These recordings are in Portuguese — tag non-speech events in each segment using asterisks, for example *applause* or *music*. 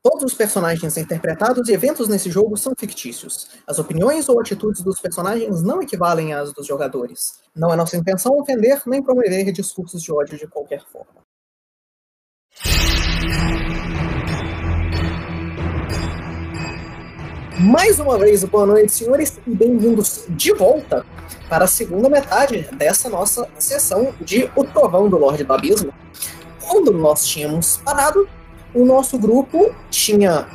Todos os personagens interpretados e eventos nesse jogo são fictícios. As opiniões ou atitudes dos personagens não equivalem às dos jogadores. Não é nossa intenção ofender nem promover discursos de ódio de qualquer forma. Mais uma vez, boa noite, senhores, e bem-vindos de volta para a segunda metade dessa nossa sessão de O Trovão do Lorde do Abismo. Quando nós tínhamos parado, o nosso grupo tinha,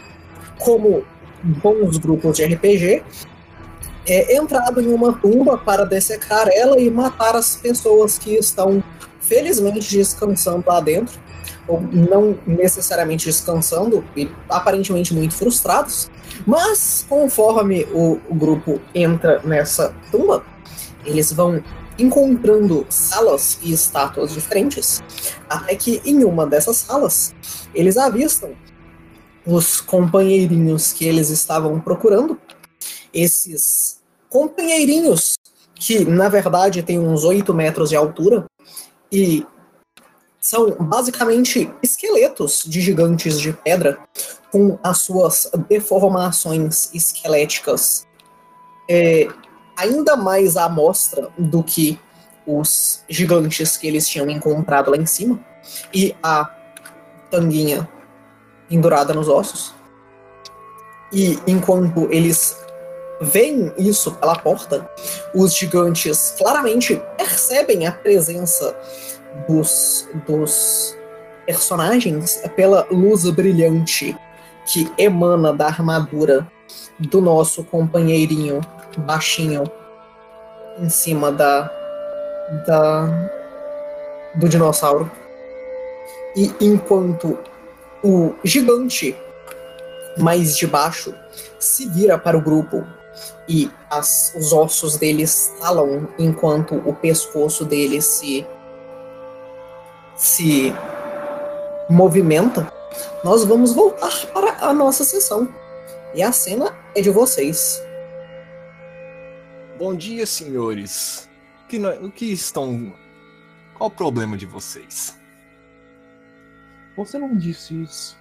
como bons grupos de RPG, é, entrado em uma tumba para dessecar ela e matar as pessoas que estão, felizmente, descansando lá dentro, ou não necessariamente descansando, e aparentemente muito frustrados. Mas, conforme o, o grupo entra nessa tumba, eles vão encontrando salas e estátuas diferentes, até que em uma dessas salas eles avistam os companheirinhos que eles estavam procurando. Esses companheirinhos, que na verdade têm uns 8 metros de altura, e são basicamente esqueletos de gigantes de pedra, com as suas deformações esqueléticas é, ainda mais à mostra do que os gigantes que eles tinham encontrado lá em cima e a tanguinha pendurada nos ossos. E enquanto eles veem isso pela porta, os gigantes claramente percebem a presença dos, dos personagens pela luz brilhante que emana da armadura do nosso companheirinho baixinho em cima da da do dinossauro. E enquanto o gigante mais de baixo se vira para o grupo e as, os ossos dele estalam enquanto o pescoço dele se se movimenta, nós vamos voltar para a nossa sessão. E a cena é de vocês. Bom dia, senhores. O que, o que estão. Qual o problema de vocês? Você não disse isso.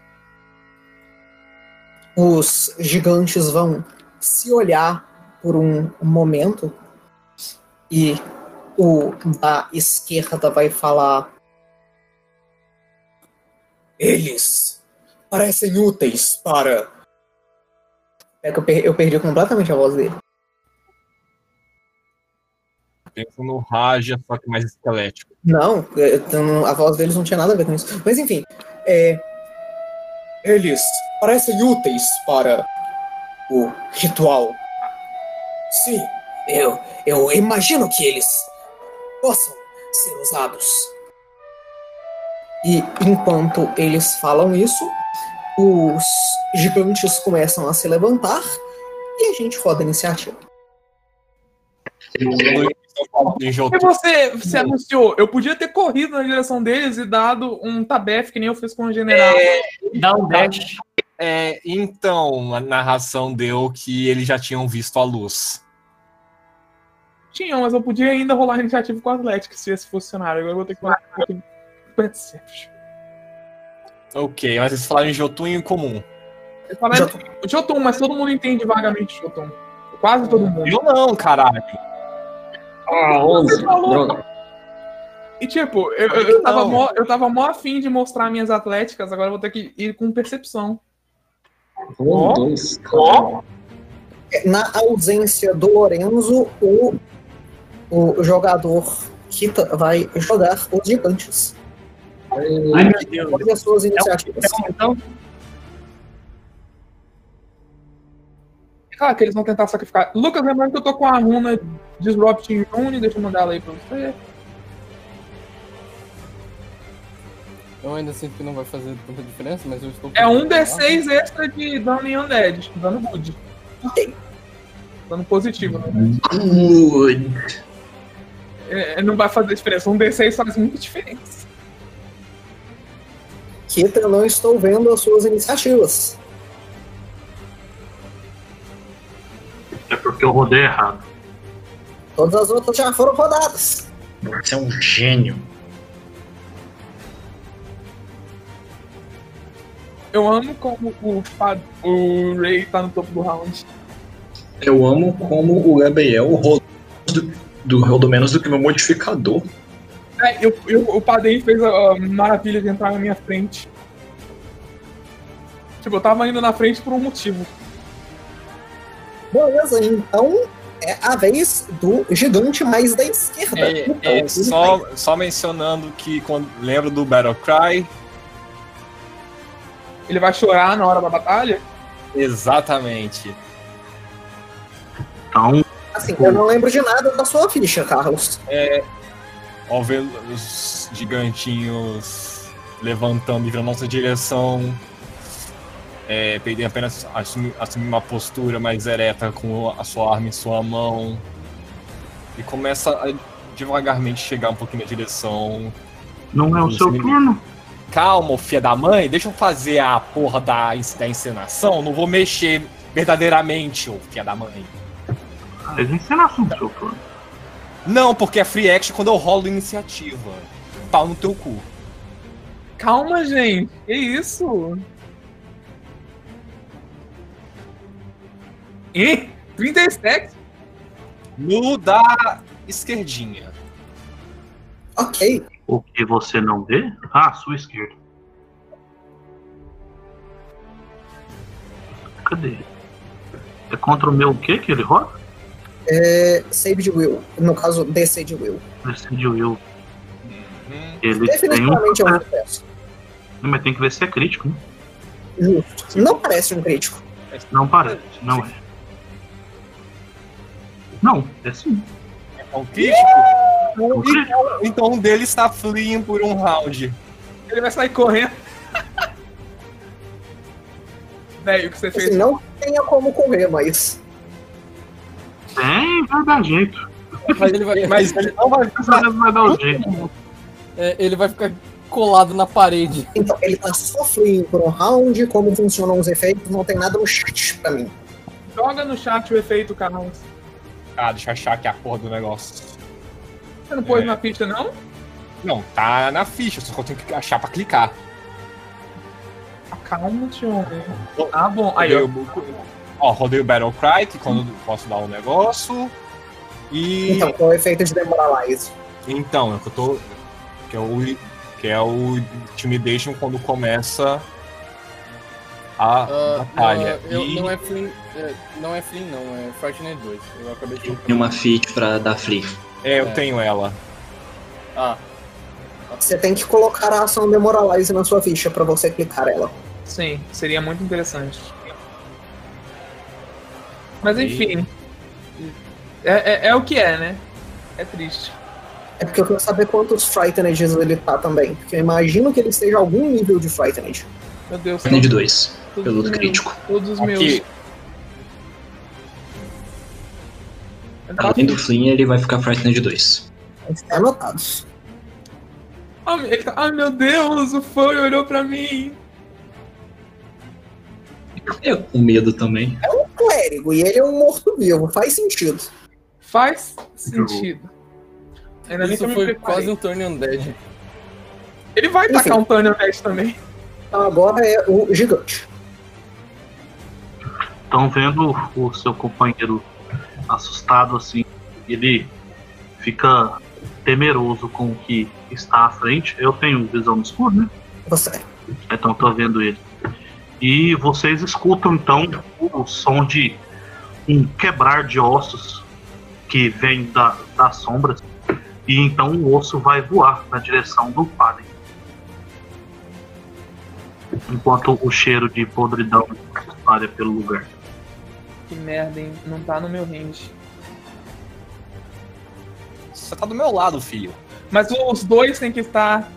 Os gigantes vão se olhar por um momento e o da esquerda vai falar. Eles parecem úteis para. É que eu per- eu perdi completamente a voz dele. Pensa no Raja, só que mais esquelético. Não, é, então, a voz deles não tinha nada a ver com isso. Mas enfim, é, eles parecem úteis para o ritual. Sim, eu, eu imagino que eles possam ser usados. E enquanto eles falam isso, os gigantes começam a se levantar e a gente roda a iniciativa. E você, você anunciou, eu podia ter corrido na direção deles e dado um tabef, que nem eu fiz com o general. Dá um dash. É, então, a narração deu que eles já tinham visto a luz. Tinha, mas eu podia ainda rolar a iniciativa com o Atlético se esse fosse o cenário. Agora eu vou ter que rolar com Perception. Ok, mas eles falaram em Jotun em comum. Eu falei Jotun, mas todo mundo entende vagamente Jotun. Quase todo mundo. Eu não, caralho. Ah, Você 11. falou. Droga. E tipo, eu, eu, eu tava mó, eu tava mó afim de mostrar minhas atléticas, agora eu vou ter que ir com percepção. 1, 2, caralho. na ausência do Lorenzo, o, o jogador Kita vai jogar os gigantes. Ai, meu Deus. Todas as É um- suas iniciativas. Então, É Claro que eles vão tentar sacrificar. Lucas, lembrando que eu tô com a runa Disrupting Rune, deixa eu mandar ela aí pra você. Eu ainda sinto que não vai fazer tanta diferença, mas eu estou. É um D6 extra de dano em Undead, dano good. Ok. Dano positivo. Né? Good. É, não vai fazer diferença. Um D6 faz muita diferença. um- Kita, não estou vendo as suas iniciativas. É porque eu rodei errado. Todas as outras já foram rodadas. Você é um gênio. Eu amo como o, Fad- o Ray tá no topo do round. Eu amo como o Gabriel rolou do, do, rolou menos do que meu modificador. É, eu, eu- o Padei fez a, a maravilha de entrar na minha frente. Tipo, eu tava indo na frente por um motivo. Beleza, então é a vez do gigante mais da esquerda. Então, É, é, ele vai- só, só mencionando que quando, lembro do Battle Cry, Ele vai chorar na hora da batalha? exatamente. Então, Assim, eu não lembro de nada da sua ficha, Carlos. Ao ver os gigantinhos levantando e vindo na nossa direção, é, Peidem apenas assumir assumi uma postura mais ereta com a sua arma em sua mão e começa a devagarmente chegar um pouquinho na direção. não é o seu turno. Calma, ô filha da mãe, deixa eu fazer a porra da, en- da encenação, não vou mexer verdadeiramente, ô filha da mãe. Mas encenação do seu turno. Não, porque é free action quando eu rolo iniciativa. Pau no teu cu. Calma, gente. Que isso? Ih, 37? No da esquerdinha. Ok. O que você não vê? Ah, sua esquerda. Cadê? É contra o meu o que que ele roda? É, save de Will. No caso, DC de Will. Decidiu eu. Uhum. Ele tem um. Definitivamente é um sucesso. Mas tem que ver se é crítico, né? Justo. Não parece um crítico. Não parece, não é. Não, é sim. É um crítico? É um crítico. Então um deles está fleeing por um round. Ele vai sair correndo. *laughs* Véi, o que você Assim, fez? não tenha como correr, mas. Tem, vai dar jeito. Mas ele vai, Mas ele não vai. Essa vez vai dar o jeito. é, ele vai ficar colado na parede. Então, ele tá só fluindo por um round, como funcionam os efeitos, não tem nada no chat pra mim. Joga no chat o efeito, Carlos. Ah, deixa eu achar aqui a porra do negócio. Você não pôs É. na pista, não? Não, tá na ficha, só que eu tenho que achar pra clicar. Calma, Tião. Bom, Ah, bom. Aí, rodei ó. o, ó, rodei o Battle Cry, que quando Hum. eu posso dar um negócio. E. Então, qual é o efeito de Demoralize? Então, é que eu tô. Que é o, que é o Intimidation quando começa a Ah, batalha. não, eu- E- Não é Flynn, é, não é Flynn, não, é Fortnite 2. Eu acabei de Tem uma feat pra dar free. É, eu É. tenho ela. Ah, Você tem que colocar a ação Demoralize na sua ficha pra você clicar ela. Sim, seria muito interessante. Mas E- enfim. É, é, é o que é, né? É triste. É porque eu quero saber quantos Frightened ele tá também. Porque eu imagino que ele esteja algum nível de Frightened. Meu Deus. Torneio de dois, todos pelo os meus- crítico. Todos os meus. Aqui, Eu tava- Além do Flynn, ele vai ficar Frightened de dois. Está anotado. Ah, me- ele tá- Ai, meu Deus, o fã olhou pra mim. Eu É, com medo também. Clérigo, e ele é um morto-vivo. Faz sentido. Faz sentido. Ainda bem que isso eu me foi preparei. quase um Turn Undead. Ele vai Enfim. tacar um Tânio Nest também. Então agora é o gigante. Estão vendo o seu companheiro assustado assim. Ele fica temeroso com o que está à frente. Eu tenho visão no escuro, né? Você. Então tô vendo ele. E vocês escutam então o som de um quebrar de ossos que vem da, das sombras. E então o osso vai voar na direção do padre. Enquanto o cheiro de podridão espalha pelo lugar. Que merda, hein? Não tá no meu range. você tá do meu lado, filho. Mas os dois têm que estar.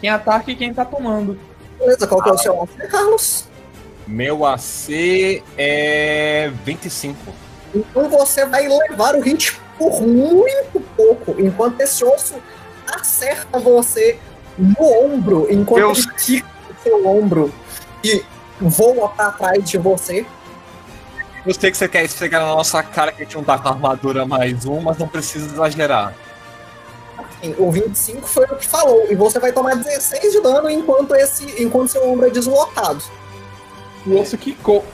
Quem ataca e quem tá tomando. Beleza, qual que é o seu alvo, Carlos? Meu AC é 25. Então você vai levar o hit por muito pouco, enquanto esse osso acerta você no ombro, enquanto Deus. ele quica o seu ombro e voa pra trás de você. Eu sei que você quer esfregar na nossa cara que a gente não tá com armadura mais um, mas não precisa exagerar. Sim, O 25 foi o que falou. E você vai tomar 16 de dano enquanto, esse, enquanto seu ombro é deslocado. O É. osso quicou.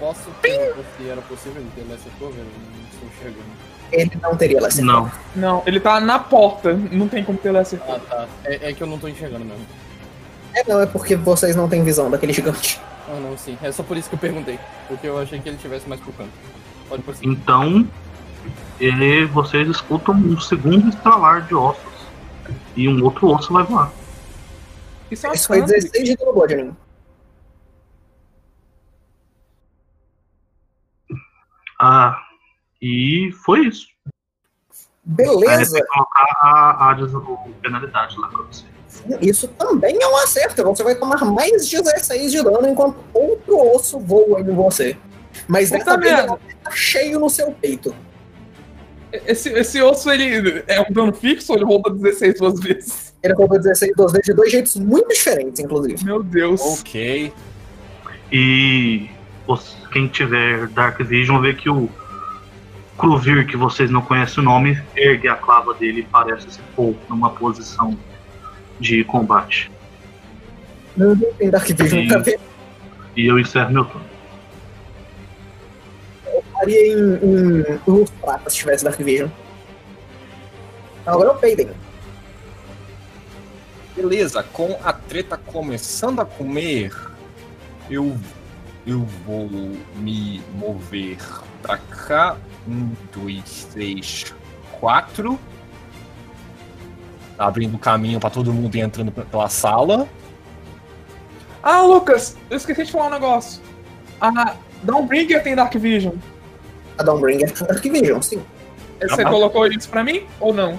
Posso ter, porque era possível ele ter lesser cover? Não estou enxergando. Ele não teria lá Não. Não, ele tá na porta. Não tem como ter lesser. Ah, tá. É, é que eu não tô enxergando mesmo. É, não, é porque vocês não têm visão daquele gigante. Ah, não, sim. É só por isso que eu perguntei. Porque eu achei que ele tivesse mais pro canto. Pode prosseguir. Então, ele, vocês escutam um segundo estralar de ossos. E um outro osso vai voar. Isso é uma Isso foi câmera. 16 de dano Bodrin. Ah, e foi isso. Aí Beleza. tem que colocar a, a des- o- penalidade lá pra você. Isso também é um acerto. Você vai tomar mais 16 de dano enquanto outro osso voa em você. Mas Puta dessa vez merda. ele tá cheio no seu peito. Esse, esse osso, ele é um dano fixo ou ele rouba 16 duas vezes? Ele roubou 16 duas vezes de dois jeitos muito diferentes, inclusive. Meu Deus. Ok. E os- quem tiver Dark Vision vê que o Kruvir, que vocês não conhecem o nome, ergue a clava dele e parece se pôr numa posição de combate. Não tem Dark Vision Sim. pra ver. E eu encerro meu turno. Faria em, em luz prata se tivesse Dark Vision. Agora é o Peiden. Beleza, com a treta começando a comer, eu, eu vou me mover pra cá. Um, dois, três, quatro. Tá Abrindo caminho pra todo mundo ir entrando pe- pela sala. Ah, Lucas, eu esqueci de falar um negócio. A Downbringer tem Dark Vision. A Dawnbringer tem Dark Vision, sim. Você mas- colocou isso pra mim ou não?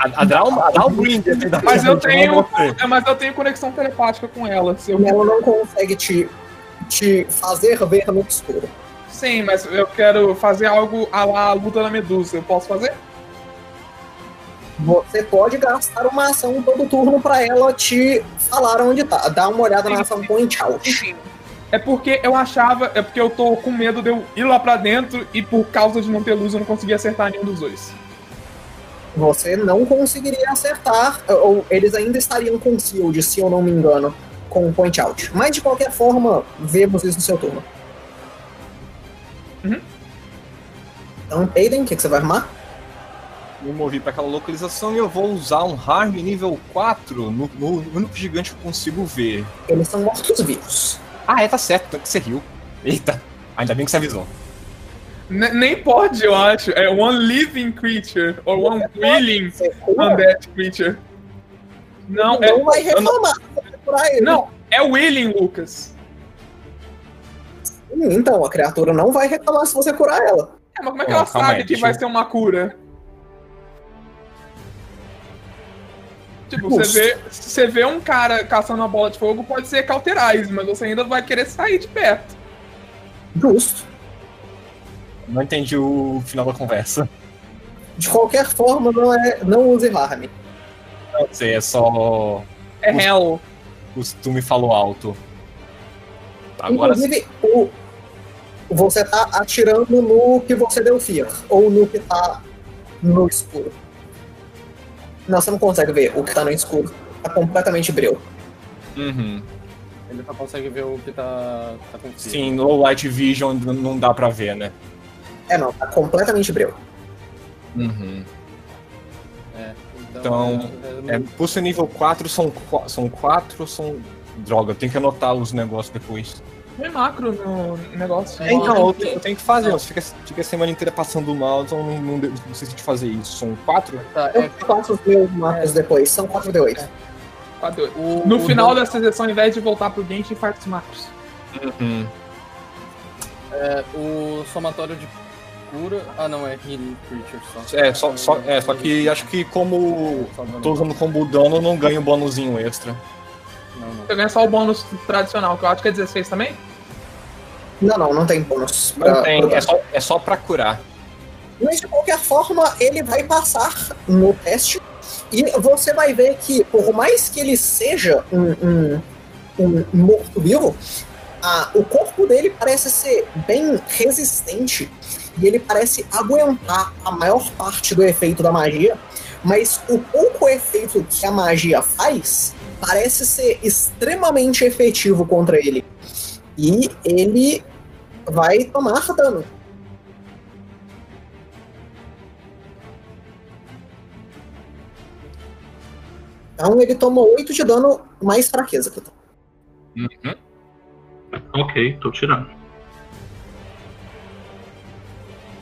A, a Draum- a Dalbringer tem da Mas eu *laughs* não tenho- você. É, mas eu tenho conexão telepática com ela. Se eu... Ela não consegue te, te fazer ver no escuro. Sim, mas eu quero fazer algo à la luta da Medusa. Eu posso fazer? Você pode gastar uma ação todo turno pra ela te falar onde tá. Dá uma olhada na ação point out. Enfim. É porque eu achava. É porque eu tô com medo de eu ir lá pra dentro e por causa de não ter luz eu não consegui acertar nenhum dos dois. Você não conseguiria acertar, ou eles ainda estariam com shield, se eu não me engano, com o point out. Mas de qualquer forma, vemos isso no seu turno. Uhum. Então, Aiden, o que, que você vai armar? Me movi pra aquela localização e eu vou usar um Harm nível 4 no, no único gigante que eu consigo ver. Eles são mortos-vivos. Ah, é, tá certo, tanto que você riu. Eita, ainda bem que você avisou. Ne- nem pode, eu acho. É one living creature. Ou one willing Você cura, undead creature. Ah, Não, é. não vai eu não- reclamar. você vai curar ele. Não, é willing, Lucas. Hum, Então, a criatura não vai reclamar se você curar ela. É, mas como é que Ó, ela calma sabe aí, que deixa vai eu- ser uma cura? Tipo, Nossa. você vê, você vê um cara caçando uma bola de fogo, pode ser cauterize, mas você ainda vai querer sair de perto. Justo. Não entendi o final da conversa. De qualquer forma, não, é, não use harm. Não sei, é só. É Nossa. hell. Costume falou alto. Tá, agora sim. Inclusive, o, você tá atirando no que você deu fear, ou no que tá no escuro. Não, você não consegue ver o que tá no escuro. Tá completamente breu. Uhum. Ele só consegue ver o que tá, tá com frio. Sim, low light vision n- não dá pra ver, né? É, não, tá completamente breu. Uhum. É. Então. Então, é- é- É, pulso nível 4 são, qua- são 4, são. Droga, eu tenho que anotar os negócios depois. Não é macro no negócio. É, Então, eu, te- eu tenho que fazer, ó, se fica, fica a semana inteira passando mal, então não, não, de- não sei se de fazer isso. São 4? tá, Eu é- faço os meus mapas depois, são 4D8. Cadê? o- No o final dano- dessa sessão, ao invés de voltar pro Genshin, faz os macros. Hum. Uhum. é, o somatório de cura. Ah, não, é Healing Creature só. É, só, só, é, só que acho que como Só dano. tô usando combo dano, eu não ganho um bônusinho extra. Não, não. Você ganha é só o bônus tradicional, que eu acho que é 16 também. Não, não, não tem bônus. pra- Não tem, pro- é só, é só pra curar. Mas de qualquer forma, ele vai passar no teste. E você vai ver que, por mais que ele seja um, um- um morto-vivo, a- o corpo dele parece ser bem resistente. E ele parece aguentar a maior parte do efeito da magia. mas o pouco efeito que a magia faz parece ser extremamente efetivo contra ele. E ele vai tomar dano. Então ele tomou 8 de dano mais fraqueza. Kitan. Ok, tô tirando.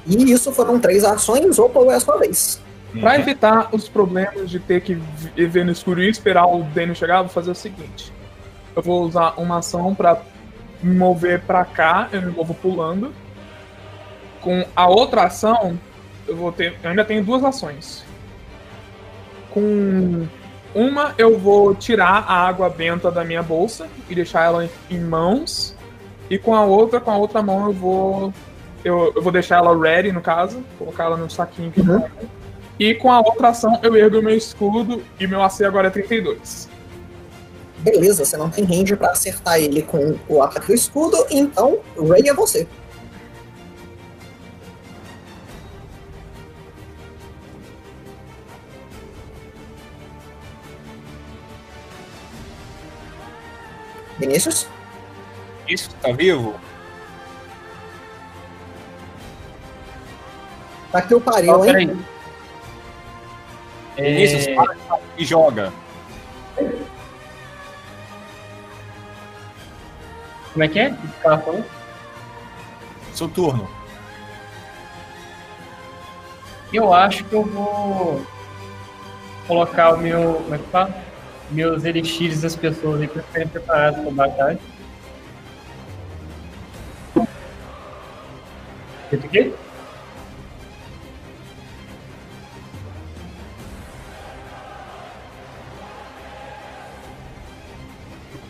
E isso foram três ações, ou é a sua vez. Pra evitar os problemas de ter que vi- ver no escuro e esperar o Daniel chegar, eu vou fazer o seguinte. Eu vou usar uma ação pra me mover pra cá, eu me movo pulando. Com a outra ação, eu vou ter. Eu ainda tenho duas ações. Com uma eu vou tirar a água benta da minha bolsa e deixar ela em- em mãos. E com a outra, com a outra mão eu vou. Eu, eu vou deixar ela ready, no caso, colocar ela num saquinho que eu Uhum. e com a outra ação eu ergo meu escudo e meu AC agora é 32. Beleza, você não tem range pra acertar ele com o ataque do escudo, então Ray é você. Vinícius? Isso, tá vivo? Tá que o pariu, Ó, hein? peraí. Vinícius, É, para e joga. como é que é? Tá falando? Seu turno. Eu acho que eu vou colocar o meu. Como é que fala? Meus elixires das pessoas aí pra ficarem preparadas pra batalha. Feito o quê?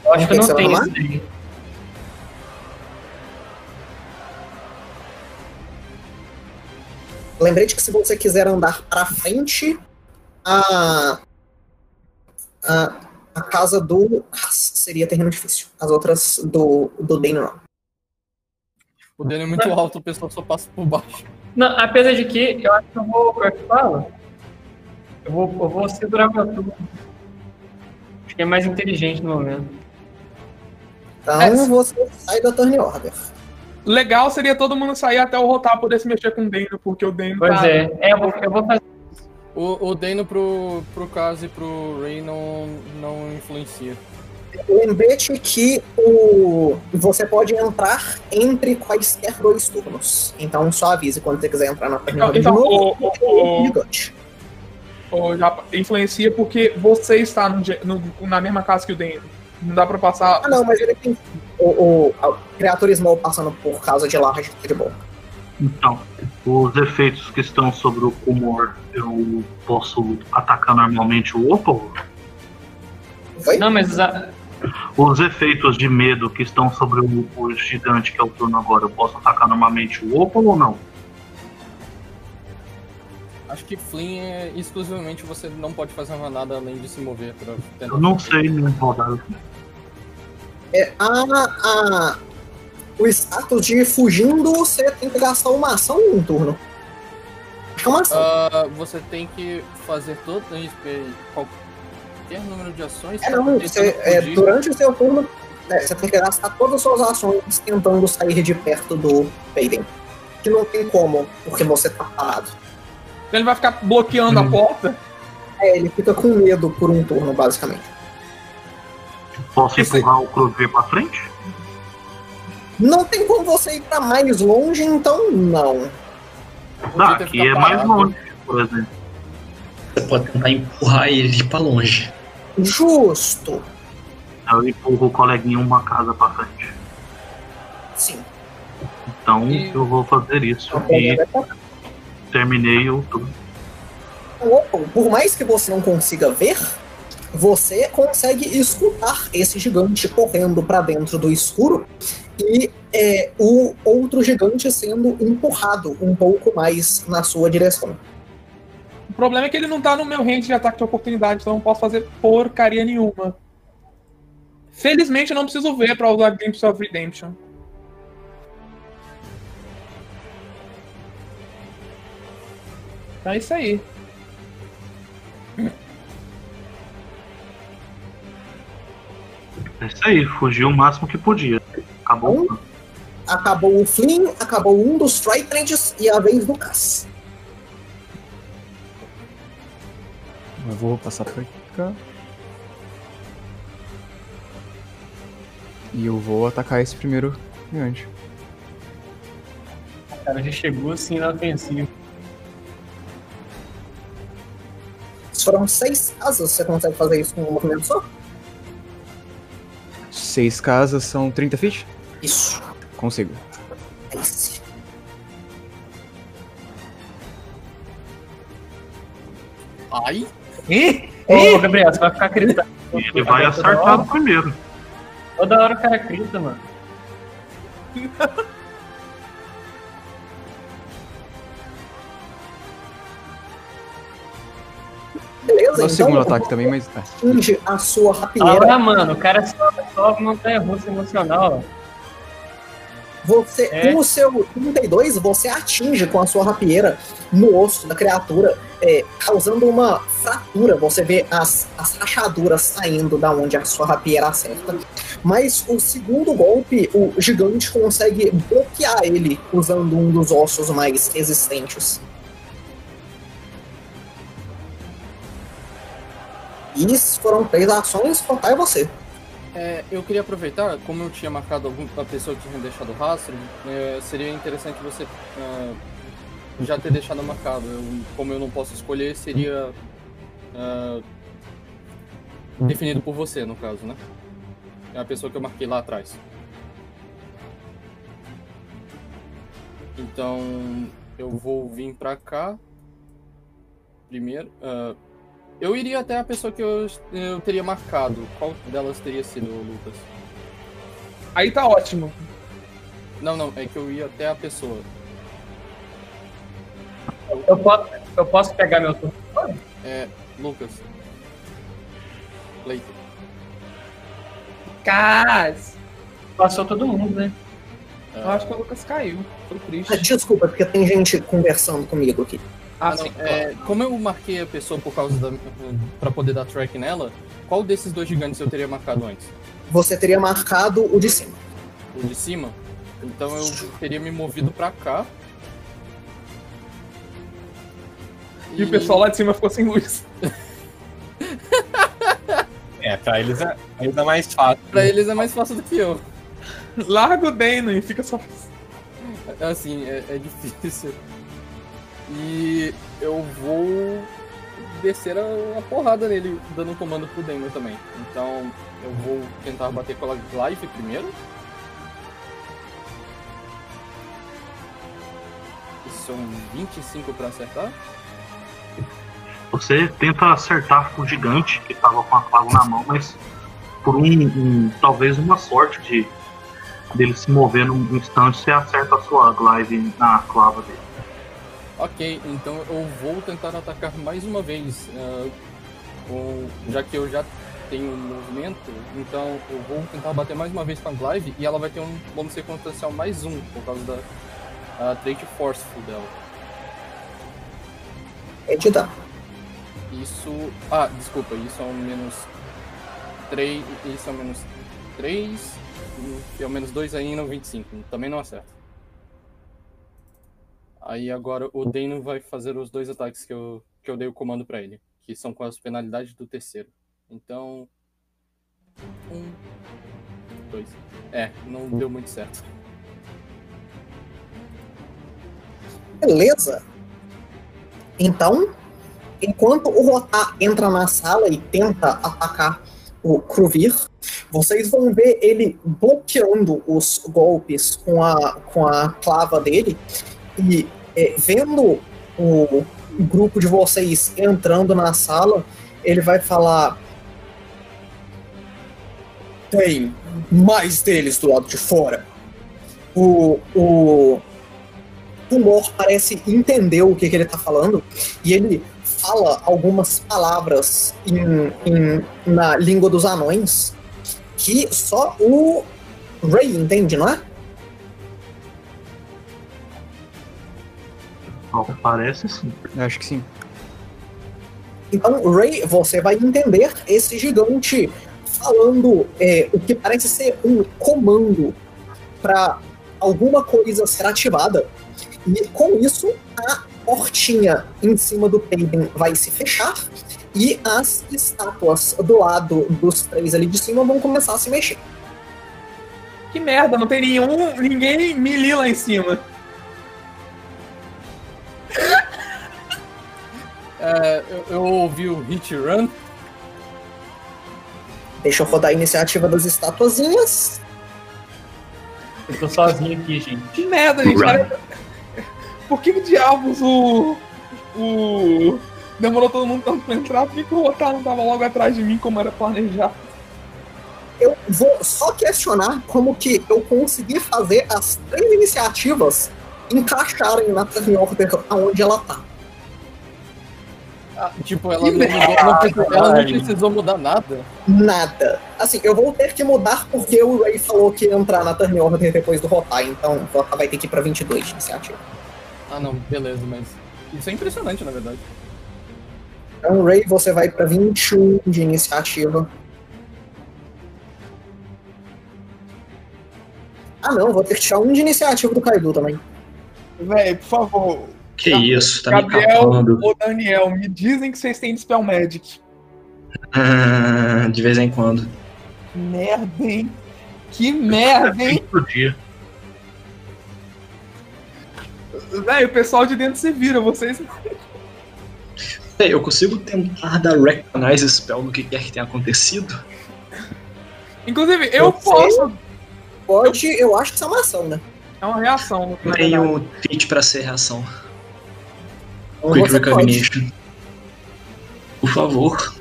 Eu acho que eu Você não vai tenho rolar? isso daí. Lembrete que se você quiser andar pra frente, a, a, a casa do Haas seria terreno difícil. As outras do, do Dane não. O dano é muito alto, o pessoal só passa por baixo. Não, apesar de que, eu acho que eu vou. Como é que fala? Eu vou, eu vou segurar pra tudo. Acho que é mais inteligente no momento. Então É. você sai da turn order. Legal seria todo mundo sair até o Rotar poder se mexer com o Dano, porque o Dano Pois tá... é. é eu, vou, eu vou fazer. O, o Dano pro, pro Caso e pro Ray não, não influencia. Lembrete que o, você pode entrar entre quaisquer dois turnos. Então só avise quando você quiser entrar na turn Então, order. de então novo. é o, o, o, Gigante. o Japa influencia porque você está no je- no- na mesma casa que o Dano. Não dá pra passar... Ah, não, mas ele tem. O, o, a criatura small passando por causa de large tá de boa. Então, os efeitos que estão sobre o Kumor, eu posso atacar normalmente o Opal? Foi? Não, mas a- Os efeitos de medo que estão sobre o, o gigante, que é o turno agora, eu posso atacar normalmente o Opal ou não? Acho que Flynn é exclusivamente você não pode fazer mais nada além de se mover pra tentar. Eu não sei, né, rodada. É, a, a- o status de fugindo, você tem que gastar uma ação em um turno. É uma ação. Ah, você tem que fazer todo isso, porque qualquer número de Ah, ações. é, não, tem você, que é, fugir. durante o seu turno, né, você tem que gastar todas as suas ações tentando sair de perto do Faden. Que não tem como, porque você tá parado. Ele vai ficar bloqueando Hum. a porta. É, ele fica com medo por um turno, basicamente. Posso Isso aí. empurrar o Crover pra frente? Não tem como você ir pra mais longe, então não. Podia ter Daqui é ficado mais parado. longe, por exemplo. Você pode tentar empurrar ele pra longe. Justo. Eu empurro o coleguinha uma casa pra frente. Sim. Então, E- eu vou fazer isso. Então, E terminei o turno. Opal, por mais que você não consiga ver, você consegue escutar esse gigante correndo pra dentro do escuro e é, o outro gigante sendo empurrado um pouco mais na sua direção. O problema é que ele não tá no meu range de ataque de oportunidade, então eu não posso fazer porcaria nenhuma. Felizmente eu não preciso ver pra usar Glimpse of Redemption. Então é isso aí. É isso aí, fugiu o máximo que podia. Acabou. Acabou o Flynn, acabou um dos Tridents e a vez do Cass. Eu vou passar pra cá. E eu vou atacar esse primeiro gigante. Cara, já chegou assim na ofensiva. Se foram seis asas, você consegue fazer isso com um movimento só? Seis casas são 30 feet? Isso. Consigo. Nice. Ai, Ô, Gabriel, você vai ficar gritando. E ele vai acertar o primeiro. Toda hora o cara grita, mano. Beleza? Dá o segundo então, ataque também, mas. ah, atinge a sua Olha rapieira. lá, mano, o cara é só, só montanha russa emocional, ó. Você, É. com o seu 32, você atinge com a sua rapieira no osso da criatura, é, causando uma fratura. Você vê as, as rachaduras saindo da onde a sua rapieira acerta. Mas o segundo golpe, o gigante consegue bloquear ele usando um dos ossos mais resistentes. Isso foram três ações, contar é você. É, eu queria aproveitar, como eu tinha marcado alguma pessoa que tinha deixado rastro, é, seria interessante você é, já ter deixado marcado. Eu- como eu não posso escolher, seria é, definido por você, no caso, né? É a pessoa que eu marquei lá atrás. Então, eu vou vir pra cá primeiro. é, eu iria até a pessoa que eu, eu teria marcado. Qual delas teria sido, Lucas? Aí tá ótimo. Não, não, é que eu ia até a pessoa. Eu posso, eu posso pegar meu turno. É, Lucas. Leite. Cas! Passou todo mundo, né? Eu acho que o Lucas caiu. Foi Ah, triste. Desculpa, porque tem gente conversando comigo aqui. Ah, *laughs* Ah, não, sim. é, como eu marquei a pessoa por causa da. pra poder dar track nela, qual desses dois gigantes eu teria marcado antes? Você teria marcado o de cima. O de cima? Então eu teria me movido pra cá. E o pessoal lá de cima ficou sem luz. *laughs* É, pra eles é, eles é mais fácil. Pra eles é mais fácil do que eu. Larga o Dano e fica só. Assim, é, é difícil. E eu vou descer a, a porrada nele, dando um comando pro Demon também. Então eu vou tentar bater com a Life primeiro. Isso são 25 pra acertar. Você tenta acertar o gigante que tava com a clava na mão, mas por um, um- talvez uma sorte de dele se mover num instante, você acerta a sua glaive na clava dele. Ok, então eu vou tentar atacar mais uma vez. ah, com- já que eu já tenho um movimento, então eu vou tentar bater mais uma vez com a Glaive e ela vai ter um bônus circunstancial mais um, por causa da ah, trait forceful dela. É de dar. Isso. Ah, desculpa, isso é um menos 3. Isso é um menos 3. E é um menos 2 ainda, um 25. Também não acerta. Aí agora o Dano vai fazer os dois ataques que eu, que eu dei o comando pra ele. Que são com as penalidades do terceiro. Então. Um. Dois. É, não deu muito certo. Beleza. Então, enquanto o Rotar entra na sala e tenta atacar o Kruvir, vocês vão ver ele bloqueando os golpes com a, com a clava dele e é, vendo o grupo de vocês entrando na sala, ele vai falar: Tem mais deles do lado de fora. O, o tumor parece entender o que, que ele tá falando e ele fala algumas palavras em- em- na língua dos anões que só o Ray entende, não é? Ao que parece assim, sim. eu Acho que sim. Então, Ray, você vai entender esse gigante falando é, o que parece ser um comando para alguma coisa ser ativada. E com isso, a portinha em cima do Peyton vai se fechar e as estátuas do lado dos três ali de cima vão começar a se mexer. Que merda, não tem nenhum, ninguém melee lá em cima. É, eu, eu ouvi o Hit Run. Deixa eu rodar a iniciativa das estatuazinhas. Eu tô sozinho aqui, gente. Que merda, gente. Olha- Por que diabos o. O. Demorou todo mundo tanto pra entrar? Por que, que o Rotar não tava logo atrás de mim como era planejado? Eu vou só questionar como que eu consegui fazer as três iniciativas encaixarem na turn order aonde ela tá. Ah, tipo, ela não, mudou, ela não- ela não precisou mudar nada. Nada. Assim, eu vou ter que mudar porque o Ray falou que ia entrar na turn order depois do rotar, então Rotar vai ter que ir pra 22 de iniciativa. Ah, não, beleza, mas. Isso é impressionante, na verdade. Então, Ray, você vai pra 21 de iniciativa. Ah, não, vou ter que tirar um de iniciativa do Kaidu também. Véi, por favor. Que isso, tá me Gabriel capando. ou Daniel, me dizem que vocês têm Dispel Magic. Ah, de vez em quando. Que merda, hein? Que merda, *laughs* hein? dia. Véi, o pessoal de dentro se vira, vocês. Ei, eu consigo tentar dar Recognize Spell no que quer que tenha acontecido? Inclusive, eu Você posso. Pode, eu acho que isso é uma ação, né? É uma reação. Não na verdade. tenho um feat pra ser reação. Então Quick você pode. Recognition. Por favor.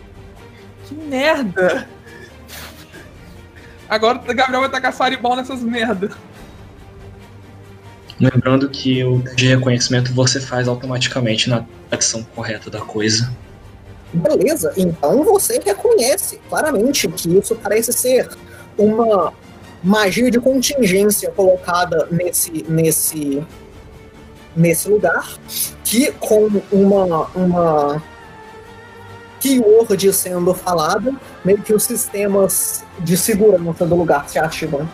Que merda! Agora o Gabriel vai tacar Fireball nessas merdas. Lembrando que o teste de reconhecimento você faz automaticamente na tradição correta da coisa. Beleza, então você reconhece claramente que isso parece ser uma magia de contingência colocada nesse nesse nesse lugar que com uma uma keyword sendo falada, meio que os sistemas de segurança do lugar se ativam.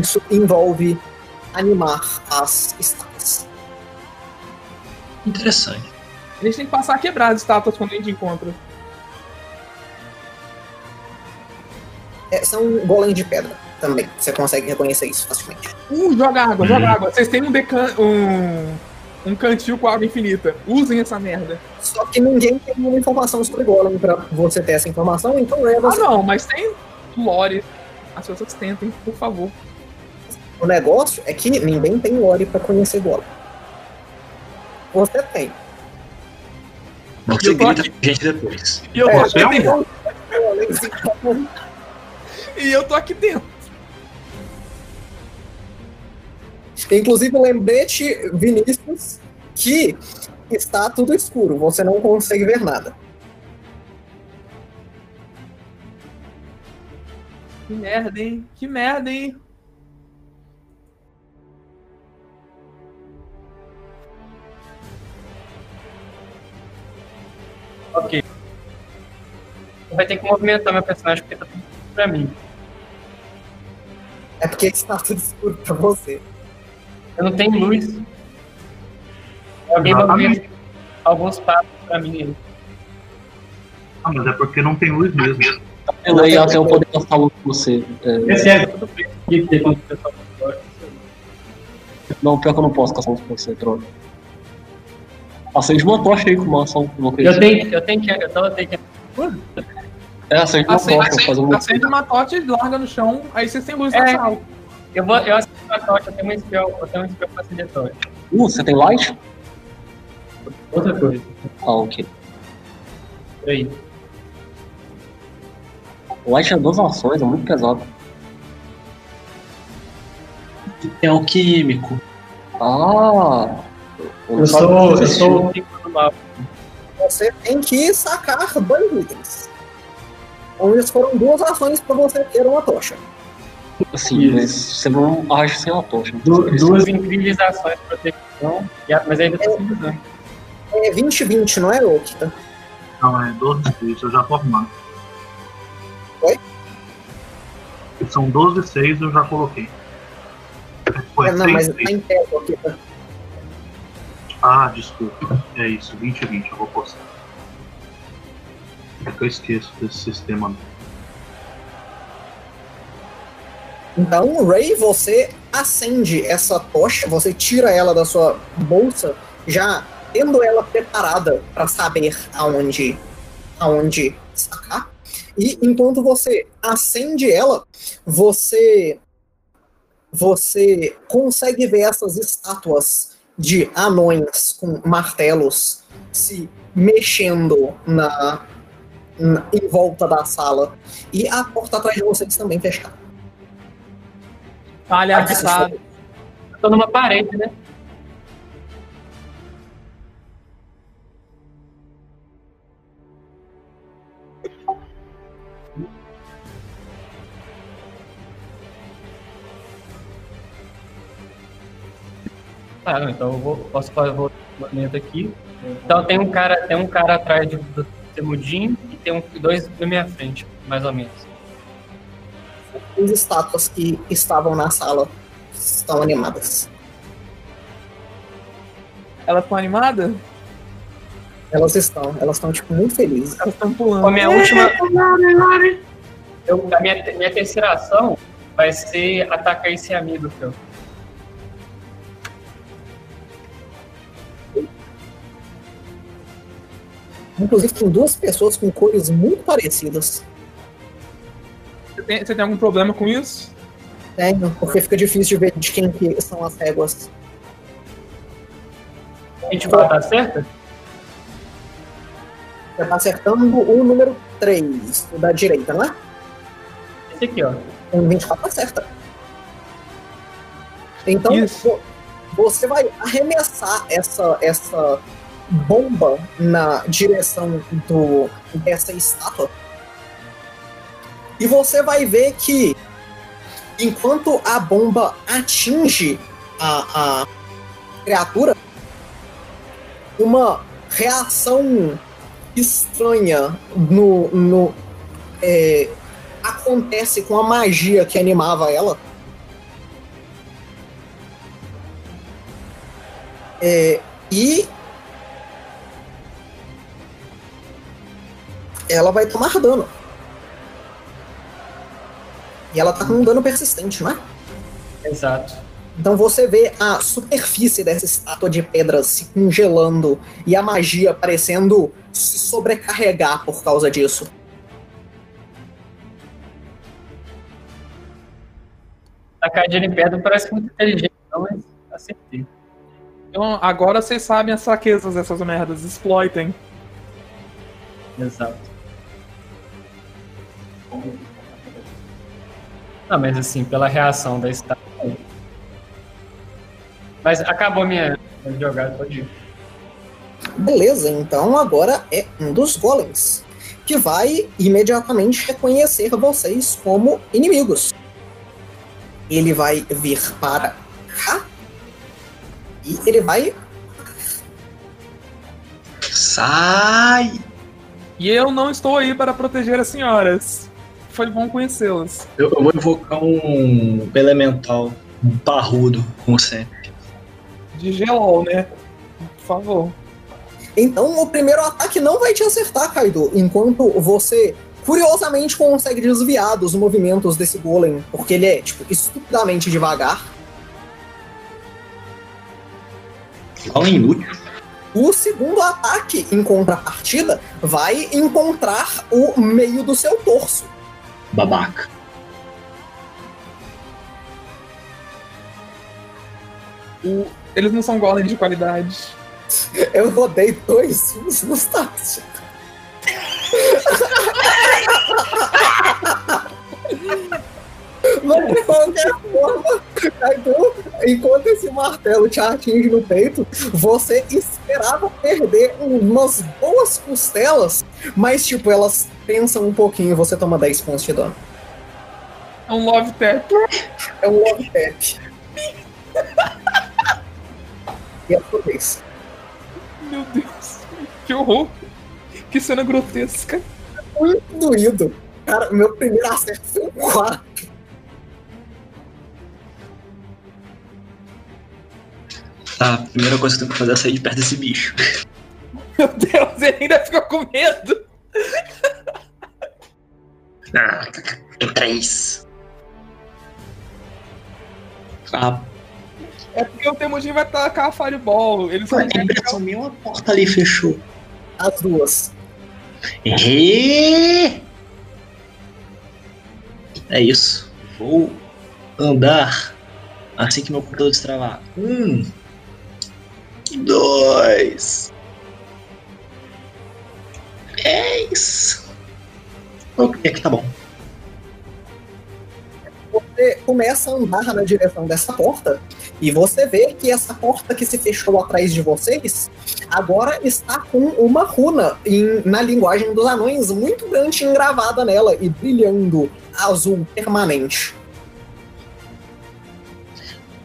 Isso envolve animar as estátuas. Interessante. A gente tem que passar a quebrar as estátuas quando a gente encontra. É, são golem de pedra também. Você consegue reconhecer isso facilmente. Uh, joga água, Hum. joga água. Vocês têm um decan... um... um cantil com água infinita. Usem essa merda. Só que ninguém tem nenhuma informação sobre Golem pra você ter essa informação, então é Ah você- não, mas tem lore. As pessoas tentem, por favor. o negócio é que ninguém tem lore pra conhecer Golem. Você tem. Você Eu tô grita aqui. pra gente depois. E eu, É, tô Você é aqui dentro. um Golem, sim, então, e eu tô aqui dentro. Inclusive, lembrete, Vinícius, que está tudo escuro, você não consegue ver nada. Que merda, hein? Que merda, hein? Ok. Vai ter que movimentar meu personagem porque tá tudo escuro pra mim. É porque está tudo escuro pra você. Eu não tenho luz. Alguém Exatamente. movimenta alguns passos pra mim aí. Ah, mas é porque não tem luz mesmo. Ela ia até eu poder passar luz com você. É, Esse é tudo preto. O que que tem quando o pessoal gosta? não, pior que eu não posso passar luz com você, droga. Acende uma tocha aí com uma ação. com você. Eu tenho, eu tenho que. então Eu tava tenho que. É, acende uma Acende, tocha, fazer acende, uma. acende uma tocha e larga no chão, aí vocês têm luz na É. sala. Eu vou. Eu aceito uma tocha, eu tenho um spell, eu tenho um spell facilitatório. Uh, você tem light? Outra coisa. Ah, ok. Peraí. Light é duas ações, é muito pesado. É alquímico. Ah! não Eu sabia sou- que eu existia. sou- O tipo do mapa. Você tem que sacar dois itens. Onde foram duas ações pra você ter uma tocha. Assim, Isso. mas você um- não age sem uma tocha. Du- Você precisa- duas incríveis ações de proteção. e a- Mas ainda tô sem usando. É 20-20, não é, Okita? Não, é 12 6, eu já tô arrumando. Oi? São 12 6, eu já coloquei. É, não, mas tá em pé aqui. tá? Ah, desculpa. É isso, 20 e 20, eu vou postar. É que eu esqueço desse sistema. Então, Ray, você acende essa tocha, você tira ela da sua bolsa, já tendo ela preparada para saber aonde, aonde sacar. E enquanto você acende ela, você você consegue ver essas estátuas de anões com martelos se mexendo na, na- em volta da sala e a porta atrás de vocês também fechada. Palhaçada. Tô numa parede, né? Ah, não, então eu vou, posso fazer vou movimento aqui. Então tem um cara, tem um cara atrás de- do Temudinho e tem um, dois na minha frente, mais ou menos. As estátuas que estavam na sala estão animadas. Elas estão animadas? Elas estão, elas estão tipo muito felizes. Elas estão pulando. É. Bom, minha última. Eu- a minha, minha terceira ação vai ser atacar esse amigo seu. Inclusive tem duas pessoas com cores muito parecidas. Você tem, você tem algum problema com isso? Tenho, né? porque fica difícil de ver de quem que são as réguas. A gente fala, tá certo? Você tá acertando o número 3, o da direita, né? Esse aqui, ó. Um 24 acerta. Então, Isso. vo- você vai arremessar essa, essa bomba na direção do, dessa estátua. E você vai ver que, enquanto a bomba atinge a, a criatura, uma reação estranha no, no, é, acontece com a magia que animava ela. É, e ela vai tomar dano. E ela tá com um dano persistente, não é? Exato. Então você vê a superfície dessa estátua de pedra se congelando e a magia parecendo se sobrecarregar por causa disso. Atacar de pedra parece muito inteligente, então mas acertei. Então, agora vocês sabem as fraquezas dessas merdas. Exploitem. Exato. Não, mas assim, pela reação da estátua. Mas acabou minha minha jogada, pode ir. Beleza, então agora é um dos golems, que vai imediatamente reconhecer vocês como inimigos. Ele vai vir para cá e ele vai. Sai! E eu não estou aí para proteger as senhoras. Foi bom conhecê-las. Eu, eu vou invocar um elemental um parrudo, como sempre. De gelol, né? Por favor. Então o primeiro ataque não vai te acertar, Kaido, enquanto você curiosamente consegue desviar dos movimentos desse golem, porque ele é, tipo, estupidamente devagar. Fala é inútil. O segundo ataque, em contrapartida, vai encontrar o meio do seu torso. Babaca. O- Eles não são golems de qualidade. Eu rodei dois filmes nos táxis. Mas de qualquer forma, Kaido, enquanto esse martelo te atinge no peito, você esperava perder umas boas costelas, mas tipo, elas pensam um pouquinho e você toma 10 pontos de dano. É um love tap. É um love tap. e é por isso. Meu Deus. Que horror. Que cena grotesca. *laughs* Muito doído. Cara, meu primeiro acerto foi um 4. Tá, a primeira coisa que eu tenho que fazer é sair de perto desse bicho. Meu Deus, ele ainda ficou com medo. Ah, tem três. Ah, É porque o Temujin vai tacar a Fireball. Ele só Ué, a impressão minha uma porta ali fechou. As duas. Errei! É isso. Vou andar assim que meu computador destravar. Um. Dois. Três. Ok, tá bom. Você começa a andar na direção dessa porta e você vê que essa porta que se fechou atrás de vocês agora está com uma runa em- na linguagem dos anões muito grande engravada nela e brilhando azul permanente.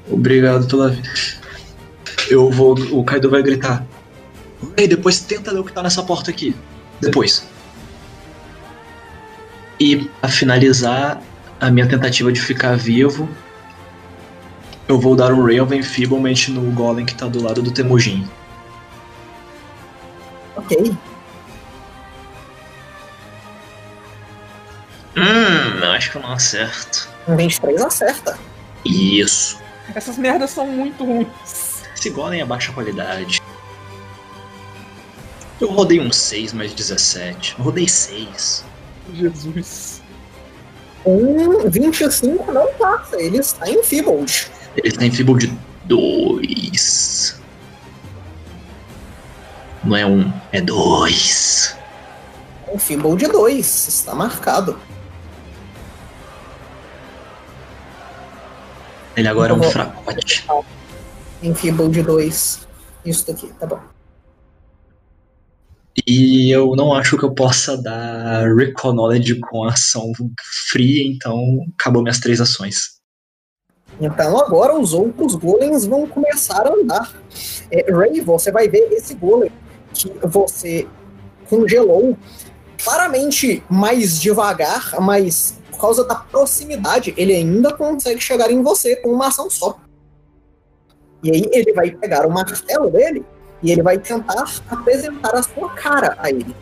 Obrigado pela vida. Eu vou. O Kaido vai gritar. Ei, depois tenta ler o que tá nessa porta aqui. Depois. E pra finalizar a minha tentativa de ficar vivo, eu vou dar um Raven Feeblement no Golem que tá do lado do Temujin. Ok. Hum, eu acho que eu não acerto. Um 23 acerta. Isso. Essas merdas são muito ruins. Esse Golem é baixa qualidade. Eu rodei um 6 mais 17. Eu rodei 6. Jesus. Um 25 não passa, ele está em Feebled. Ele tem Feeble de 2. Não é um, é dois. Um Feebled 2, está marcado. Ele agora é um Bom. fracote. Em Feebled 2. Isso daqui, tá bom. E eu não acho que eu possa dar Reconology com a ação free, então acabou minhas três ações. *laughs* Então agora os outros golems vão começar a andar. É, Ray, você vai ver esse golem que você congelou claramente mais devagar, mas por causa da proximidade, ele ainda consegue chegar em você com uma ação só. E aí ele vai pegar o martelo dele e ele vai tentar apresentar a sua cara a ele.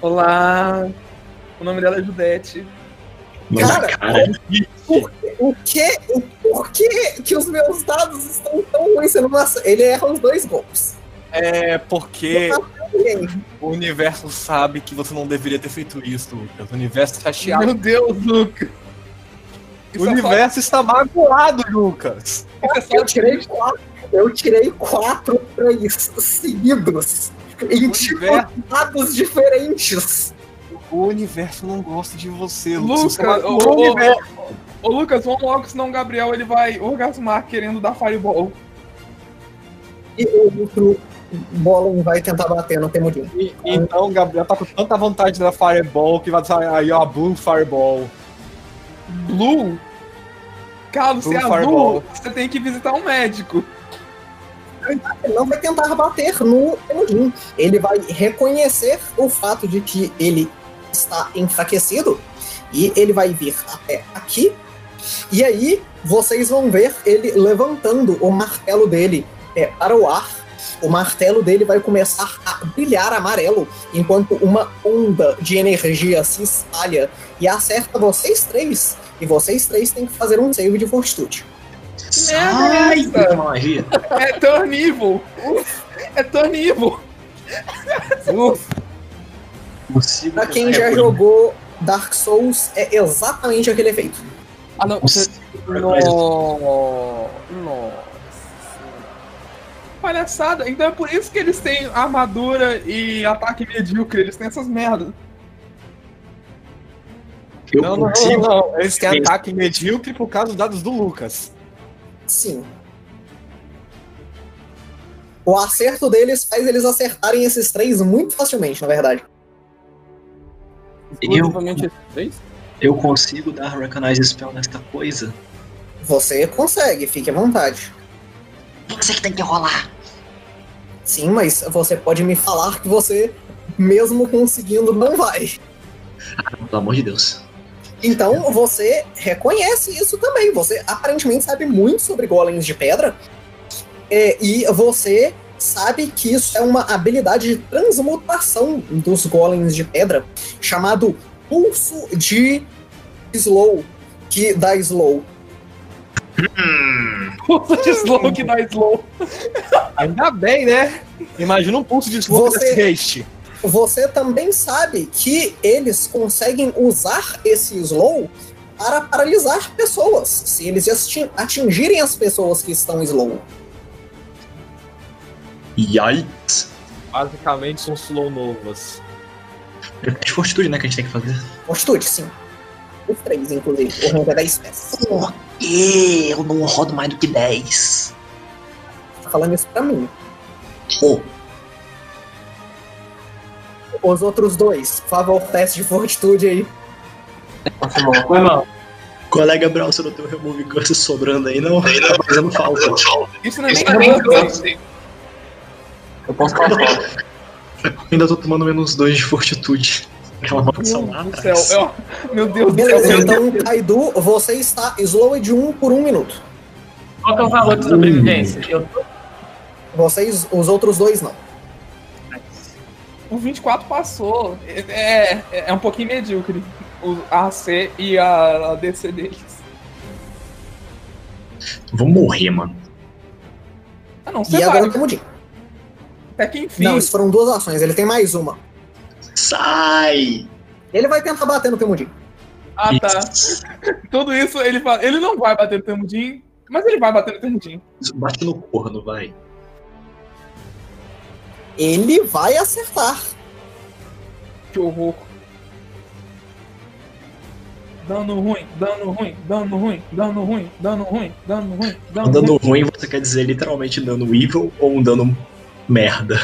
Olá. O nome dela é Judete. Manda Cara, cara. O que? O porquê que os meus dados estão tão ruins? Você não ace- Ele erra os dois golpes. É porque Ninguém. o universo sabe que você não deveria ter feito isso, Lucas. O universo tá está Meu chiado. Deus, Lucas. é O universo está magoado, Lucas. Eu tirei quatro, eu tirei quatro três seguidos em tipos universo. de dados diferentes. O universo não gosta de você, Lucas. Você Lucas, ô, magoou o ô, universo. ô, ô, Lucas, vamos logo, senão o Gabriel ele vai orgasmar querendo dar fireball. E o outro Bolon vai tentar bater no Temudinho. E- Então o Gabriel tá com tanta vontade da Fireball que vai sair aí, ó, Blue Fireball. Blue? Carlos, Blue você é Fireball. azul, você tem que visitar um médico. Ele não vai tentar bater no Temudinho. Ele vai reconhecer o fato de que ele está enfraquecido e ele vai vir até aqui. E aí vocês vão ver ele levantando o martelo dele é, para o ar. O martelo dele vai começar a brilhar amarelo, enquanto uma onda de energia se espalha e acerta vocês três. E vocês três têm que fazer um save de fortitude. Sai merda. da magia. É turn evil. É turn evil. Consigo Pra quem tentar já É, por- jogou Dark Souls, é exatamente aquele efeito. Ah, não. Consigo por- mas- Nossa. Palhaçada. Então é por isso que eles têm armadura e ataque medíocre. Eles têm essas merdas. Eu Não, não, não, consigo. não. Eles têm Sim. ataque medíocre por causa dos dados do Lucas. Sim. O acerto deles faz eles acertarem esses três muito facilmente, na verdade. Exclusivamente esses três? Eu consigo dar Recognize Spell nesta coisa? Você consegue, fique à vontade. Você que tem que rolar. Sim, mas você pode me falar que você, mesmo conseguindo, não vai. Pelo amor de Deus. Então você reconhece isso também. Você aparentemente sabe muito sobre golems de pedra. é, e você sabe que isso é uma habilidade de transmutação dos golems de pedra, chamado Pulso de Slow, que dá slow. Pulso *laughs* de slow que dá slow. Ainda bem, né? Imagina um pulso de slow Você- desse haste. Você também sabe que eles conseguem usar esse slow para paralisar pessoas, se eles asti- atingirem as pessoas que estão slow. Yikes. Basicamente são slow novas. É de fortitude, né, que a gente tem que fazer. Fortitude, sim. Os três, inclusive. O rango é 10 peças. Por que eu não rodo mais do que 10? Tá falando isso pra mim. Oh, Os outros dois, por favor, teste de fortitude aí. Foi mal. colega Brau, você não tem o Remove Curse sobrando aí, não? Aí né? não, fazendo falta. Isso não é nem é remove bom. curse. Eu posso passar. Ainda tô tomando menos 2 de fortitude. Aquela maldição lá Meu Deus do atrás. céu, eu- Meu Deus do céu. Beleza, meu Deus. então, Kaidu, você está slow de 1 um por 1 um minuto. Qual que é o valor de sobrevivência? Eu tô. Vocês, os outros dois, não. O 24 passou. É, é, é um pouquinho medíocre. O AC e a, a DC deles. Vou morrer, mano. Ah não, você E agora vai. como digo. Até que enfim. Não, isso foram duas ações, ele tem mais uma. Sai! Ele vai tentar bater no Temudin. Ah tá. Tudo isso ele fala. Ele não vai bater no Termudin, mas ele vai bater no Termudin. Bate no corno, vai. Ele vai acertar. Que horror. Dano ruim, dano ruim, dano ruim, dano ruim, dano ruim, dano ruim, Um dano dano ruim. ruim, você quer dizer literalmente dano evil ou um dano merda?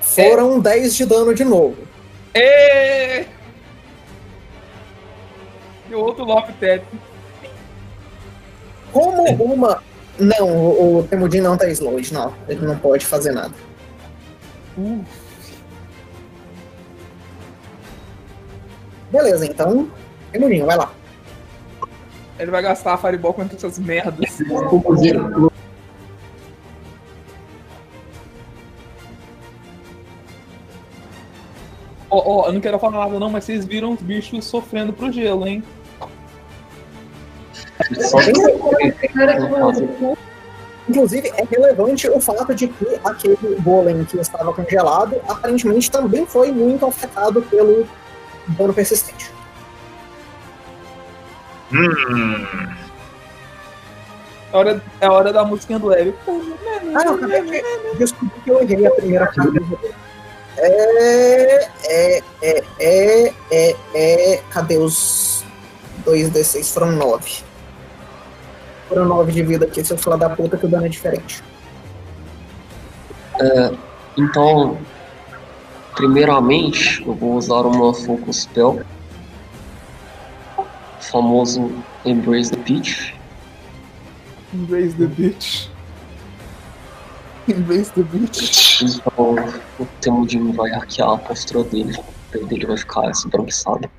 Foram 10 de dano de novo. Ê! E o outro Loptet. Como uma. Não, o, o Temudin não tá slow, não. Ele não pode fazer nada. Uh, Beleza, então. Temudin, vai lá. ele vai gastar a Fireball contra essas merdas. Ó, ó, eu não quero falar nada não, mas vocês viram os bichos sofrendo pro gelo, hein? Só um que Inclusive, é relevante o fato de que aquele golem que estava congelado aparentemente também foi muito afetado pelo dano persistente. É hora, é hora da musiquinha do Eric. Ah, não, acabei de descobrir que eu errei a primeira carta. É, é, é, é, é, é. Cadê os 2d6? Foram 9. Foram 9 de vida aqui, seu filho da puta, que o dano é diferente. Então, primeiramente, eu vou usar uma Focus Spell. O famoso Embrace the Peach. Embrace the bitch. Embrace the bitch. Então, o Temudinho vai hackear a postura dele. O pé dele vai ficar esbranquiçado.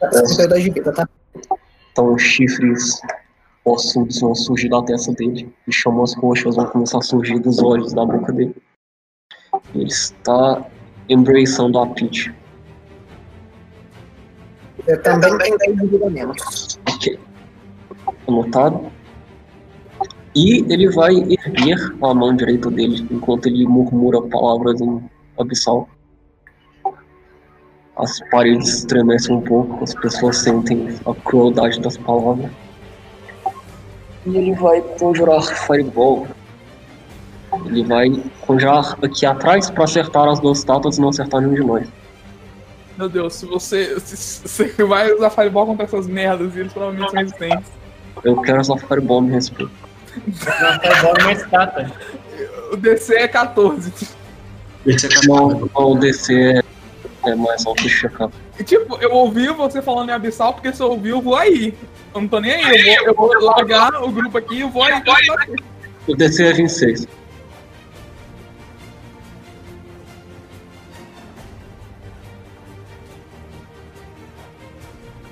Tá, 52 de vida, tá? Então, os chifres ossudos vão surgir da testa dele. E chamas roxas vão começar a surgir dos olhos, da boca dele. Ele está embraçando a Peach. Você também tem 10 de vida a menos. Ok. Anotado. E ele vai erguer a mão direita dele enquanto ele murmura palavras em abissal. As paredes estremecem um pouco, as pessoas sentem a crueldade das palavras. E ele vai conjurar Fireball. Ele vai conjurar aqui atrás para acertar as duas estátuas e não acertar nenhum de nós. Meu Deus, se você, se, se- você vai usar Fireball contra essas merdas e eles provavelmente são resistentes. Eu quero usar Fireball me respeito. Não, tá igual uma estátua. O DC é 14. Esse é Não, não, o DC é- é mais alto que checar. E, tipo, eu ouvi você falando em Abissal, porque se eu ouvir, eu vou aí. Eu não tô nem aí, eu vou, eu vou é largar o grupo aqui e eu vou aí. O DC é 26.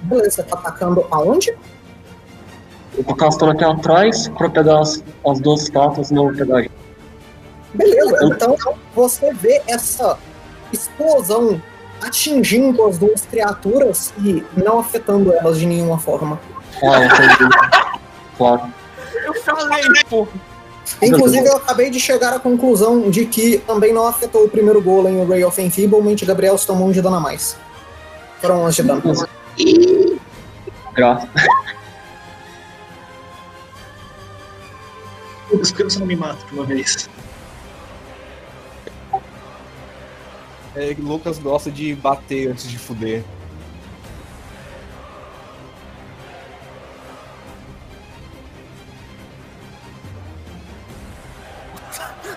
Beleza, você tá atacando aonde? Eu tô castando aqui tá atrás pra pegar as, as duas estátuas e não pegar ele. Beleza, então você vê essa explosão atingindo as duas criaturas e não afetando elas de nenhuma forma. Ah, entendi. claro. Eu falei, pô. Inclusive, eu acabei de chegar à conclusão de que também não afetou o primeiro golem, o Ray of Enfeeblement, Gabriel se tomou um de dano a mais. Foram 11 de dano. Graças. Por que você não me mata de uma vez? É, Lucas gosta de bater antes de fuder.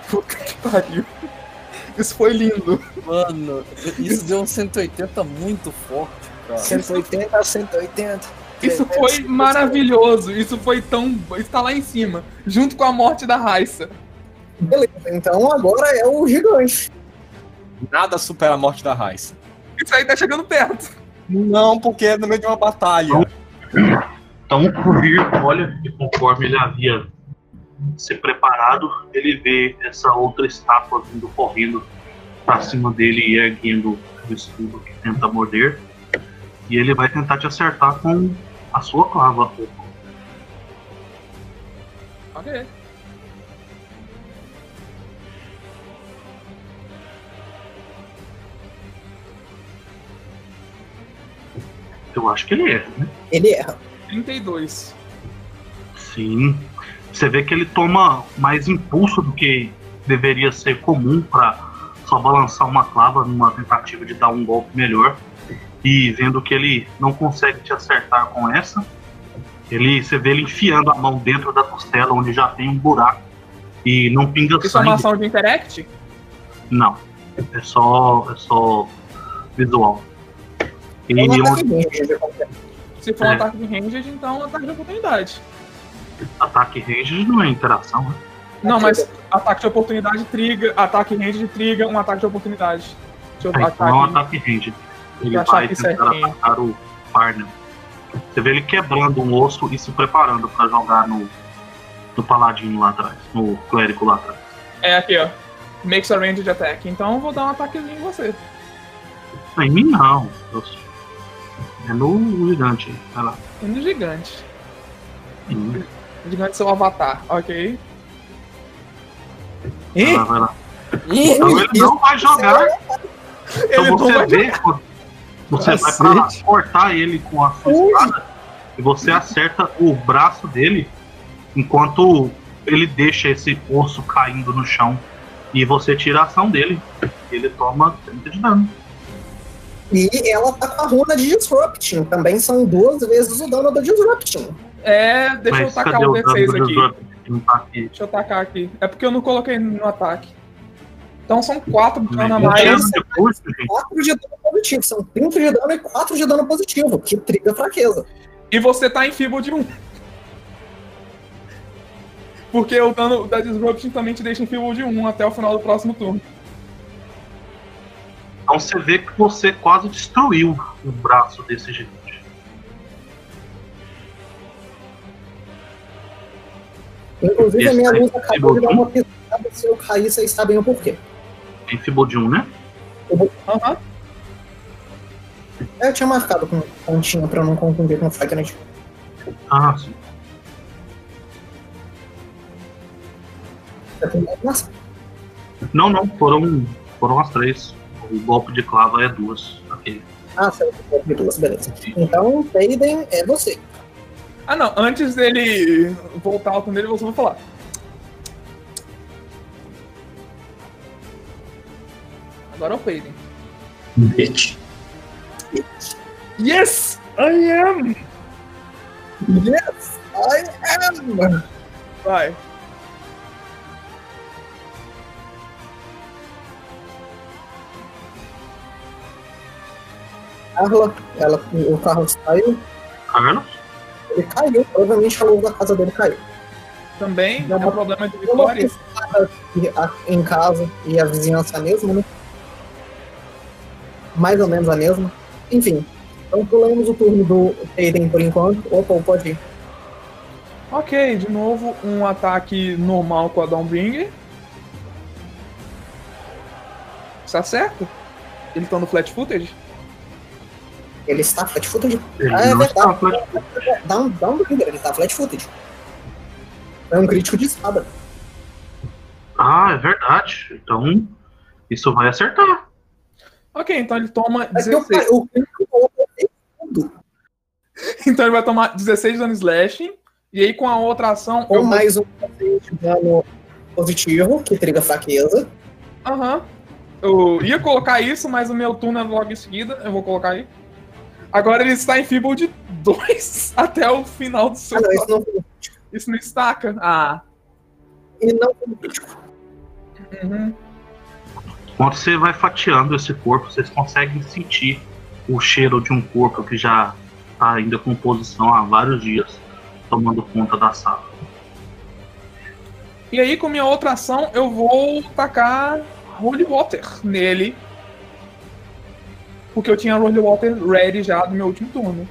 Puta que pariu. Isso foi lindo. Mano, isso deu um 180 muito forte, *laughs* cara. 180 a 180. Isso foi maravilhoso. Isso foi tão. Está lá em cima. Junto com a morte da Raissa. Beleza, então agora é o gigante. Nada supera a morte da Raiz. Isso aí tá chegando perto. Não, porque é no meio de uma batalha. Então Kurir olha e conforme ele havia se preparado, ele vê essa outra estátua vindo correndo pra cima dele e erguendo o escudo que tenta morder. E ele vai tentar te acertar com a sua clava. Ok. Eu acho que ele erra, né? Ele erra. 32. Sim. Você vê que ele toma mais impulso do que deveria ser comum para só balançar uma clava numa tentativa de dar um golpe melhor. E vendo que ele não consegue te acertar com essa, ele, você vê ele enfiando a mão dentro da costela onde já tem um buraco e não pinga Isso é sangue. uma ação de interact? Não. É só, é só visual. E É um ataque onde- mesmo. Se for um É. ataque de ranged, então é um ataque de oportunidade. ataque range não é interação, né? Não, mas ataque de oportunidade triga, ataque ranged triga, um ataque de oportunidade. Deixa eu É, então é um ataque. ataque range. Eu Ele achava vai que isso é tentar range. atacar o Parnell. Você vê ele quebrando um osso e se preparando pra jogar no, no paladino lá atrás, no clérigo lá atrás. É aqui, ó. Makes a ranged attack. Então eu vou dar um ataquezinho em você. Não, Em mim não. Eu- É no gigante. Vai lá. E no Um gigante. Hum, O gigante é seu avatar, ok? Vai Ih! lá, vai lá. Ih, Então ele não vai jogar. Então Ele não você vai vê. Você vai pra lá, Cacete. cortar ele com a sua espada e você acerta o braço dele enquanto ele deixa esse osso caindo no chão e você tira a ação dele. Ele toma 30 de dano. E ela tá com a runa de Disruption. Também são duas vezes o dano do Disruption. É, deixa eu tacar o D6 aqui. Zorro? Não tá aqui. Deixa eu tacar aqui. É porque eu não coloquei no ataque. Então são 4 de dano a Não tinha mais. recurso, gente. 4 de dano positivo. São 30 de dano e 4 de dano positivo, que triga a fraqueza. E você tá em fibra de 1. Porque o dano da Disruption também te deixa em fibra de 1 até o final do próximo turno. Então você vê que você quase destruiu o braço desse gigante. Inclusive, a Esse minha aí luz é acabou de dar bom. uma pisada. Se eu cair, vocês sabem o porquê. Em Fibodil, né? Aham. Eu tinha marcado com pontinha pra não confundir com né? Fragrant. Ah, sim. é Nossa, Não, não, foram, foram as três. O golpe de clava é duas. Aquele. ah, saiu de duas, beleza. Então, Faden é você. Ah não, antes dele voltar ao turno dele, eu só vou falar. Agora é o Faden. Bitch. Yes! I am! Yes, I am! Vai. Carla, ela, o carro saiu, Carlos? ele caiu. Provavelmente a luz da casa dele caiu. Também é Não, um problema de Eu não vitória. fiz nada aqui, a- em casa e a vizinhança é a mesma, né? Mais ou menos a mesma. Enfim, Então pulamos o turno do Aiden por enquanto. Opa, pode ir. Ok, de novo um ataque normal com a Downbringer. Está Tá certo? Ele tá no flat footage? Ele está flat footage? Ele ah, é não está verdade. Dá um, dá um Downbringer, ele está flat footage. É um crítico de espada. Ah, é verdade. Então, isso vai acertar. Ok, então ele toma Mas É eu- 16. *laughs* então ele vai tomar 16 dano slashing. E aí com a outra ação. Com eu vou- mais um de dano positivo, que triga fraqueza. Aham. Eu ia colocar isso, mas o meu turno é logo em seguida. Eu vou colocar aí. Agora ele está em Feeble de *laughs* 2 até o final do seu. Ah, não, isso não foi Isso não estaca. Ah. E não foi crítico. Uhum. Quando você vai fatiando esse corpo, vocês conseguem sentir o cheiro de um corpo que já tá está em decomposição há vários dias, tomando conta da sala. E aí, com minha outra ação, eu vou tacar Holy Water nele. Porque eu tinha Holy Water ready já do meu último turno.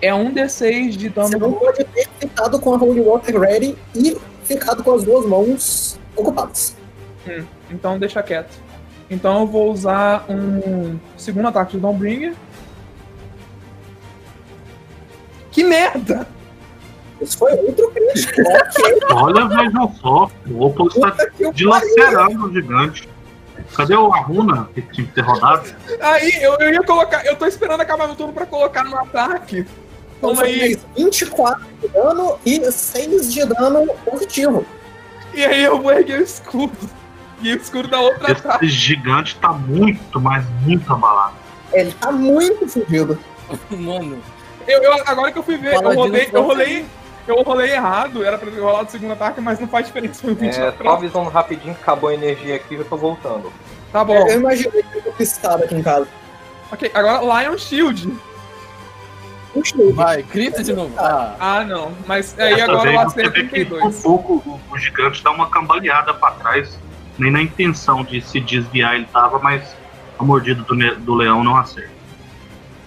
É um D6 de dano. Você não pode ter ficado com a Holy Water ready e ficado com as duas mãos ocupadas. Hum, então deixa quieto. Então eu vou usar um segundo ataque de Dawnbringer. Que merda! Isso foi outro crítico. ok. Olha, vejam só, o Opus está dilacerando o gigante. Cadê o Aruna que tinha que ter rodado? Aí eu, eu ia colocar. Eu tô esperando acabar meu turno pra colocar no ataque. Então Toma você aí. fez 24 de dano e 6 de dano positivo. E aí eu vou erguer o escudo. E o escudo da outra Esse ataque. gigante tá muito, mas muito abalado. Ele tá muito fugido. Mano, Eu, eu- agora que eu fui ver, eu Paladino rolei, eu francês. rolei. Eu rolei errado, era pra ter rolado o segundo ataque, mas não faz diferença no vídeo. É, só avisando rapidinho que acabou a energia aqui, eu tô voltando. Tá bom. Eu imaginei que eu piscava aqui em casa. Ok, agora Lion Shield. Vai, crita de novo. Ah, não. Mas aí Dessa agora eu vez você acerto vê que por 32. pouco o, o gigante dá uma cambaleada pra trás, nem na intenção de se desviar ele tava, mas a mordida do, ne- do leão não acerta.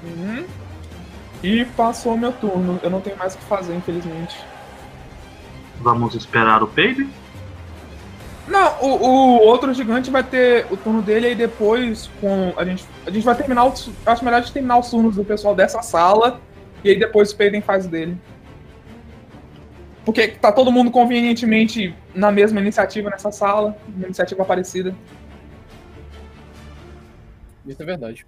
Uhum. E passou o meu turno. Eu não tenho mais o que fazer, infelizmente. Vamos esperar o peido. Não, o, o outro gigante vai ter o turno dele aí depois com. A gente, a gente vai terminar os. Acho melhor a gente terminar os turnos do pessoal dessa sala. E aí depois o Peyden faz o dele. Porque tá todo mundo convenientemente na mesma iniciativa nessa sala. Uma iniciativa parecida. isso é verdade.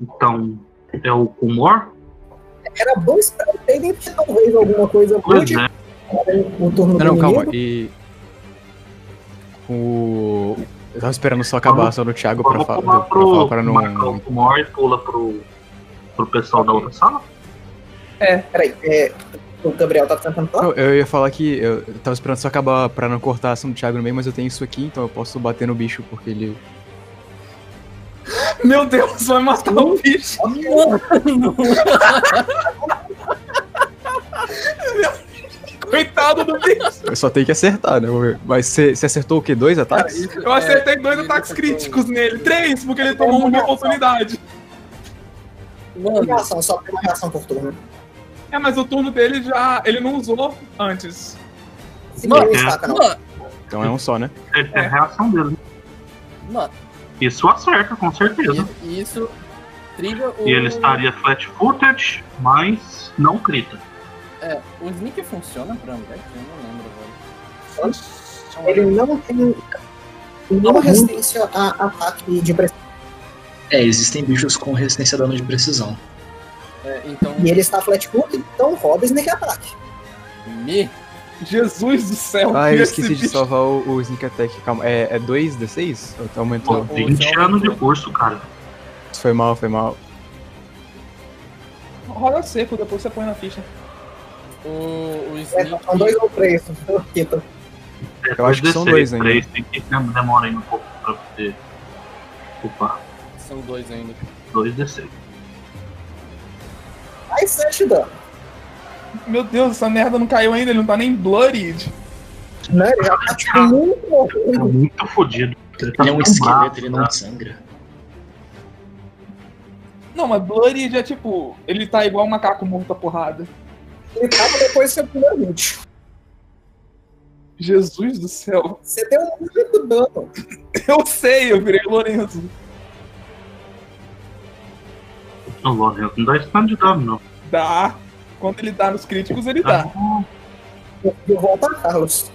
Então, é o Kumor? Era bom esperar o Aiden, porque talvez alguma coisa Pois mude. é. O turno Não, não, do calma. inimigo. E. O. Eu tava esperando só acabar só do Thiago pra, Vamos fa pular pra falar pro pra não. marcar o Kumor e pula pro, pro pessoal da outra sala? É, peraí. é, o Gabriel tá tentando falar? Não, eu ia falar que eu eu tava esperando só acabar pra não cortar a ação do Thiago no meio, mas eu tenho isso aqui, então eu posso bater no bicho porque ele. Meu Deus, vai matar o bicho. Coitado do bicho. Eu só tenho que acertar, né? Vou ver. Mas você você acertou o quê? Dois É, ataques? Eu acertei dois ataques críticos nele. Três, porque ele tomou uma de oportunidade. Uma reação, só tem uma reação por turno. É, mas o turno dele já. Ele não usou antes. Sim, ele não destaca, não. Então é um só, né? Ele tem a reação dele. né? Mano, Isso acerta, com certeza. e isso triga o. E ele estaria flat footed, mas não crita. É, o Sneak funciona pra Undead? Eu não lembro, velho. Ele não tem nenhuma resistência a ataque de pressão. É, existem bichos com resistência a dano de precisão. É, então. E ele está flat foot, então roda sneak attack. Me. Jesus do céu. Ah, eu esse esqueci de bicho. salvar o, o Sneak Attack. Calma, é, é 2d6? Ou Aumentou. Pô, então 20 anos de curso, cara. Foi mal, foi mal. Roda seco, depois você põe na ficha. O, o É, Sneak. são dois ou três. *laughs* Kita. Eu acho que são dois ainda. Três, tem que demora ainda um pouco pra poder. Opa, São dois ainda. 2d6. Mais sete dano. Meu Deus, essa merda não caiu ainda, ele não tá nem bloodied. Né? Ele já tá tipo, muito Tá morrendo. muito fodido. Ele é um tão esqueleto, bravo, ele não cara. sangra. Não, mas Bloody já, tipo, ele tá igual um macaco morto a porrada. Ele tava depois do seu primeiro hit. Jesus do céu. *laughs* Você um deu muito dano. Eu sei, eu virei Lorenzo. Não, Lorenzo, não dá stun de dano, não. Tá. Dá. Quando ele dá nos críticos, ele Ah. dá. Eu, eu vou voltar, Carlos.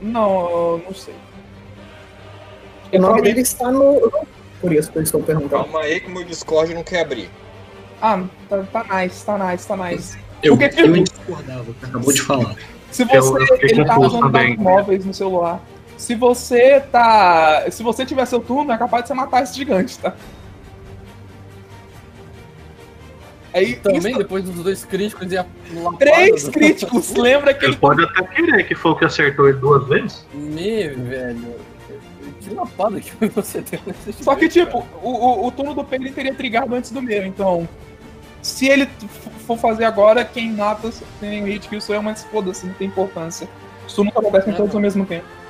Não, eu não sei. O nome dele está no. Por isso que eu estou perguntando. Calma aí que meu Discord não quer abrir. Ah, tá, tá nice, tá nice, tá nice. Eu, Porque, eu nem discordava, você acabou de falar. Se você Eu fiquei ele tá confuso usando também, dados móveis no celular. Se você tá. Se você tiver seu turno, é capaz de você matar esse gigante, tá? Aí, Também depois dos dois críticos e a lapada É Três do- críticos, lembra que Ele pode até querer que foi o que acertou ele duas vezes. *laughs* Me, velho. Que lapada que *laughs* você tem nesse Só que, tipo, o, o, o turno do Pedro teria trigado antes do meu, então. Se ele f- for fazer agora, quem mata tem o hit que isso é uma foda-se, não tem importância. Isso nunca acontece em todos ao mesmo tempo. *laughs*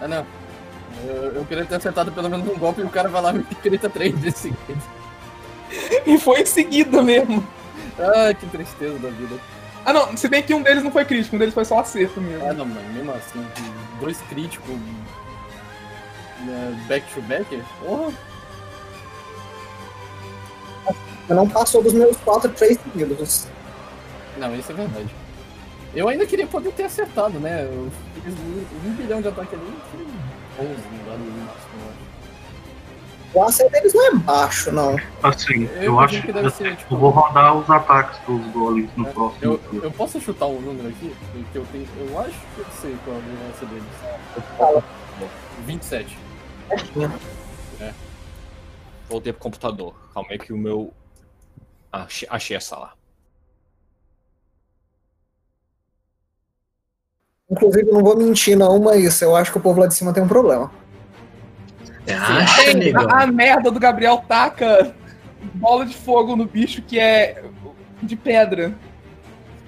Ah, não. Eu, eu queria ter acertado pelo menos um golpe e o cara vai lá e me grita três vezes seguidas. E foi em seguida mesmo. Ah, que tristeza da vida. Ah não, se bem que um deles não foi crítico, um deles foi só acerto mesmo. Ah, não, mano, mesmo assim, dois críticos né, back to back? Porra, Eu não passou dos meus 4, 3 seguidos. não, isso é verdade. Eu ainda queria poder ter acertado, né? Eu fiz um, um bilhão de ataque ali, eu tirei 11 no dado no máximo, eu acho. O acerto deles não é baixo, não. Assim, eu, Eu acho imagino que que deve ser, tipo, eu vou rodar os ataques dos golems no próximo. Eu, eu posso chutar um número aqui? Que eu, tenho, eu acho que eu sei qual é a doença deles. Fala. 27. Voltei pro computador. Calma aí que o meu. Achei, achei essa lá. Inclusive, não vou mentir, não, mas eu acho que o povo lá de cima tem um problema. Tem- a, a merda do Gabriel taca bola de fogo no bicho que é de pedra.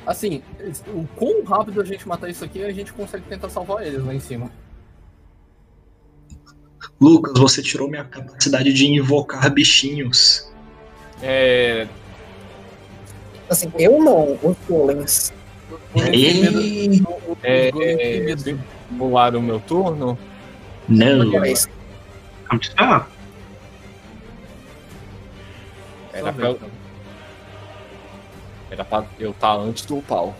Assim, o quão rápido a gente matar isso aqui, a gente consegue tentar salvar eles lá em cima. Lucas, você tirou minha capacidade de invocar bichinhos. É. Assim, eu não, os golems. Ei, É, é, se pular o meu turno? não. ah, Era pra, eu- era pra eu estar antes do pau.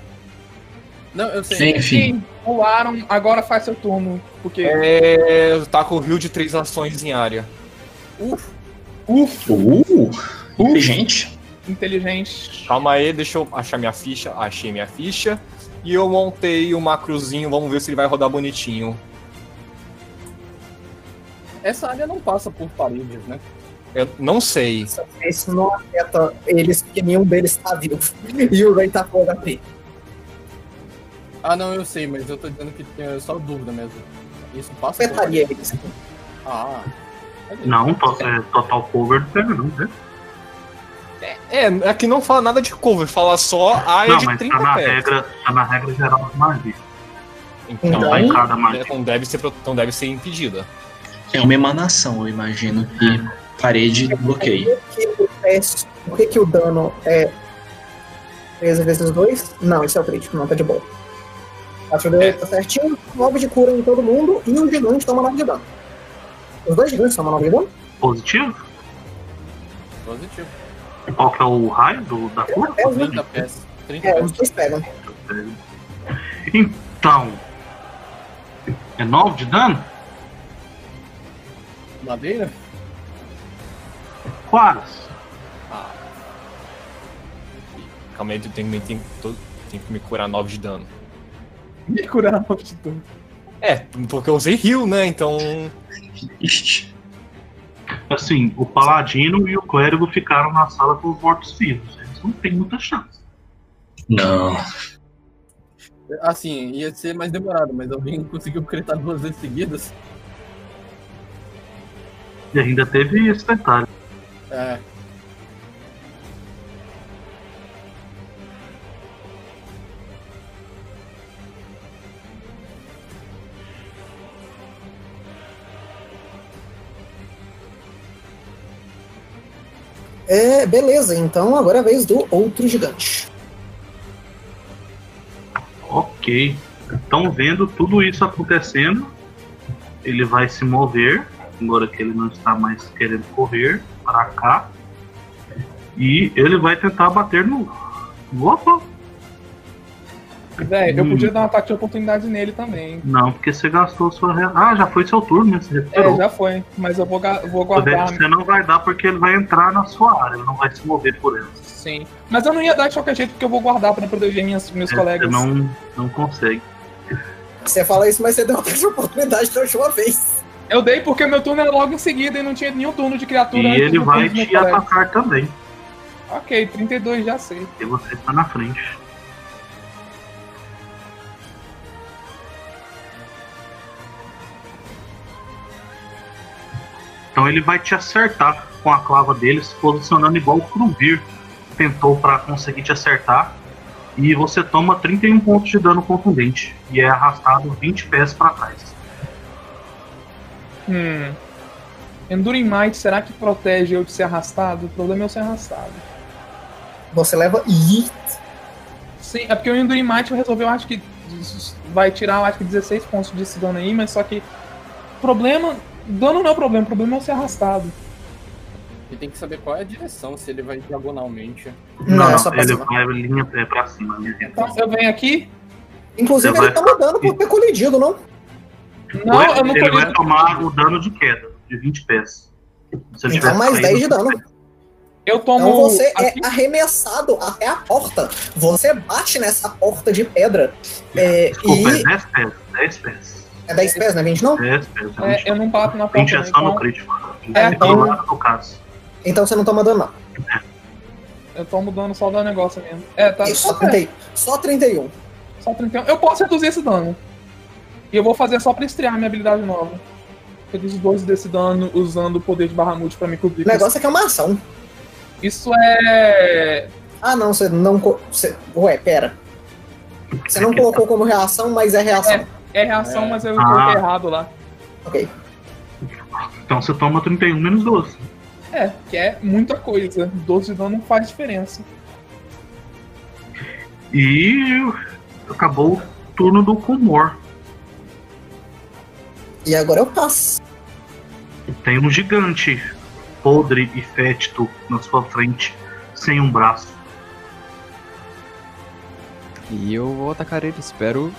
Não, eu sei. Enfim. Sim, pularam, agora faz seu turno. Porque. É. Eu tá com o rio de três ações em área. Uf, uf, Uh, inteligente. inteligente. Calma aí, deixa eu achar minha ficha. Achei minha ficha. E eu montei o macrozinho, vamos ver se ele vai rodar bonitinho. Essa área não passa por paredes, né? Eu não sei. Isso não afeta eles, porque nenhum deles tá vivo. *laughs* E o Ray tá fora da P. Ah, não, eu sei, mas eu tô dizendo que tem- é só dúvida mesmo. Isso passa por Afetaria eles. Ah, Não, to- é, total cover não teve, não, né? É, aqui não fala nada de cover, fala só a área Não, de mas 30 tá na, pés. regra, tá na regra geral de magia. tá Então, Então, vai cada magia. então deve ser, pro- então deve ser impedida. É uma emanação, eu imagino que parede bloqueia. Por que que o teste- Por que, que o dano é 13 vezes 2? Não, isso é o crítico, não, tá de boa. 4 deu tá certinho, 9 de cura em todo mundo e o gigante toma 9 de dano. Os dois gigantes tomam 9 de dano? Positivo? positivo. Qual que é o raio do, da cura? 30 pés. 30 É, os pés. dois pegam. Então. É 9 de dano? Madeira? Quase. Calma aí, eu tenho, que me- tenho- tô- tenho que me curar 9 de dano. Me curar a morte do- É, porque eu usei heal, né? Então. Assim, o paladino e o clérigo ficaram na sala com os mortos-vivos. Eles não têm muita chance. Não. Assim, ia ser mais demorado, mas alguém *laughs* conseguiu critar duas vezes seguidas. E ainda teve esse detalhe. É. É, beleza, então agora é a vez do outro gigante. Ok. Então, vendo tudo isso acontecendo, ele vai se mover, agora que ele não está mais querendo correr, para cá. E ele vai tentar bater no. no Opa! Véi, eu Hum. podia dar um ataque de oportunidade nele também. Não, porque você gastou sua. rea- Ah, já foi seu turno, né? Você É, recuperou. já foi. Mas eu vou, ga- vou guardar. Você não vai dar porque ele vai entrar na sua área, ele não vai se mover por ela. Sim. Mas eu não ia dar de qualquer jeito porque eu vou guardar pra proteger minhas, meus Você colegas. não, não consegue. Você fala isso, mas você deu uma oportunidade da última vez. Eu dei porque meu turno era logo em seguida e não tinha nenhum turno de criatura. E antes ele do turno vai dos meus te colegas. atacar também. Ok, 32 já sei. E você está na frente. Então ele vai te acertar com a clava dele, se posicionando igual o Kruvir tentou para conseguir te acertar. E você toma 31 pontos de dano contundente e é arrastado 20 pés para trás. Hum. Enduring Might, será que protege eu de ser arrastado? O problema é eu ser arrastado. Você leva yeet. Sim, é porque o Enduring Might resolveu, acho que vai tirar, eu acho que 16 pontos desse dano aí, mas só que. Problema. Dano não é o problema, o problema é eu ser arrastado. Ele tem que saber qual é a direção, se ele vai diagonalmente. Não, é só pra ele cima. vai linha é para cima, linha reta. Então eu venho aqui. Inclusive, Você ele tá vai- mudando por ter colidido, não? Não, eu não ele é vai colido. tomar o dano de queda de 20 pés. Se ele Então, tivesse mais caído, 10 de dano. Eu tomo. Então você aqui. é arremessado até a porta. Você bate nessa porta de pedra. É, Desculpa, é e 10 pés. 10 pés. é 10 pés, não é 20 não? 10 pés. É, um É, eu não bato na porta, 20 é não, só no então crítico. É, É, então- no caso. Então você não toma dano, não. eu tomo dano só do negócio mesmo. É, tá. É só, tá 30, só 31. Só 31. Eu posso reduzir esse dano. E eu vou fazer só pra estrear minha habilidade nova. Reduzo 12 desse dano usando o poder de Bahamut pra me cobrir. O negócio é que é uma ação. Isso é. Ah, não, você não. co- Você... Ué, pera. Você não colocou como reação, mas é reação. É reação, mas eu Ah. coloquei errado lá. Ok. Então você toma 31 menos 12. É, que é muita coisa. 12 de dano não faz diferença. E acabou o turno do Kumor. E agora eu passo. Tem um gigante podre e fétido na sua frente, sem um braço. E eu vou atacar ele, espero.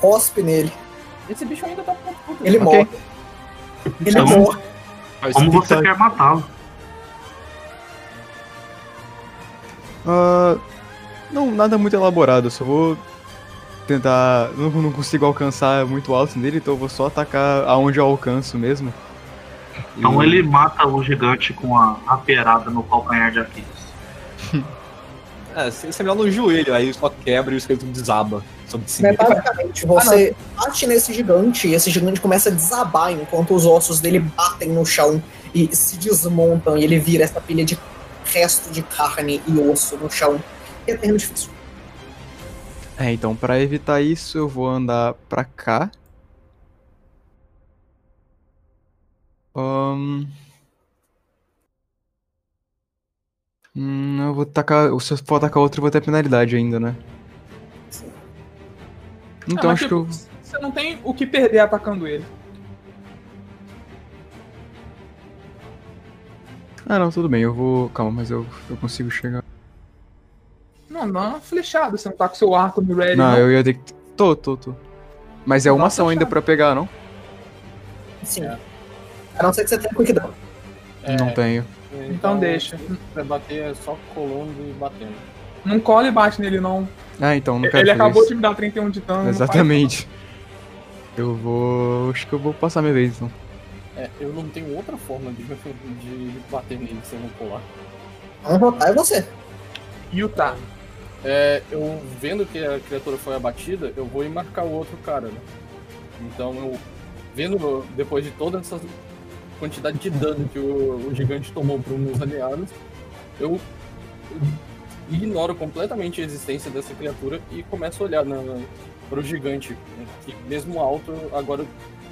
Cospe nele. Esse bicho ainda tá com tudo. Ele Ok. morre. Ele Então, morre. como você quer matá-lo? Ah, não, nada muito elaborado, eu só vou tentar. Não, não consigo alcançar muito alto nele, então eu vou só atacar aonde eu alcanço mesmo. Hum. Então E- ele mata o gigante com a raperada no calcanhar de Aquiles. É, se- se é melhor no joelho, aí só quebra e o esqueleto desaba sobre é si Então, mesmo. Metafisicamente, você bate nesse gigante e esse gigante começa a desabar enquanto os ossos dele batem no chão e se desmontam e ele vira essa pilha de resto de carne e osso no chão. E é terreno difícil. É, então pra evitar isso eu vou andar pra cá. Ahn. Hum, eu vou tacar. Se eu for atacar outro, eu vou ter penalidade ainda, né? Então Ah, mas, acho que eu. tipo, Você não tem o que perder atacando ele. Ah, não, tudo bem, eu vou. Calma, mas eu, eu consigo chegar. Não, não é uma flechada. Você não tá com seu arco no ready. não, não. eu ia ter que. Tô, tô, tô. Mas é uma ação ainda pra pegar, não? Sim. A não ser que você tenha quick down. É. Não tenho. Então, deixa. Pra bater é só colando e batendo. Não cola e bate nele, não. Ah, então, não quero ele fazer acabou isso. de me dar 31 de dano. não faz- Exatamente. Eu vou. Acho que eu vou passar minha vez então. É, eu não tenho outra forma de, de bater nele se eu não pular. Vamos rotar é você. Yuta. É, eu vendo que a criatura foi abatida, eu vou ir marcar o outro cara, né? Então eu. Vendo depois de toda essa quantidade de dano que o, o gigante tomou para meus aliados, eu ignoro completamente a existência dessa criatura e começo a olhar para o gigante, né, que mesmo alto, agora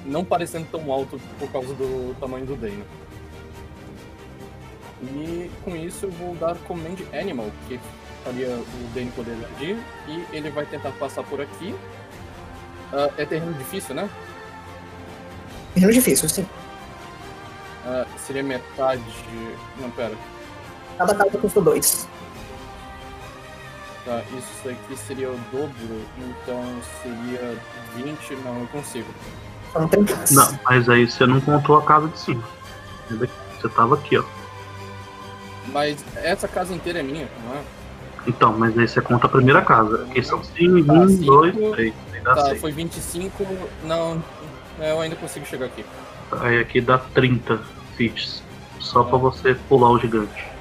não parecendo tão alto por causa do tamanho do Dane. né? E com isso eu vou dar Command Animal, que faria o Dane poder agir. E ele vai tentar passar por aqui. Ah, é terreno difícil, né? Terreno difícil, sim. Ah, seria metade. Não, pera. Cada carta custa dois. Tá, isso aqui seria o dobro, então seria 20. Não, eu consigo. Não Então, tem Não, mas aí você não contou a casa de cima. Você tava aqui, ó. Mas essa casa inteira é minha, não é? Então, mas aí você conta a primeira casa. Aqui são 5, 1, 2, 3. Aí dá Tá, 6. foi 25. Não, é, eu ainda consigo chegar aqui. Aí aqui dá 30 fits. Só pra você pular o gigante.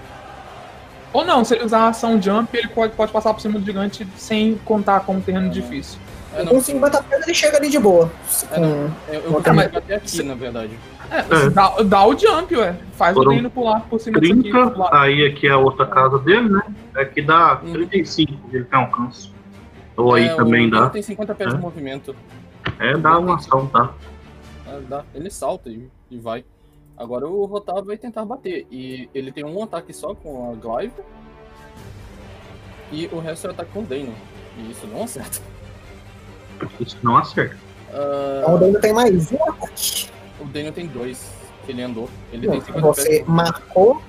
Ou não, se ele usar ação jump, ele pode, pode passar por cima do gigante sem contar como É. terreno difícil. Eu Com 50 pedras ele chega ali de boa. Com- Ah, Eu, eu com vou outra chegar meta. até aqui, na verdade. É, Dá, dá o jump, ué. Faz Foram o Dino pular por cima disso aqui. 30, aí aqui é a outra casa dele, né? Aqui dá 35 de ele tem alcance. Ou aí É, o também Dino dá. tem 50 pés de É. movimento. É, dá uma ação, tá? Ah, dá. Ele salta e, e vai. Agora o Rotar vai tentar bater. E ele tem um ataque só com a Glaive. E o resto é ataque com o Dano. E isso não acerta. Isso não acerta. Ah, Então ainda tem mais um ataque. o Dano tem dois. Que ele andou. Ele Não, tem 50 Você pés. marcou.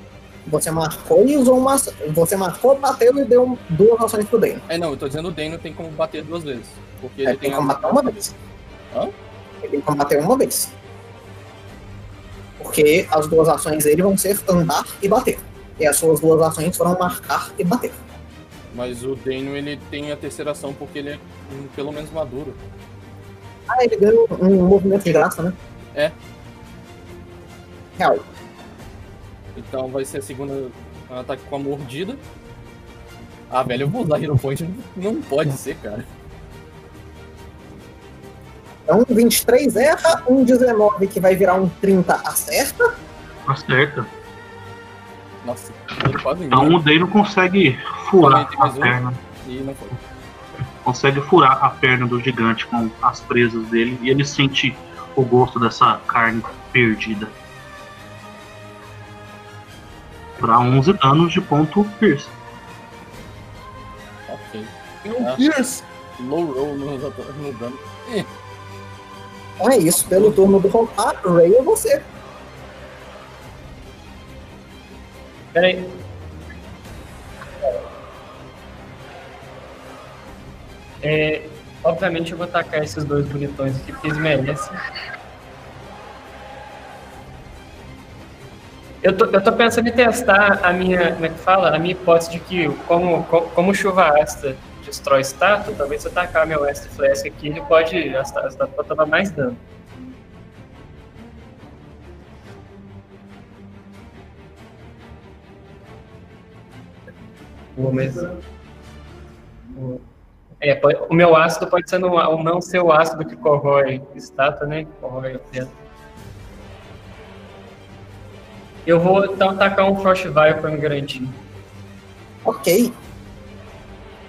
Você marcou e usou uma. ação. Você marcou, bateu e deu duas ações pro Dane. É, não, eu tô dizendo o Dano tem como bater duas vezes. Porque Ele ele É, tem tem. que combater uma vez. Hã? Ele tem que combater uma vez. Porque as duas ações dele vão ser andar e bater. E as suas duas ações foram marcar e bater. Mas o Dano ele tem a terceira ação porque ele é hum, pelo menos maduro. Ah, ele ganhou um movimento de graça, né? É. Real. Então vai ser a segunda um ataque com a mordida. Ah, velho, eu vou usar Hero Point. Não pode ser, cara. Então, 23 erra, um 19 que vai virar um 30 acerta. Acerta. Nossa, eu quase Então o Dano consegue furar Tem a mais um. perna. E não foi. Consegue furar a perna do gigante com as presas dele. E ele sente o gosto dessa carne perdida. Pra 11 danos de ponto piercing. Ok. Meu Ah, Deus! Low roll no, no dano. Ih, Então é isso, pelo turno do Rotar, Ray é você. Pera aí. É, obviamente eu vou atacar esses dois bonitões aqui, porque eles merecem. Eu tô, eu tô pensando em testar a minha, como é que fala? A minha hipótese de que como, co- como chuva ácida destrói estátua, talvez se eu atacar meu West Flask aqui, ele pode, a estátua a estátua pode tomar mais dano. Boa, mas- Boa. É, pode- o meu ácido pode ser no, o não ser o ácido que corrói estátua, né? Que corrói pedra. Eu vou então atacar um Frost Vial pra me garantir. Ok.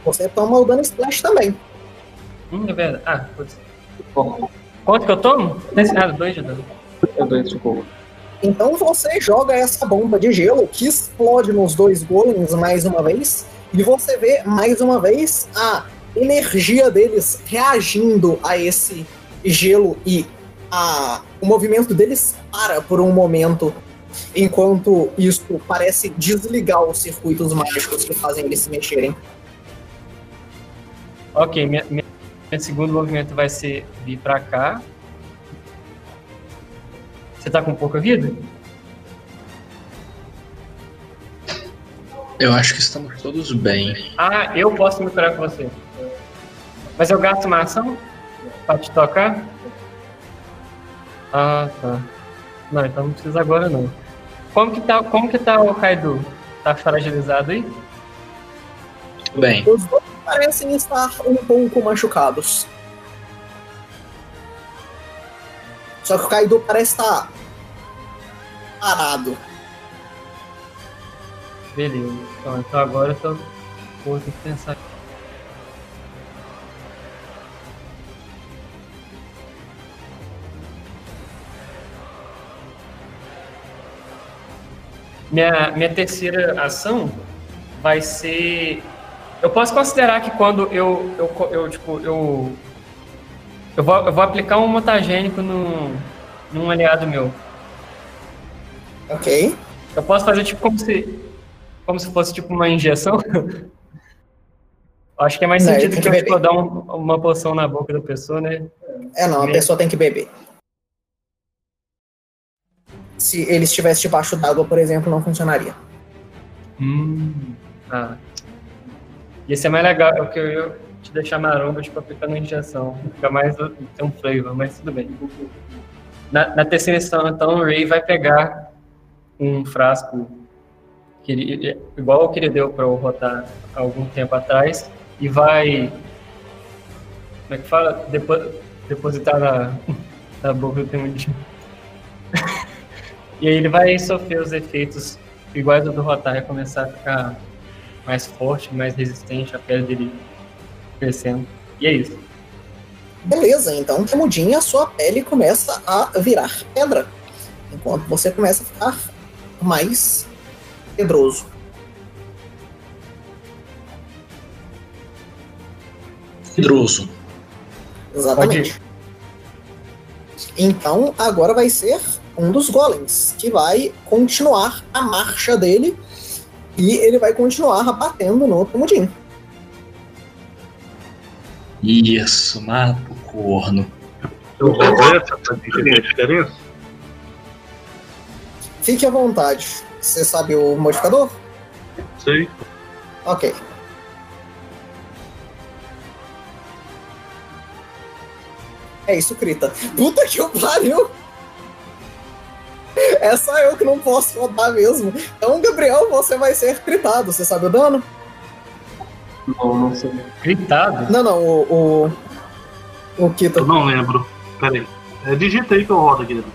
Você toma o dano splash também. Hum, é verdade. Ah, putz. Quanto que eu tomo? Dez- Ah, dois de dano. Eu dou isso boa. Então você joga essa bomba de gelo que explode nos dois golems mais uma vez. E você vê mais uma vez a energia deles reagindo a esse gelo e a, o movimento deles para por um momento. Enquanto isso parece desligar os circuitos mágicos que fazem eles se mexerem. Ok, minha, minha- meu segundo movimento vai ser vir pra cá. Você tá com pouca vida? Eu acho que estamos todos bem. Ah, eu posso me curar com você. Mas eu gasto uma ação pra te tocar? Ah, tá. Não, então não precisa agora não. Como que tá, como que tá o Kaido? Tá fragilizado aí? Tudo bem. Os dois parecem estar um pouco machucados. Só que o Kaido parece estar parado. Beleza. Então, então agora eu tô. Pô, tem que pensar aqui. Minha, minha terceira ação vai ser. Eu posso considerar que quando eu. Eu, eu tipo, eu. Eu vou, eu vou aplicar um mutagênico num, num aliado meu. Ok. Eu posso fazer tipo como se. Como se fosse tipo uma injeção? *laughs* Acho que é mais Não, sentido tem que que, eu tipo, beber. dar um- uma poção na boca da pessoa, né? É não, a Me- pessoa tem que beber. Se ele estivesse debaixo d'água, por exemplo, não funcionaria. Hum. Ah. Ia ser mais legal, porque eu ia te deixar maromba, tipo, aplicando injeção. Fica mais o- tem um flavor, mas tudo bem. Na, na terceira edição, então, o Ray vai pegar um frasco que ele, igual o que ele deu pra eu rotar há algum tempo atrás e vai. Como é que fala? Depo, depositar na, *laughs* na boca do Temudinho. *laughs* E aí ele vai sofrer os efeitos iguais ao do Rotar, vai começar a ficar mais forte, mais resistente, a pele dele crescendo. E é isso. Beleza, então, Temudinha, sua pele começa a virar pedra. Enquanto você começa a ficar mais pedroso. Pedroso. Exatamente. Então, agora vai ser um dos golems, que vai continuar a marcha dele e ele vai continuar batendo no Temudinho. Isso, mata o corno. Eu vou ver essa Então, diferença. Fique à vontade. Você sabe o modificador? Sei. Ok. É isso, Krita. Puta que eu pariu! É só eu que não posso rodar mesmo. Então, Gabriel, você vai ser critado. Você sabe o dano? Não, não sei. Gritado? Não, não, o. O, o Kita. Eu não lembro. Pera aí. É, digita aí que eu rodo aqui dentro.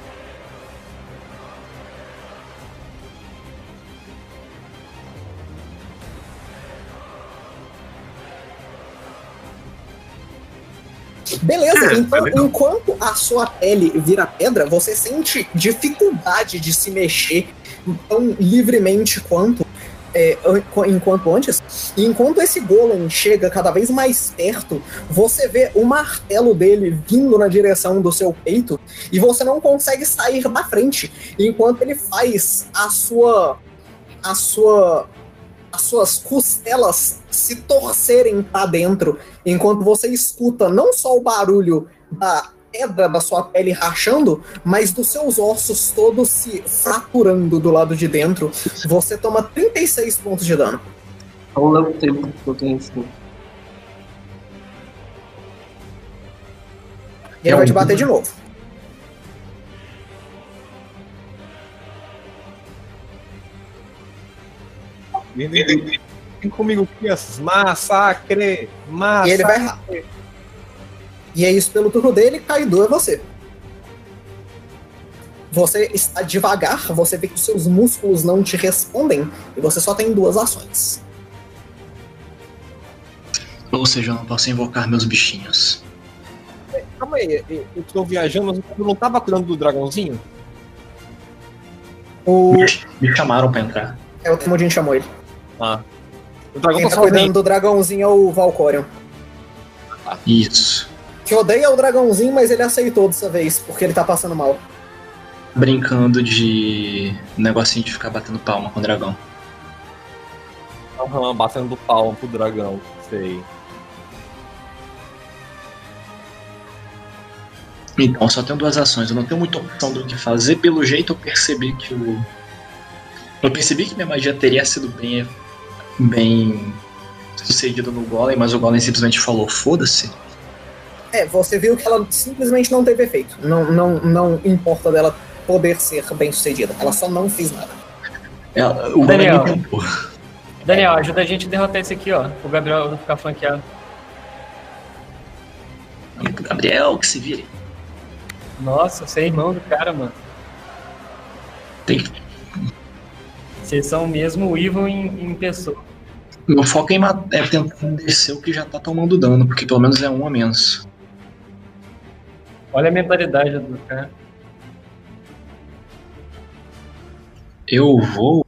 Beleza, então enquanto a sua pele vira pedra, você sente dificuldade de se mexer tão livremente quanto é, an- co- enquanto antes. E enquanto esse golem chega cada vez mais perto, você vê o martelo dele vindo na direção do seu peito e você não consegue sair da frente enquanto ele faz a sua a sua as suas costelas se torcerem pra dentro, enquanto você escuta não só o barulho da pedra da sua pele rachando, mas dos seus ossos todos se fraturando do lado de dentro. Você toma 36 pontos de dano. Não leva tempo que eu tenho assim. E ele vai te bater de novo. Vem comigo, crianças. Massacre! Massacre! E ele vai errar. E é isso pelo turno dele, Kaido é você. Você está devagar, você vê que os seus músculos não te respondem, e você só tem duas ações. Ou seja, eu não posso invocar meus bichinhos. Calma aí, eu eu tô viajando, mas eu não tava cuidando do dragãozinho? Me, me chamaram pra entrar. É o que o Modin chamou ele. Ah. O dragão Quem tá tá sozinho. cuidando do dragãozinho é o Valkorion. Isso. Que odeia o dragãozinho, mas ele aceitou dessa vez, porque ele tá passando mal. Brincando de negocinho de ficar batendo palma com o dragão. então. Aham, batendo palma pro dragão, sei. Então, eu só tenho duas ações. Eu não tenho muita opção do que fazer. Pelo jeito, eu percebi que o. Eu percebi que minha magia teria sido bem. bem. sucedida no Golem, mas o Golem simplesmente falou: foda-se. É, você viu que ela simplesmente não teve efeito. Não, não, não importa dela poder ser bem sucedida. Ela só não fez nada. É, o Golem Daniel. me tentou. Daniel, ajuda a gente a derrotar esse aqui, ó. O Gabriel não ficar flanqueado. Gabriel, que se vire. Nossa, você é irmão do cara, mano. Tem- Vocês são mesmo o Ivo em, em pessoa. Meu foco é, em ma- é tentar descer o que já tá tomando dano, porque pelo menos é um a menos. Olha a mentalidade do cara. Eu vou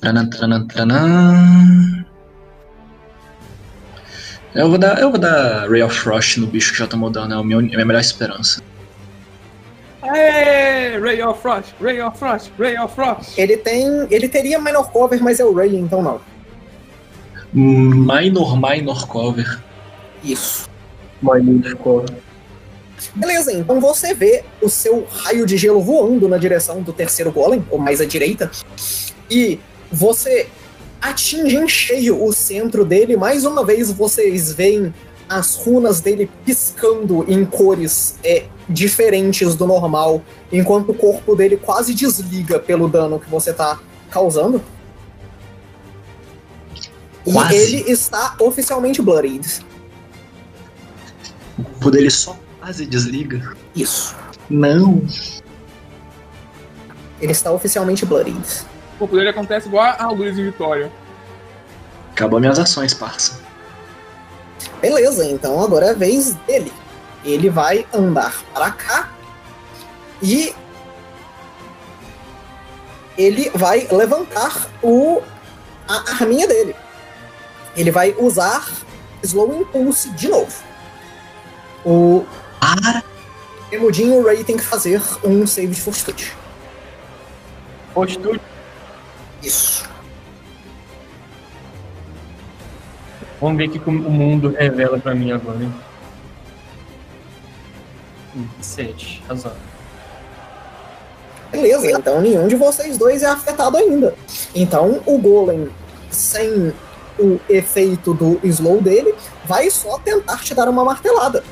Tanã, tanã, tanã. Eu vou dar, eu vou dar Ray of Frost no bicho que já tomou dano, é a minha, uni- minha melhor esperança. Aê, Ray of Frost, Ray of Frost, Ray of Frost. Ele tem. Ele teria minor cover, mas é o Ray, então não. Minor, minor cover. Isso. Minor cover. Beleza, então você vê o seu raio de gelo voando na direção do terceiro golem, ou mais à direita, e você atinge em cheio o centro dele. Mais uma vez vocês veem as runas dele piscando em cores é, diferentes do normal, enquanto o corpo dele quase desliga pelo dano que você tá causando. Quase. E ele está oficialmente bloodied. O corpo dele só quase desliga. Isso. Não. Ele está oficialmente bloodied. O corpo dele acontece igual a Luiz e Vitória. Acabou minhas ações, parça. Beleza, então agora é a vez dele. Ele vai andar para cá e ele vai levantar o a arminha dele. Ele vai usar Slow Impulse de novo. O Emudinho Ray tem que fazer um save de fortitude. Fortitude? Isso. Vamos ver o que que o mundo revela pra mim agora, hein? Hum, Sete, razoável. Beleza, então nenhum de vocês dois é afetado ainda. Então o Golem, sem o efeito do slow dele, vai só tentar te dar uma martelada.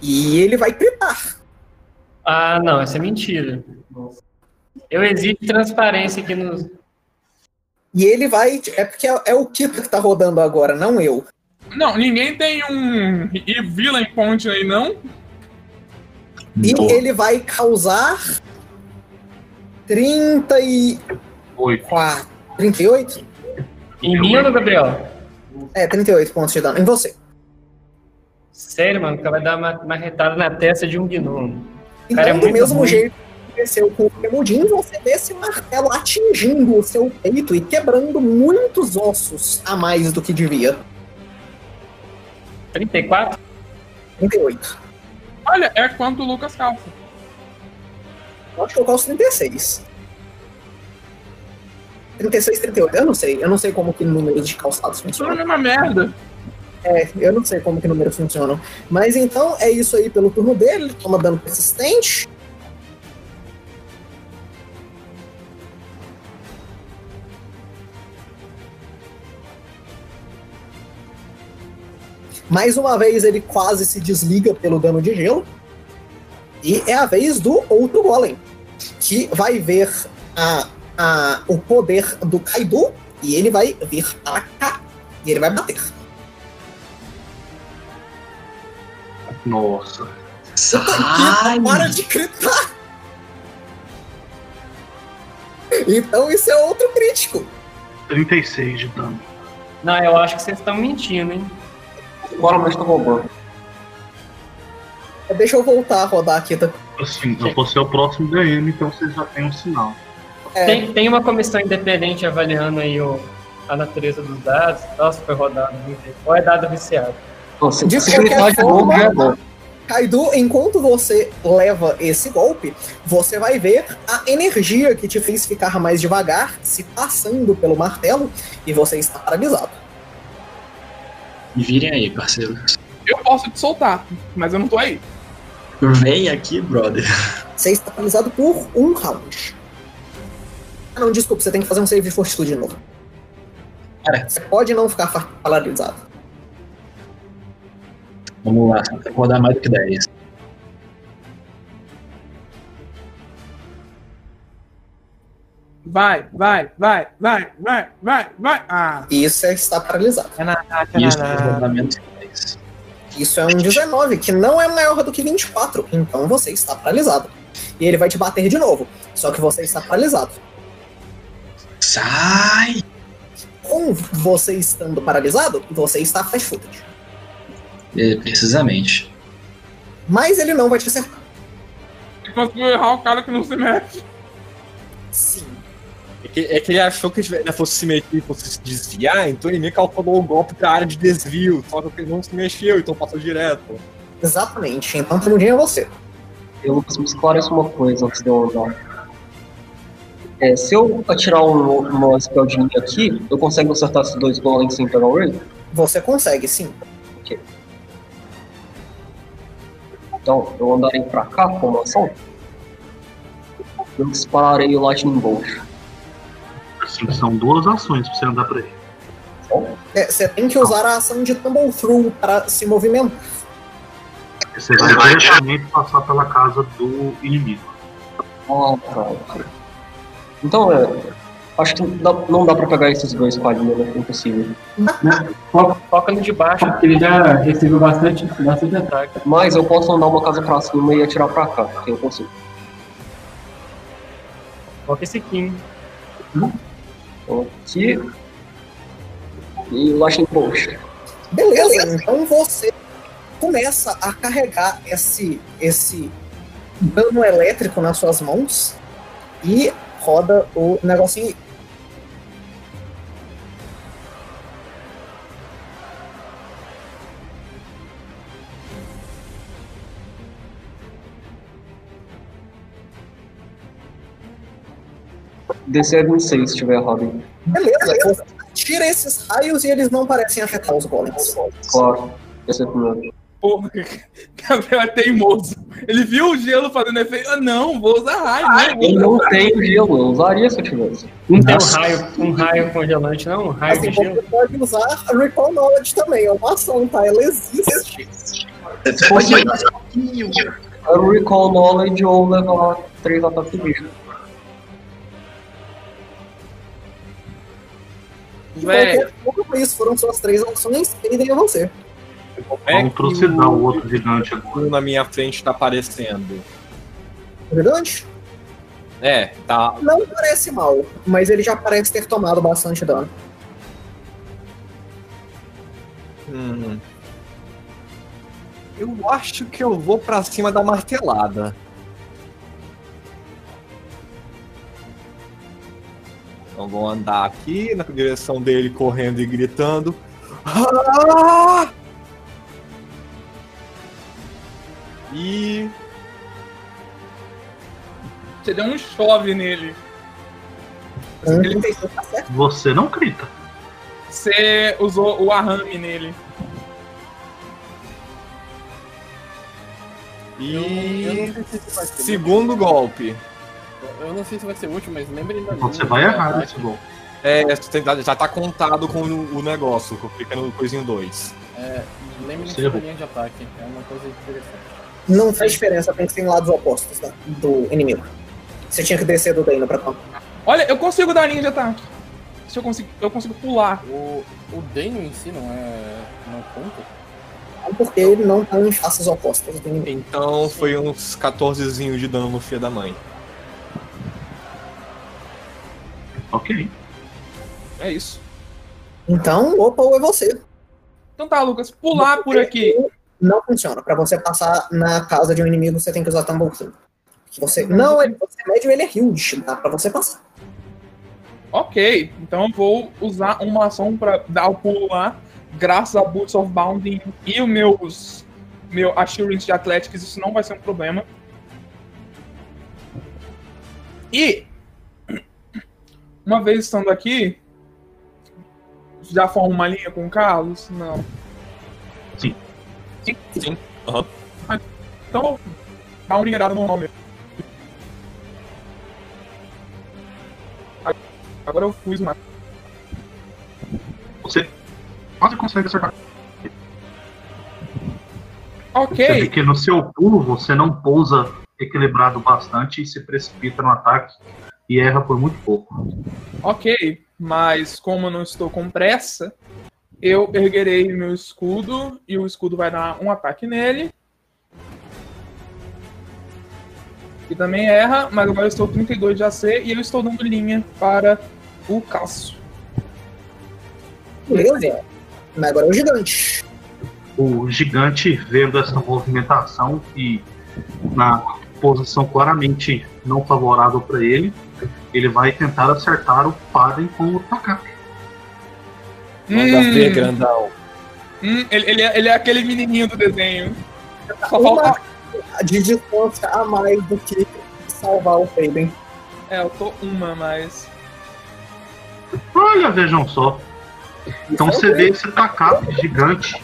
E ele vai gritar. Ah, não, essa é mentira. Eu exijo transparência aqui nos. E ele vai. É porque é, é o Kito que tá rodando agora, não eu. Não, ninguém tem um e Vila em Ponte aí, não? E ele vai causar 34. 38? Em mim ou no Gabriel? É, 38 pontos de dano. Em você. Sério, mano, o cara vai dar uma, uma retada na testa de um gnomo. O Então, cara é do muito mesmo ruim. jeito que aconteceu com o Premudinho, você vê esse martelo atingindo o seu peito e quebrando muitos ossos a mais do que devia. 34? 38. Olha, é quanto o Lucas calça. Eu acho que eu calço 36. 36, 38. Eu não sei. Eu não sei como que números de calçados funcionam. É uma merda. É, eu não sei como que números funcionam. Mas então é isso aí pelo turno dele. Ele toma dano persistente. Mais uma vez ele quase se desliga pelo dano de gelo. E é a vez do outro Golem, que vai ver a, a, o poder do Kaido e ele vai vir para cá. E ele vai bater. Nossa. Ai. Para Uhum. de gritar! Então isso é outro crítico. 36 de dano. Não, eu acho que vocês estão mentindo, hein? Agora eu estou tá roubando. Deixa eu voltar a rodar aqui. Tá? Assim, eu vou ser o próximo DM, então vocês já têm um sinal. Tem, tem uma comissão independente avaliando aí o, a natureza dos dados. Nossa, foi rodado. não sei. Ou é dado viciado? De qualquer um forma, Kaido, enquanto você leva esse golpe, você vai ver a energia que te fez ficar mais devagar se passando pelo martelo e você está paralisado. Me virem aí, parceiro. Eu posso te soltar, mas eu não tô aí. Vem aqui, brother. Você está paralisado por um round. Ah, não, desculpa, você tem que fazer um save de fortitude de novo. Você pode não ficar fa- paralisado. Vamos lá, eu vou dar mais do que 10. Vai, vai, vai, vai, vai, vai, vai. Ah. Isso é estar paralisado. Isso, menos que 10. Isso é um 19, que não é maior do que 24. Então você está paralisado. E ele vai te bater de novo. Só que você está paralisado. Sai! Com você estando paralisado, você está fast footage. É, precisamente. Mas ele não vai te acertar. um Você conseguiu errar o cara que não se mexe. Sim. É que, é que ele achou que ele fosse se meter e fosse se desviar, então ele meio que calculou o golpe da área de desvio, só que ele não se mexeu, então passou direto. Exatamente, então Primudinho é você. Eu, Lucas, me esclarece uma coisa antes de eu andar. É, se eu atirar um, uma spell de ninja aqui, eu consigo acertar esses dois golems sem pegar o Ray? Você consegue, sim. Ok. Então, eu andarei pra cá com uma ação. Eu dispararei o Lightning Bolt. Assim, são duas ações pra você andar pra ele. É, você tem que usar a ação de Tumble Through para se movimentar. Você vai diretamente passar pela casa do inimigo. Ah, tá, ok. Então, é, acho que dá- não dá pra pegar esses dois com a linha, né? Impossível. Foca, foca no de baixo, porque ele já recebeu bastante, bastante ataque. Mas eu posso andar uma casa pra cima e atirar pra cá, porque eu consigo. Foca esse Kim. Então, Aqui. E Lightning Bolt. Beleza, então você começa a carregar esse, esse dano elétrico nas suas mãos e roda o negocinho. aí. DC é 26, se tiver errado. hein? Beleza, você tira esses raios e eles não parecem afetar os golems. Claro. DC é primeiro. Porra, Gabriel é teimoso. Ele viu o gelo fazendo efeito. Ah, não, vou usar raio. né? Vou Eu usar não raio. tenho gelo, eu usaria se eu tivesse. Não tem um raio, um raio congelante, não? Um raio Assim de como gelo. você pode usar a Recall Knowledge também, é uma ação, tá? Ela existe. Se fosse eu Recall Knowledge ou levar 3 ataques de bicho. De Véi. qualquer forma, Então, é isso foram suas três ações, pendem a você. É que Atrocidade, um o outro gigante agora. o na minha frente tá aparecendo. Verdade? É, tá. Não parece mal, mas ele já parece ter tomado bastante dano. Hum. Eu acho que eu vou pra cima da martelada. Então vou andar aqui na direção dele, correndo e gritando. Ah! E Você deu um chove nele. Ele tem tá certo. Você não grita. Você usou o arrame nele. E. não sei se vai ser Segundo golpe. útil. Eu não sei se vai ser útil, mas lembrem da Então Você linha, vai né? errar esse gol. É, já tá contado com o o negócio, fica no coisinho 2. É, lembrem Você da errou. linha de ataque. É uma coisa interessante. Não faz diferença, tem que ser em lados opostos da- do inimigo. Você tinha que descer do Dano pra tomar. Olha, eu consigo dar linha de ataque. Se eu consigo, eu consigo pular. O, o Dano em si não é. não conta. Porque ele não tá em faces opostas do inimigo. Então foi uns 14zinho de dano no filho da mãe. Ok. É isso. Então, opa, ou é você. Então tá, Lucas, pular por aqui. Não funciona. Pra você passar na casa de um inimigo, você tem que usar Tumble Kill. Que Você... Não, ele, você é médio, ele é huge. Dá pra você passar. Ok, então eu vou usar uma ação pra dar o pulo lá, graças a Boots of Bounding e o meus meu Assurance de Athletics, isso não vai ser um problema. E uma vez estando aqui, já forma uma linha com o Carlos? Não. Sim. Sim. Sim, aham. Então, dá uma ligada normal mesmo. Agora eu fiz uma Você quase consegue acertar. Você vê Ok, que no seu pulo você não pousa equilibrado bastante e se precipita no ataque e erra por muito pouco. ok, mas como eu não estou com pressa, eu erguerei meu escudo e o escudo vai dar um ataque nele. E também erra, mas agora eu estou 32 de AC e eu estou dando linha para o Cássio. Beleza. Mas agora é o gigante. O gigante, vendo essa movimentação e na posição claramente não favorável para ele, ele vai tentar acertar o Paden com o Takap. Manda ver, grandão. Hum, ele, ele é, ele é aquele menininho do desenho. Só Uma falta. de distância a mais do que salvar o Faden. É, eu tô uma a mais. Olha, vejam só. Então você vê esse tacape gigante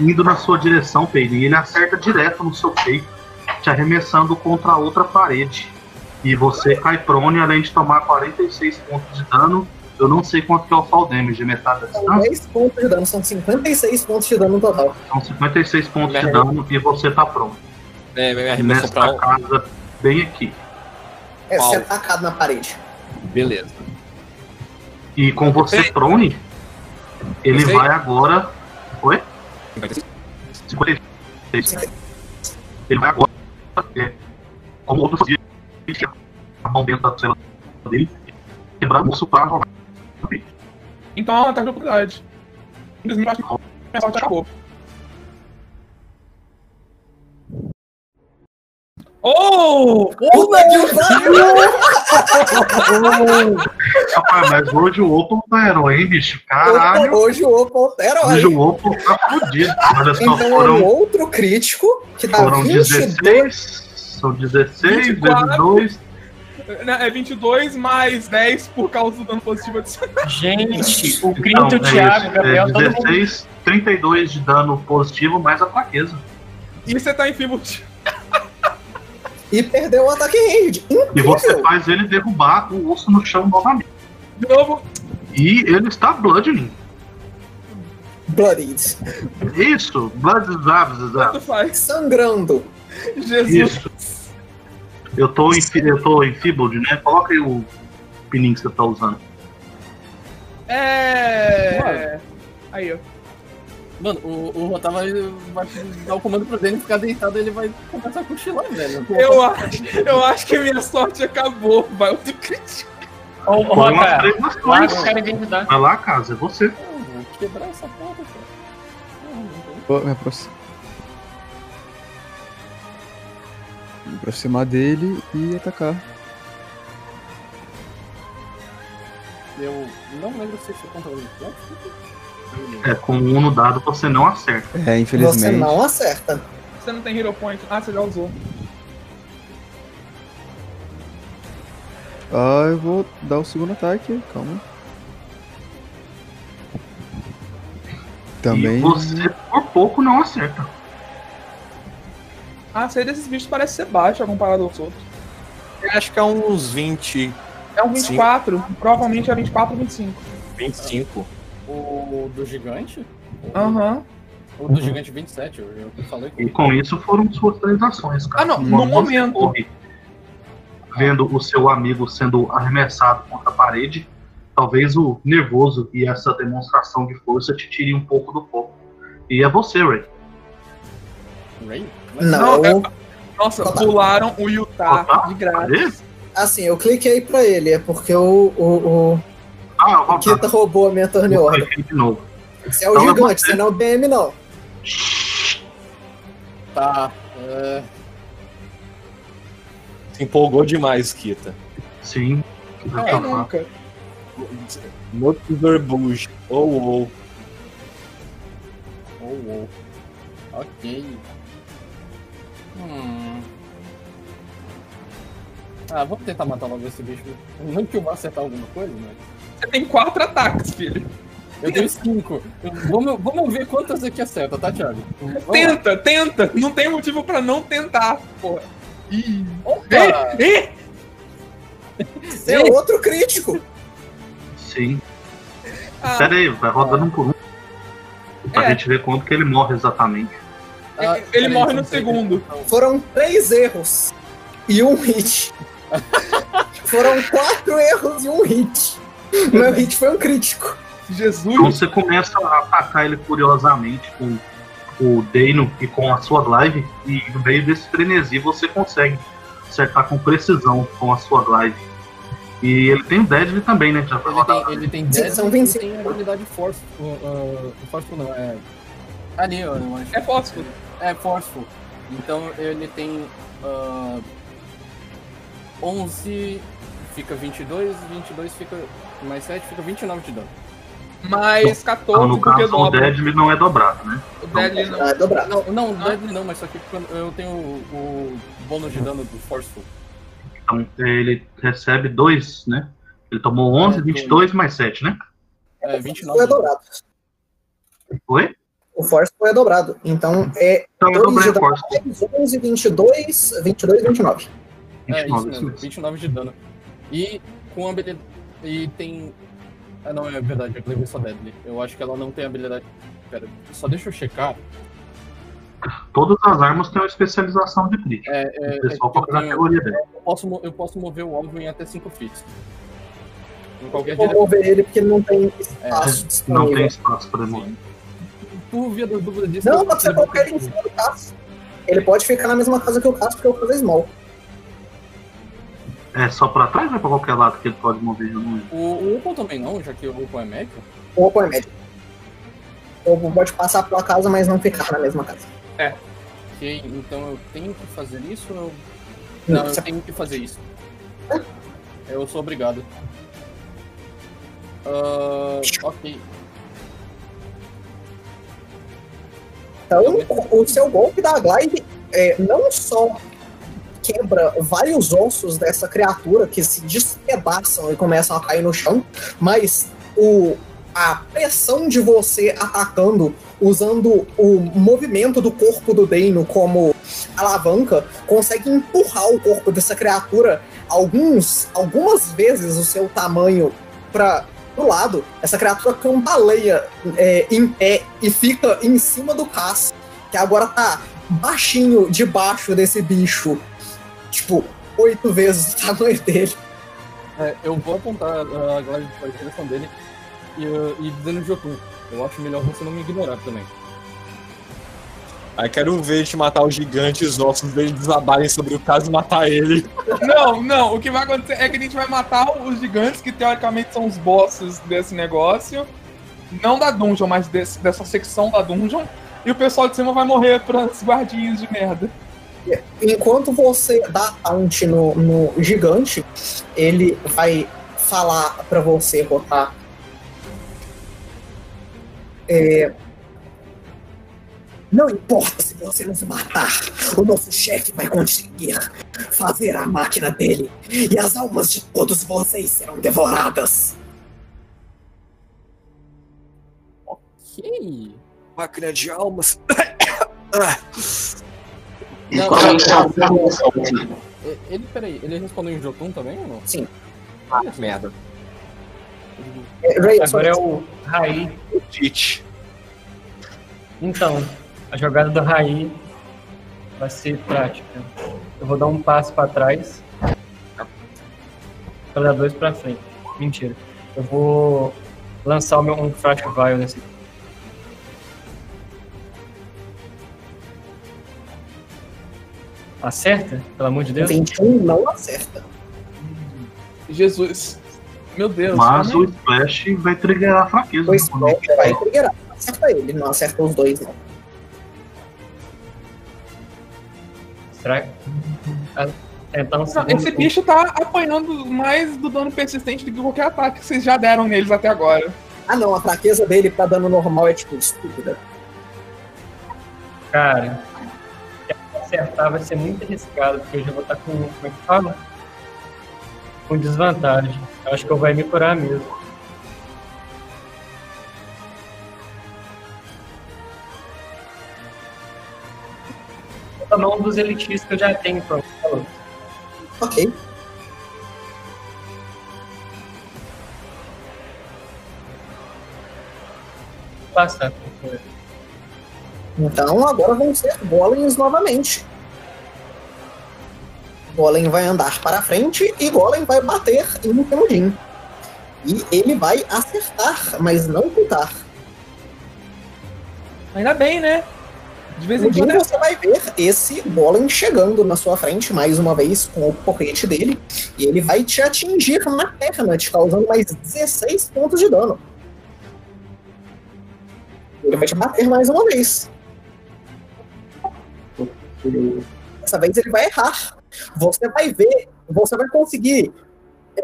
indo na sua direção, Peide, e ele acerta direto no seu peito, te arremessando contra a outra parede. E você cai prone, além de tomar 46 pontos de dano. Eu não sei quanto que é o fall damage, metade da São distância. Então, 10 pontos de dano, são 56 pontos de dano no total. São 56 pontos de dano e você tá pronto. É, me arremessou Nesta pra. casa, bem aqui. É, Uau. ser atacado na parede. Beleza. E com você prone, ele vai agora. Oi? 56. Ele vai agora. É, como outro fazia, ele tinha a mão dentro da cela dele, quebrar o bolso pra rolar. Então é um ataque de oportunidade. Infelizmente, eu acho que minha sorte acabou. Oh! Puta que Rapaz, mas hoje o Opal tá herói, hein, bicho? Caralho, Hoje o Opal é hoje herói. o Opal tá fudido. Olha só, Então é um foram, outro crítico que tá dá foram 22. 16. São 16 vezes 24. 2. Não, é 22 mais 10 por causa do dano positivo adicional. Gente, o Então, Crito, é o Thiago, isso. o Gabriel, É todo mundo. 16, 32 de dano positivo, mais a fraqueza. E você tá em Fibut. E perdeu o ataque range. Um E você Incrível! faz ele derrubar o osso no chão novamente. De novo, E ele está bloodling. Bloodied. Isso, blood zab, zab. tanto faz. Sangrando. Jesus. Isso. Eu tô, em, eu tô em Fibold, né? Coloca aí o pininho que você tá usando. É. Aí, ó. Mano, o, o Rotar vai, vai dar o comando pro Daniel ficar deitado ele vai começar a cochilar, velho. Eu acho, eu acho que a minha sorte acabou. Vai outro crítico. Ô, ô, Foram as Roca, três eu acho que o nações. cara vem ajudar. Vai lá, casa, é você. Eu vou quebrar essa porta, cara. Não, não tem. Vou me aproximar. Me aproximar dele e atacar. Eu não lembro se foi contra o É, com um no dado você não acerta. É, Você infelizmente. não acerta. Você não tem Hero Point. Ah, você já usou. Ah, eu vou dar o segundo ataque, calma. Também. E você por pouco não acerta. Ah, sei desses bichos parece ser baixa comparado aos outros. Eu acho que é uns 20, É um 24. Provavelmente é 24 ou 25. 25. O do gigante? O- Aham. O do gigante 27, eu, eu falei com E com isso foram suas três ações, cara. Ah, não, Uma no mão você momento. corre, vendo o seu amigo sendo arremessado contra a parede, talvez o nervoso e essa demonstração de força te tire um pouco do foco. E é você, Ray. o Ray. Mas- Não, Não, Nossa, Tá. pularam o Utah Tá. de graça. Beleza? assim, eu cliquei pra ele, é porque o, o, o Ah, eu vou Kita roubou a minha turn vou order. clicar de novo. Você é o Então é gigante, você. você não é o DM, não. Tá. é, Se empolgou demais, Kita. Sim. Não, eu nunca. Muito verbuge. Oh, oh. Oh, oh. Ok. Hum. Ah, vamos tentar matar logo esse bicho. Não que eu vá acertar alguma coisa, mas. Você tem quatro ataques, filho. Eu tenho cinco. Eu- Vamos, vamos ver quantas aqui acerta, tá, Thiago? Vamos lá. Tenta, tenta. Não tem motivo pra não tentar, porra. Ih. Opa! Ih, Você é outro crítico. Sim. Ah, Pera aí, vai rodando um por um. Pra É. gente ver quanto que ele morre exatamente. Ah, ele peraí, morre no não sei. um segundo. Foram três erros e um *laughs* hit. Foram quatro erros e um hit. Meu hit foi um crítico. Então Jesus. você começa a atacar ele furiosamente com o Deino e com a sua live, e no meio desse frenesi você consegue acertar com precisão com a sua live. E ele tem o Deadly também, né? Já foi Ele rodado. tem, ele tem Sim, 10 são e ele 25. tem habilidade Force. Uh, uh, forceful não, é. Ali, ó, eu acho. É fósforo. É Forceful. Então ele tem ah, 11, fica 22, 22 fica mais 7, fica 29 de dano. Mas 14 Então, no porque caso, o dobra. Deadly não é dobrado, né? O Deadly Ah, não. é Não, não, o Deadly não, mas só que quando eu tenho o, o bônus de dano do Forceful. Então, ele recebe 2, né? Ele tomou 11, 22 mais 7, né? É, Foi dobrado. Oi? O Force foi dobrado. Então é Então, eu 12 dobrei de o dano, Force. mais 11, 22, 22, 29. É, isso 29, isso mesmo, 29 de dano. E com a habilidade. E tem. Ah, não, é verdade, eu levei só Deadly. Eu acho que ela não tem habilidade. Pera, só deixa eu checar. Todas as armas têm uma especialização de crítico. É, é, o pessoal é que eu toca na categoria dele. Eu posso, mo- eu posso mover o alvo em até 5 feet. Em qualquer Vou direção. mover ele porque ele não tem espaço É, Não é. disponível. tem espaço pra ele. Tu via das dúvidas disso. Não, pode ser qualquer ele em cima do Cass. Ele pode ficar na mesma casa que o Cass porque eu vou fazer small. É só pra trás ou é pra qualquer lado que ele pode mover? Eu não lembro. O, o Opal também não, já que o Opal é médico. Ou com a média. Ou pode passar pela casa, mas não ficar na mesma casa. Ok, então eu tenho que fazer isso ou eu. Não, Não, eu você- tenho que fazer isso. *laughs* Eu sou obrigado. Ah, ok. Então, o- o seu golpe da Glide é, não só quebra vários ossos dessa criatura que se despedaçam e começam a cair no chão, mas o, a pressão de você atacando, usando o movimento do corpo do Deino como alavanca, consegue empurrar o corpo dessa criatura alguns, algumas vezes o seu tamanho para do lado, essa criatura cambaleia é, em pé e fica em cima do Cass, que agora tá baixinho debaixo desse bicho. Tipo, oito vezes o tamanho dele. É, eu vou apontar Ah, a glide para a direção dele e, ah, e dizendo Jotun. Eu acho melhor você não me ignorar também. Aí quero ver a gente matar os gigantes nossos, eles desabarem sobre o caso e matar ele. Não, não. O que vai acontecer é que a gente vai matar os gigantes, que teoricamente são os bosses desse negócio. Não da dungeon, mas desse- dessa secção da dungeon. E o pessoal de cima vai morrer pras guardinhas de merda. Enquanto você dá taunt no, no gigante, ele vai falar pra você, Rotar. É, Não importa se você nos matar, o nosso chefe vai conseguir fazer a máquina dele e as almas de todos vocês serão devoradas. Ok. Máquina de almas. Não, Qual é o não, seu nome? E- Ele, peraí, ele respondeu em Jotun também ou não? Sim. Ah, merda. Agora é o Raí. Tite. Então, a jogada do Raí vai ser prática. Eu vou dar um passo para trás. Pra dar dois pra frente. Mentira. Eu vou lançar o meu um Flash Vial nesse. Acerta? Pelo amor de Deus. 21 não acerta. Jesus. Meu Deus. Mas como o é- Splash vai triggerar a fraqueza. O Uhum. né? Splash vai triggerar. Acerta ele, não acerta os dois, não. Será que- Ah, Então, Não, esse bicho tá apanhando mais do dano persistente do que qualquer ataque que vocês já deram neles até agora. Ah, não, a fraqueza dele pra dano normal é tipo estúpida. Cara, se acertar vai ser muito arriscado, porque eu já vou estar com. Como é que fala? Com desvantagem. Eu acho que eu vou me curar mesmo. Vou tomar um dos elitis que eu já tenho, pronto. Falou. Ok. Vou Passar. por favor. Então agora vão ser golems novamente. Golem vai andar para frente e Golem vai bater em Temudin. E ele vai acertar, mas não cutar. Ainda bem, né? De vez em Temudin, quando. é você vai ver esse Golem chegando na sua frente mais uma vez com o porrete dele. E ele vai te atingir na perna, te causando mais 16 pontos de dano. Ele vai te bater mais uma vez. Dessa vez ele vai errar. Você vai ver, você vai conseguir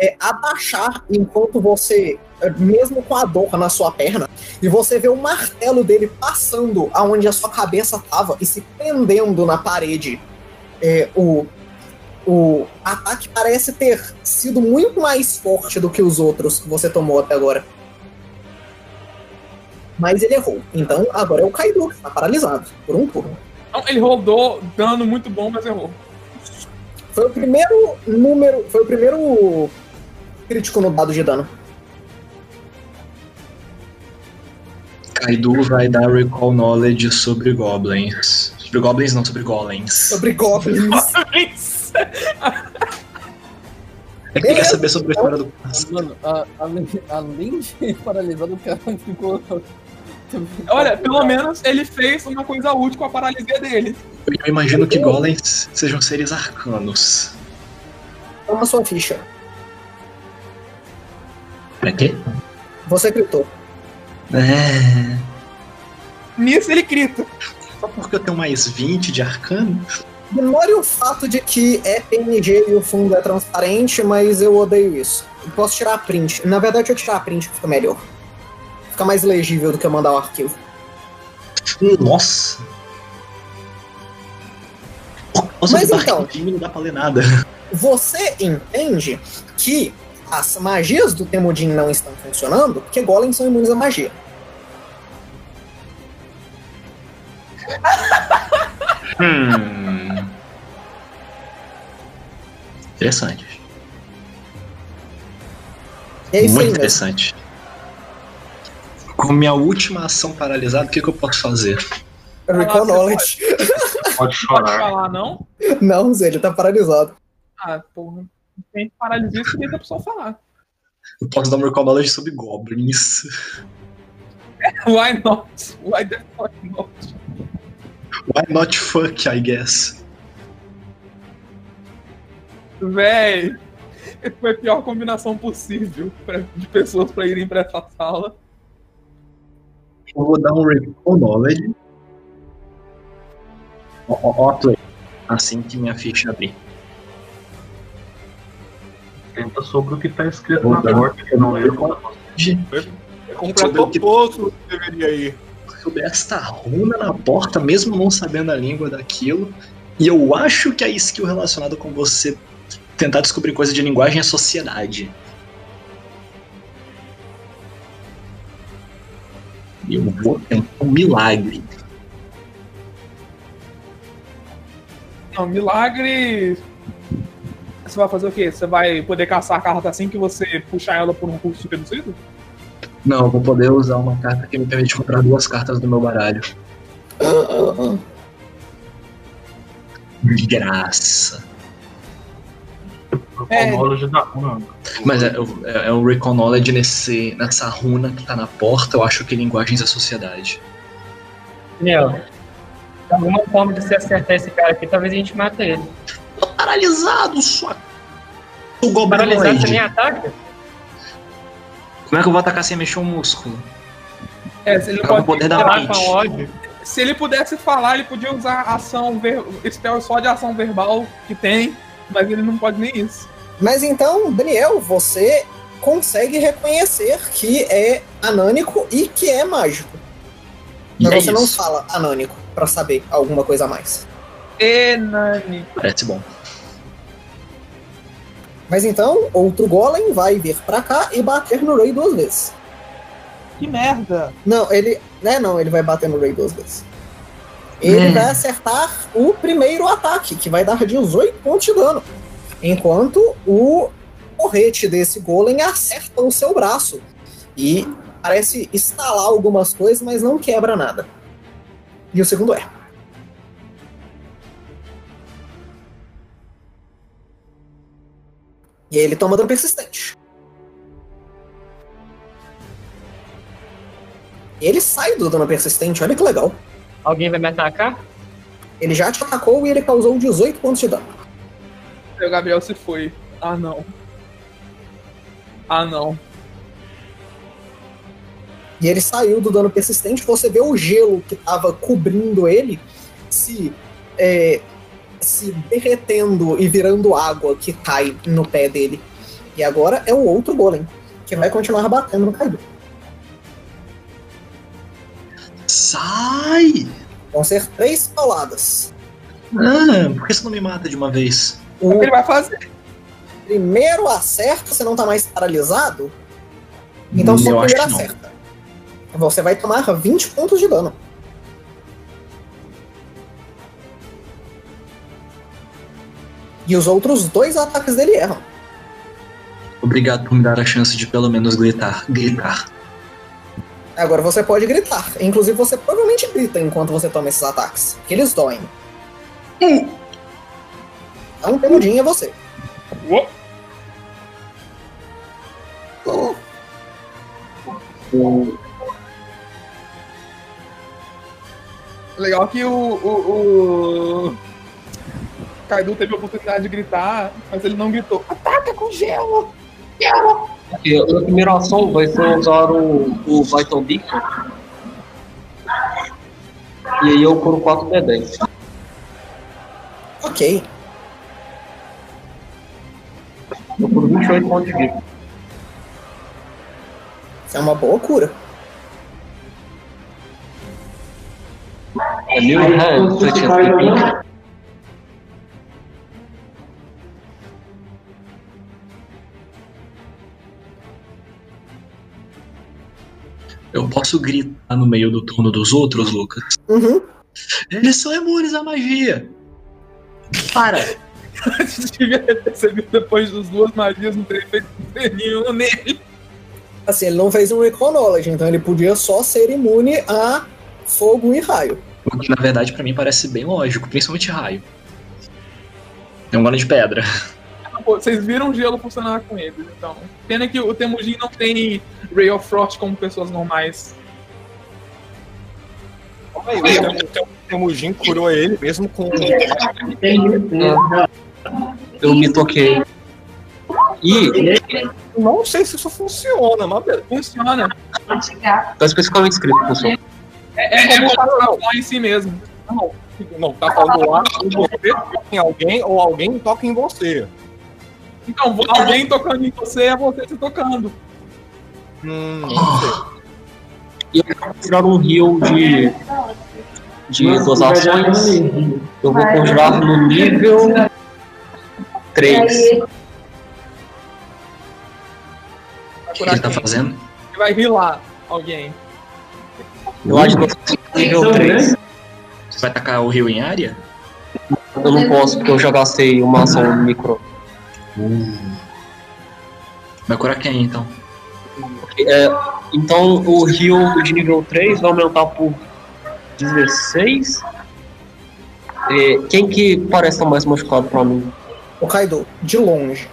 é, abaixar enquanto você, é, mesmo com a dor na sua perna, e você vê o martelo dele passando aonde a sua cabeça tava e se prendendo na parede. É, o, o ataque parece ter sido muito mais forte do que os outros que você tomou até agora. Mas ele errou. Então agora é o Kaido, que tá paralisado por um turno. Não, ele rodou dano muito bom, mas errou. Foi o primeiro número. Foi o primeiro crítico no dado de dano. Kaido vai dar recall knowledge sobre goblins. Sobre goblins não, sobre golems. Sobre goblins. É que ele quer saber sobre a história do Mano, a- além, além de paralisado, o cara ficou. Olha, pelo menos ele fez uma coisa útil com a paralisia dele. Eu imagino que golems sejam seres arcanos. Toma sua ficha. Pra quê? Você gritou. É... Nisso ele grita. Só porque eu tenho mais 20 de arcano? Ignore o fato de que é PNG e o fundo é transparente, mas eu odeio isso. Eu posso tirar a print. Na verdade, eu tirar a print que fica melhor. Fica mais legível do que eu mandar o arquivo. Nossa! Nossa, Mas do então- barquinho não dá pra ler nada. Você entende que as magias do Temudin não estão funcionando porque golems são imunes à magia. Hum. Interessante. E é isso Muito aí mesmo. interessante. Com minha última ação paralisada, o que, que eu posso fazer? Recall knowledge. Pode Pode falar, não? *laughs* Não, Zé, ele tá paralisado. Ah, porra. Tem paralisia que deixa a pessoa falar. Eu posso dar um recall knowledge sobre goblins. Why not? Why the fuck not? Why not fuck, I guess? Véi, foi a pior combinação possível pra- de pessoas pra irem pra essa sala. Eu vou dar um recall knowledge. Ó, ó, ó, a play. Assim que minha ficha abrir. Tenta sobre o que tá escrito Vou na dar- porta, que não leu. É Sobre o Tipo, completo que- oposto do que deveria ir. sobre esta runa na porta, mesmo não sabendo a língua daquilo. E eu acho que a skill relacionada com você tentar descobrir coisa de linguagem é sociedade. Eu vou tentar um milagre. Não, milagre. Você vai fazer o quê? Você vai poder caçar a carta assim que você puxar ela por um curso reduzido? Não, eu vou poder usar uma carta que me permite comprar duas cartas do meu baralho. De graça. É. Knowledge da runa. Mas é, é, é um Recon Knowledge nesse, nessa runa que tá na porta, eu acho que linguagens é sociedade. Daniel, tem alguma forma de você acertar esse cara aqui, talvez a gente mata ele. Paralisado, sua. O Paralisado né? goblinoide. também ataca? Como é que eu vou atacar sem mexer um músculo? É, se ele Acaba não o pode poder da falar mente. um com ódio. Se ele pudesse falar, ele podia usar ação ver... spell só de ação verbal que tem, mas ele não pode nem isso. Mas então, Daniel, você consegue reconhecer que é anânico e que é mágico. E Mas é você não isso. fala anânico pra saber alguma coisa a mais. Enani. Parece bom. Mas então, outro golem vai vir pra cá e bater no Ray duas vezes. Que merda! Não, ele. Né, não, ele vai bater no Ray duas vezes. Ele Hum. vai acertar o primeiro ataque, que vai dar 18 pontos de dano. Enquanto o porrete desse golem acerta o seu braço. E parece estalar algumas coisas, mas não quebra nada. E o segundo é. E aí ele toma dano persistente. Ele sai do dano persistente, olha que legal. Alguém vai me atacar? Ele já te atacou e ele causou 18 pontos de dano. O Gabriel se foi. Ah, não. Ah, não. E ele saiu do dano persistente, você vê o gelo que tava cobrindo ele se é, se derretendo e virando água que cai no pé dele. E agora é o outro golem, que vai continuar batendo no Kaido. Sai! Vão ser três pauladas. Ah, por que você não me mata de uma vez? O que ele vai fazer? Primeiro acerta, você não tá mais paralisado? Então Hum, só eu o primeiro acho que não. acerta. Você vai tomar 20 pontos de dano. E os outros dois ataques dele erram. Obrigado por me dar a chance de pelo menos gritar. Gritar. Agora você pode gritar. Inclusive, você provavelmente grita enquanto você toma esses ataques. Porque eles doem. Então, Temudinho é você. É Legal que o, o, o Kaidu teve a oportunidade de gritar, mas ele não gritou. Ataca com gelo! Gelo! E a primeira ação vai ser usar o, o Vital Beacon. E aí eu curo 4 D10. Ok. Eu curo 28 pontos de vida. Isso é uma boa cura. É mil reais, 720. Eu posso gritar no meio do turno dos outros, Lucas? Uhum. Eles são imunes à magia. Para! A *laughs* gente devia ter percebido depois das duas magias não ter feito nenhum nele. Assim, ele não fez um Recall Knowledge, então ele podia só ser imune a fogo e raio. O que na verdade pra mim parece bem lógico, principalmente raio. É um golem de pedra. Ah, pô, Vocês viram o gelo funcionar com eles, então. Pena que o Temujin não tem Ray of Frost como pessoas normais. Calma aí, um, o Temu- Temujin curou ele mesmo com. um Eu me toquei. E Não sei se isso funciona, mas é, beleza. Funciona. tá especificamente escrito, pessoal. É, é como passar a mão em si mesmo. Não, não, tá falando lá, ou você toca em alguém, ou alguém toca em você. Então, vo- alguém tocando em você é você se tocando. Hum, E eu vou tirar um rio de, de duas ações. Eu vou conjurar no nível 3. Vai O que ele tá fazendo? Ele vai rilar alguém. Eu acho que nível 3. Você vai tacar o rio em área? Eu não posso, porque eu já gastei uma ação no micro. Uh. Vai curar quem então? É, então o rio de nível 3 vai aumentar por 16. É, quem que parece estar mais machucado pra mim? O Kaido, de longe.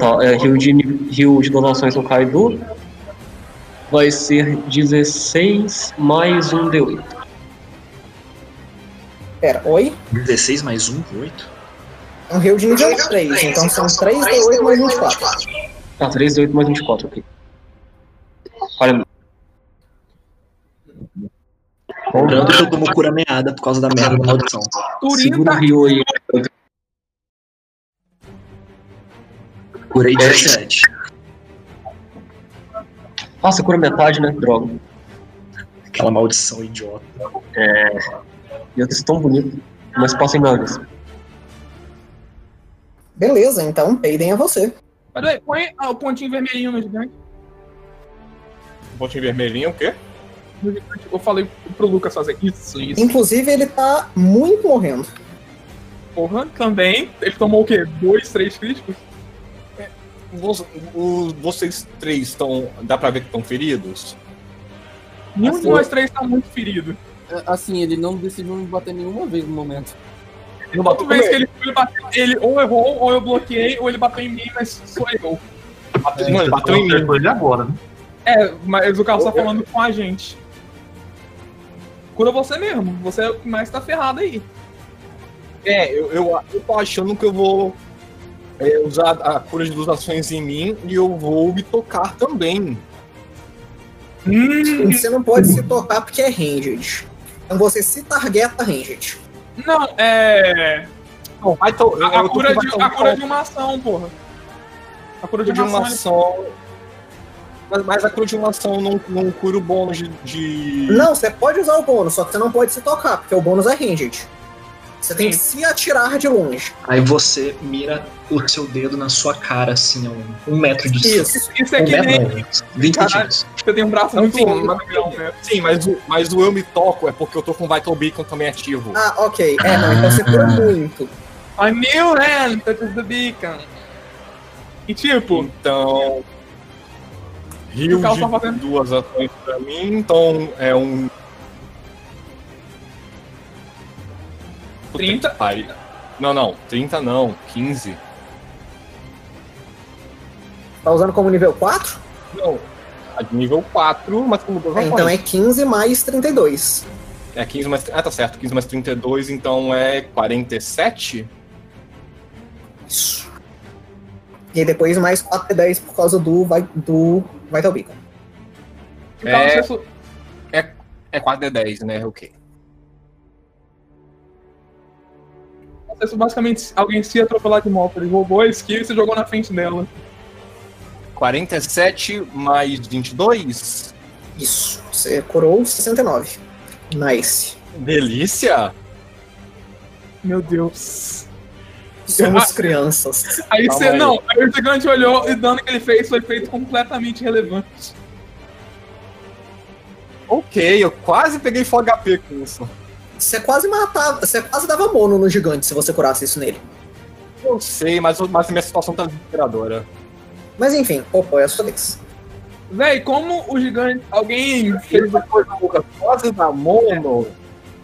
Tá, é, rio de, rio de donações no Kaido. Vai ser 16 mais um D8. Pera, oi? 16 mais 1, 8. É um rio de nível 3, então são 3 d 8 mais 24. Tá, 3 D8 mais 24, ok. Olha. Lembrando que eu tomo cura meada por causa da merda da maldição. tá- Segura o rio aí. É. Curei 17. Nossa, cura metade, né? Droga. Aquela maldição idiota. É. Ia ser tão bonito. Mas passa em nada. Beleza, então Peiden é você. Peraí, põe ah, o pontinho vermelhinho no gigante. Botinho Um vermelhinho, o quê? No gigante. Eu falei pro Lucas fazer isso, isso. Inclusive, ele tá muito morrendo. Porra, também. Ele tomou o quê? Dois, três críticos? Vo- o- Vocês três estão. Dá pra ver que estão feridos? Nenhum Assim. de nós três tá muito ferido. Assim, ele não decidiu me bater nenhuma vez no momento. Toda vez que ele, ele bateu, ele ou errou, ou eu bloqueei, ou ele bateu em mim, mas só errou. Bateu, então, mano, bateu em mim. Acertou ele agora, né? É, mas o Carlos tá falando com a gente. Cura você mesmo, você é o que mais tá ferrado aí. É, eu, eu, eu tô achando que eu vou é, usar a cura de duas ações em mim e eu vou me tocar também. Você não pode se tocar porque é ranged. Então você se targeta ranged. Não, é. Não, vai to- A, a eu- eu- cura, vai de, tomar a cura um de uma ação, porra. A cura de de uma uma ação. ação. Mas, mas a cura de uma ação não, não cura o bônus de. de- Não, você pode usar o bônus, só que você não pode se tocar, porque o bônus é ranged. Você tem que se atirar de longe. Aí você mira o seu dedo na sua cara, assim, a um, um metro de distância. Isso, isso é um que metro, nem- não, uns 20 Caralho. centímetros. Você tem um braço Não, muito né? sim, longo, mas, sim, mas o, mas o eu me toco é porque eu tô com o Vital Beacon também ativo. Ah, ok. É, não, então você cura muito. A new hand touches the beacon. E tipo, Então. Rio O Carl tá de duas ações pra mim, então é um. 30? Pai. Não, não, 30 não, 15. Tá usando como nível 4? Não. É de nível 4, mas como duas É, então é 15 mais 32. É 15 mais. Ah, tá certo. 15 mais 32, então é 47? Isso. E depois mais 4 e 10 por causa do, vai, do Vital Beacon. É, é, é 4D10, né? Ok. isso basicamente alguém se atropelar de moto. Ele roubou a skill e se jogou na frente dela. 47 mais 22? Isso. Você curou 69. Nice. Delícia! Meu Deus. *laughs* Somos crianças. Aí Calma você aí. não, aí o gigante olhou e o dano que ele fez foi feito completamente irrelevante. Ok, eu quase peguei full HP com isso. Você quase matava, você quase dava mono no gigante se você curasse isso nele. Eu sei, mas, mas minha situação tá desesperadora. Mas enfim, opa, é a sua vez. Véi, como o gigante. Alguém fez a coisa boca quase da mono.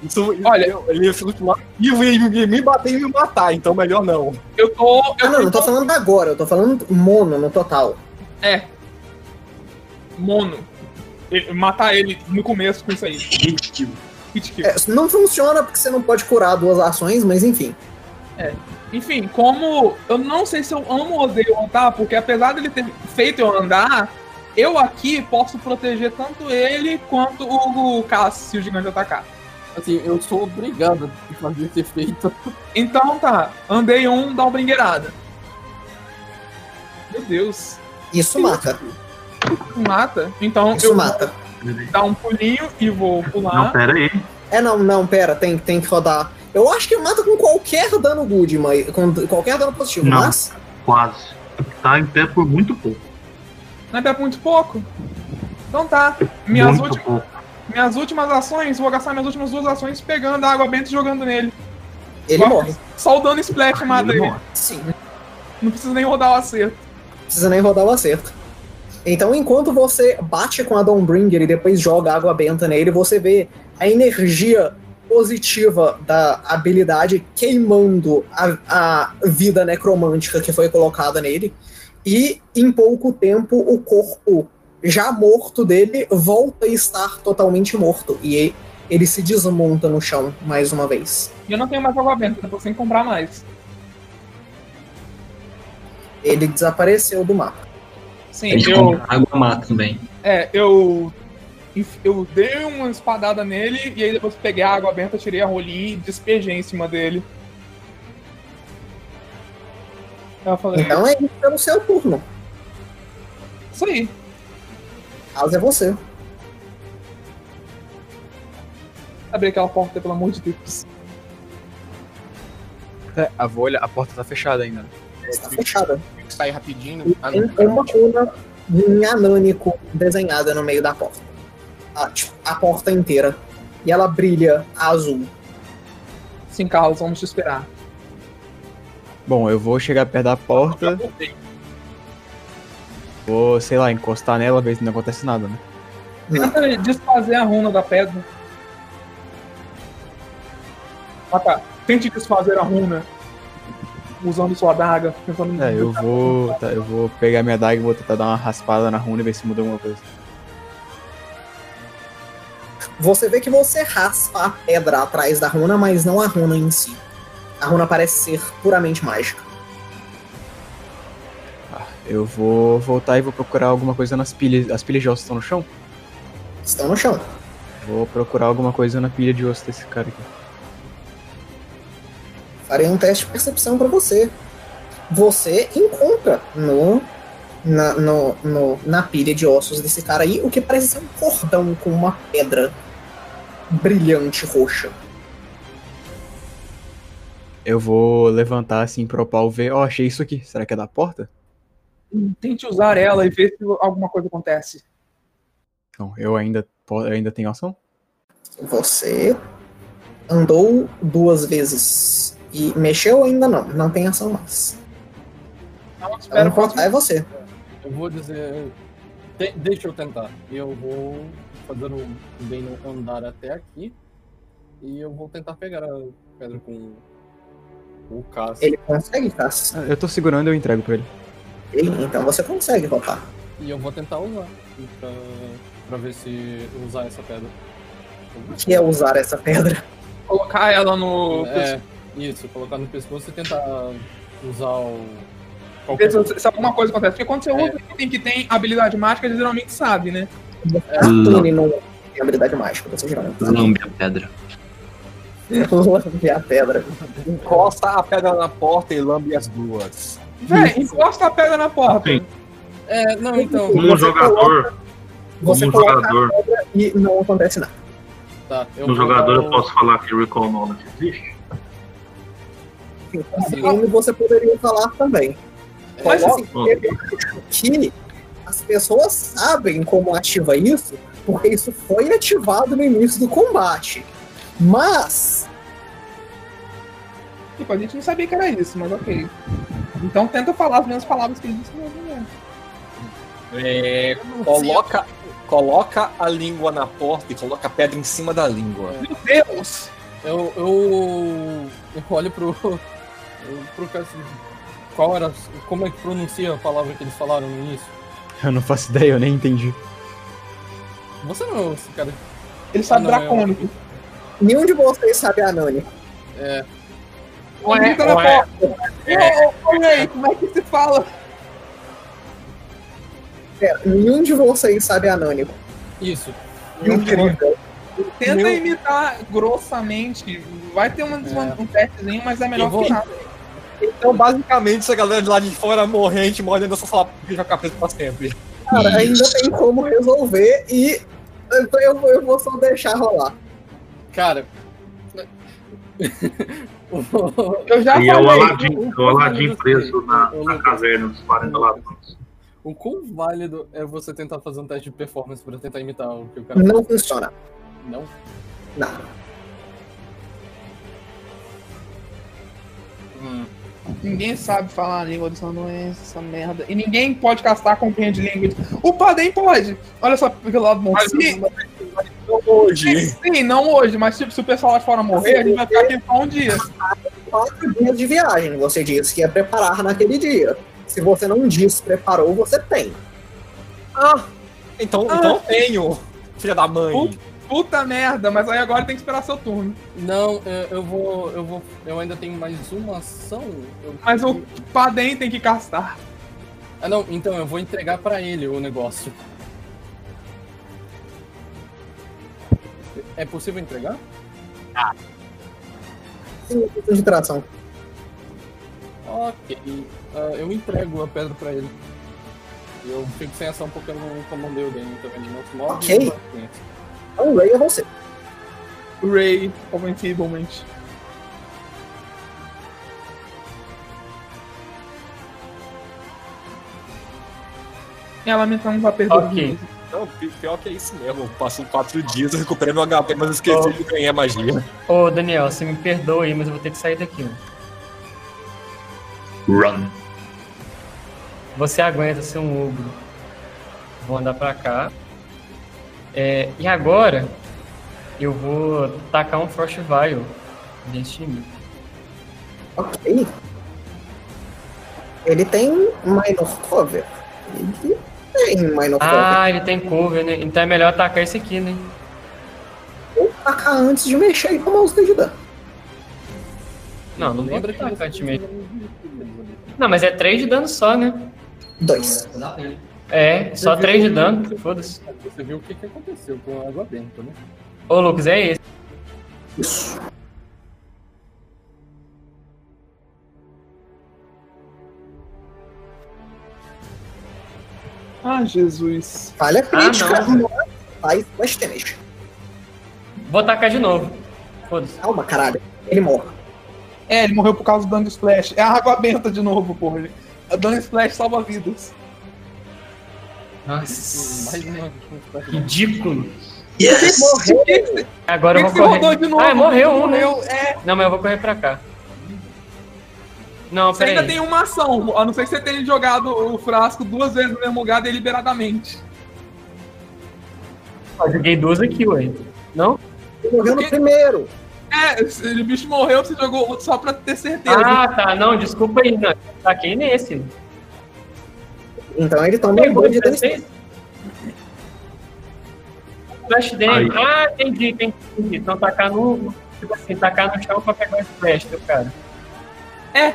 Isso, Olha, ele ia se ultimar vivo e ia me bater e me matar, então melhor não. Eu tô. ah, não, não tô falando da agora, eu tô falando mono no total. É. Mono. Ele- matar ele no começo com isso aí. Hit kill. Hit kill. É, não funciona porque você não pode curar duas ações, mas enfim. É. Enfim, como eu não sei se eu amo ou odeio andar, porque apesar dele ter feito eu andar, eu aqui posso proteger tanto ele quanto o, o Cass se o gigante atacar. Assim, eu sou obrigado a fazer esse efeito. Então tá, andei um, dá uma bringueirada. Meu Deus. Isso mata. Mata? Então Isso eu mata. vou dar um pulinho e vou pular. Não, pera aí. É, não, não, pera, tem, tem que rodar. Eu acho que mata com qualquer dano good, mas com qualquer dano positivo, Não. mas Quase. Tá em pé por muito pouco. Mas é muito pouco. Então tá. Minhas, Muito ulti- pouco. minhas últimas ações, vou gastar minhas últimas duas ações pegando a água benta e jogando nele. ele Só- morre. Só o dano splash mata Ele ele. morre. Sim, Não precisa nem rodar o acerto. não precisa nem rodar o acerto. Então, enquanto você bate com a Dawnbringer e depois joga água benta nele, você vê a energia positiva da habilidade queimando a, a vida necromântica que foi colocada nele. E em pouco tempo, o corpo já morto dele volta a estar totalmente morto. E ele se desmonta no chão mais uma vez. E eu não tenho mais água benta, depois tem que comprar mais. Ele desapareceu do mapa. Sim, Aí de eu. comprar água mata também. É, eu. enf- Eu dei uma espadada nele e aí depois peguei a água benta, tirei a rolinha e despejei em cima dele. Aí Eu falei, Então é isso pelo seu turno. isso aí. Caso é você. Abri aquela porta, pelo amor de Deus. É, a bolha, a porta tá fechada ainda. Está fechada. Sai rapidinho. Ah, Tem não. uma coluna em anânico desenhada no meio da porta. A, tipo, a porta inteira. E ela brilha azul. Sim, Carlos, vamos te esperar. Bom, eu vou chegar perto da porta, vou, sei lá, encostar nela, ver se não acontece nada, né? Tenta desfazer a runa da pedra. Ah tá. Tente desfazer a runa. Usando sua adaga. Tentando É, eu vou, tá, eu vou pegar minha daga e vou tentar dar uma raspada na runa e ver se muda alguma coisa. Você vê que você raspa a pedra atrás da runa, mas não a runa em si. A runa parece ser puramente mágica. Eu vou voltar e vou procurar alguma coisa nas pilhas. As pilhas de osso estão no chão? Estão no chão. Vou procurar alguma coisa na pilha de osso desse cara aqui. farei um teste de percepção para você. Você encontra no na, no, no- na pilha de ossos desse cara aí o que parece ser um cordão com uma pedra brilhante roxa. Eu vou levantar assim pro pau ver. Ó, achei isso aqui. Será que é da porta? Tente usar ela e ver se alguma coisa acontece. Não, eu ainda, po- eu ainda tenho ação? Você andou duas vezes e mexeu ainda não, não tem ação mais. um Então, contar é você. Eu vou dizer. "Te- deixa eu tentar. Eu vou fazer o Dano andar até aqui. E eu vou tentar pegar a pedra com o caça. Ele consegue, Cass? Eu tô segurando, eu entrego pra ele. Ele- Então você consegue rotar. E eu vou tentar usar. e Pra, pra ver se eu usar essa pedra. O que é usar essa pedra? Colocar ela no. É, isso, colocar no pescoço e tentar usar o. Ver se, se alguma coisa acontece. Porque quando É. você usa alguém que tem habilidade mágica, ele geralmente sabe, né? Cartune não tem habilidade mágica, você geralmente. *laughs* Lambe a pedra. Lambe a pedra. Encosta a pedra na porta e lambe as duas. Véi, encosta a pedra na porta. É, não, então. Como Você jogador, coloca- Você Como coloca um jogador. a pedra e não acontece nada. Tá, eu No vou jogador dar eu o- posso falar que Recall Knowledge existe? Assim Como você poderia falar também. Mas assim, eu acho que as pessoas sabem como ativa isso, porque isso foi ativado no início do combate. Mas. Tipo, a gente não sabia que era isso, mas ok. Então tenta falar as mesmas palavras que ele disse no outro momento. É, coloca, coloca a língua na porta e coloca a pedra em cima da língua. Meu Deus! Eu, eu, eu olho pro. eu- pro cara assim, Qual era. Como é que pronuncia a palavra que eles falaram no início? Eu não faço ideia, eu nem entendi. Você não é esse cara. Ah, é Ele sabe dracônico. Nenhum de vocês sabe anônimo. É. Não é, Grita na não é. porta. Ô, ô, ô, Ray, como é que se fala? Pera, É, nenhum de vocês sabe anônimo. um- Isso. Incrível. Tenta Meu- imitar grossamente. Vai ter uma, uma- um testezinho, mas é melhor Eu vou- que nada. Então, basicamente, essa galera de lá de fora morrente, mordendo essa sala e jogar preso pra sempre. Cara, ainda tem como resolver e então eu, vou- eu vou só deixar rolar. Cara. *laughs* Eu já E é o Aladim, é o Aladim preso na, na caverna dos 40 ladrões. O quão válido é você tentar fazer um teste de performance pra tentar imitar o que o cara Não funciona. Não? Não. Hum. Ninguém sabe falar a língua dos anões, essa merda. E ninguém pode castar com quem é de língua. O Padem pode! Olha só pelo lado bom. Se- hoje. Sim, não hoje, mas tipo, se o pessoal lá de fora morrer, a gente vai ficar aqui só um dia. Quatro dias de viagem, você disse que ia preparar naquele dia. Se você não disse preparou, você tem. Ah, então, então eu tenho, filha da mãe. Puta merda, mas aí agora tem que esperar seu turno. Não, é, eu vou. Eu vou. Eu ainda tenho mais uma ação. Eu- Mas o Padem tem que castar. Ah não, então eu vou entregar pra ele o negócio. É possível entregar? Sim, um de tração. Ok. Ah, eu entrego a pedra pra ele. Eu fico sem ação porque eu não comandei o game, então ele não se move. Ok. não vai frente. Então, Ray é você. Ray, como enfeeblement. Ela me não é. vai perder. Ok. Não, pi- pior que é isso mesmo. Eu passo quatro dias recuperando o HP, mas eu esqueci de ganhar magia. Ô, Daniel, você me perdoa aí, mas eu vou ter que sair daqui. Run. Você aguenta ser um ogro. Vou andar pra cá. É, e agora, eu vou tacar um Frost Vial nesse time. Ok. Ele tem minor cover. Ele tem um minor cover. Ah, ele tem cover, né? Então é melhor atacar esse aqui, né? Ou tacar antes de mexer e tomar os dedos de dano. Não, não lembro de atacar time. Não, mas é 3 de dano só, né? Dois. É, só 3 de dano, foda-se. Você viu o que, que aconteceu com a água dentro, né? Ô, Lucas, é esse. Ah, Jesus. Falha crítica. Ah, não, Faz mais damage. Vou atacar de novo. Foda-se. Calma, caralho. Ele morre. É, ele morreu por causa do Dano Splash. É a água benta de novo, porra. O Dano Splash salva vidas. Nossa. Ridículo. Yes! Morreu. Agora eu Por que vou que você rodou correr. de novo? Ah, morreu um, né? Morreu, é. Não, mas eu vou correr pra cá. Não, Você peraí. ainda tem uma ação, a não ser que você tenha jogado o frasco duas vezes no mesmo lugar deliberadamente. um- Eu joguei duas aqui, ué. Não? Ele morreu no primeiro. É, o bicho morreu, você jogou outro só pra ter certeza. Ah, tá. Não, desculpa aí. Não. Taquei nesse. Então ele toma um gol de dano. Flash dele. Aí. Ah, entendi, entendi. Então tacar no. Tipo assim, tacar no chão pra pegar o splash do cara. É,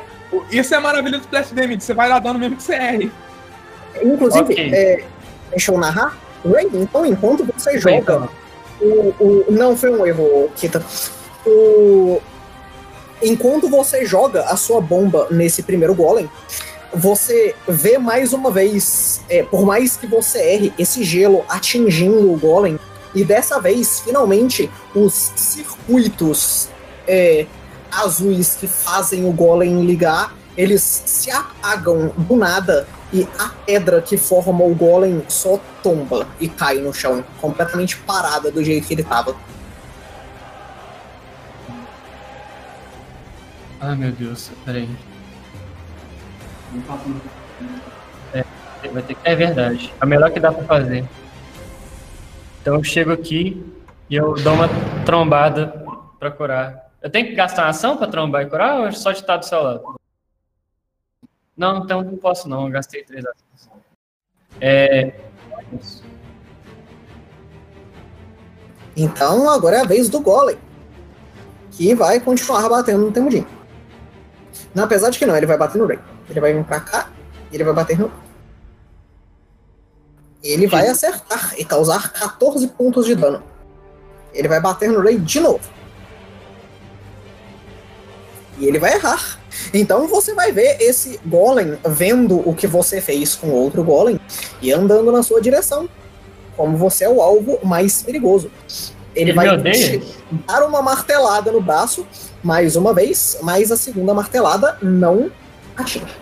isso é a maravilha do Splash Damage, você vai lá dando mesmo que você erre. Inclusive, Ok. é, deixa eu narrar. Raven, então enquanto você joga. O, o- não foi um erro, Kita. O, enquanto você joga a sua bomba nesse primeiro golem, você vê mais uma vez, é, por mais que você erre, esse gelo atingindo o golem. E dessa vez, finalmente, os circuitos é, azuis que fazem o golem ligar, eles se apagam do nada e a pedra que forma o golem só tomba e cai no chão, completamente parada do jeito que ele tava. Ah, meu Deus. Peraí. É, vai ter que- é verdade. É o melhor que dá pra fazer. Então eu chego aqui e eu dou uma trombada pra curar. Eu tenho que gastar uma ação pra trombar e curar ou é só de estar do seu lado? Não, então não posso não. Eu gastei três ações. É. Então agora é a vez do golem, que vai continuar batendo no Temudin. Não, apesar de que não, ele vai bater no Rei. Ele vai vir pra cá e ele vai bater no. Ele vai acertar e causar 14 pontos de dano. Ele vai bater no Rei de novo. E ele vai errar. Então você vai ver esse golem vendo o que você fez com outro golem e andando na sua direção. Como você é o alvo mais perigoso. Ele, Ele me vai odeia? te dar uma martelada no braço, mais uma vez, mas a segunda martelada não atinge.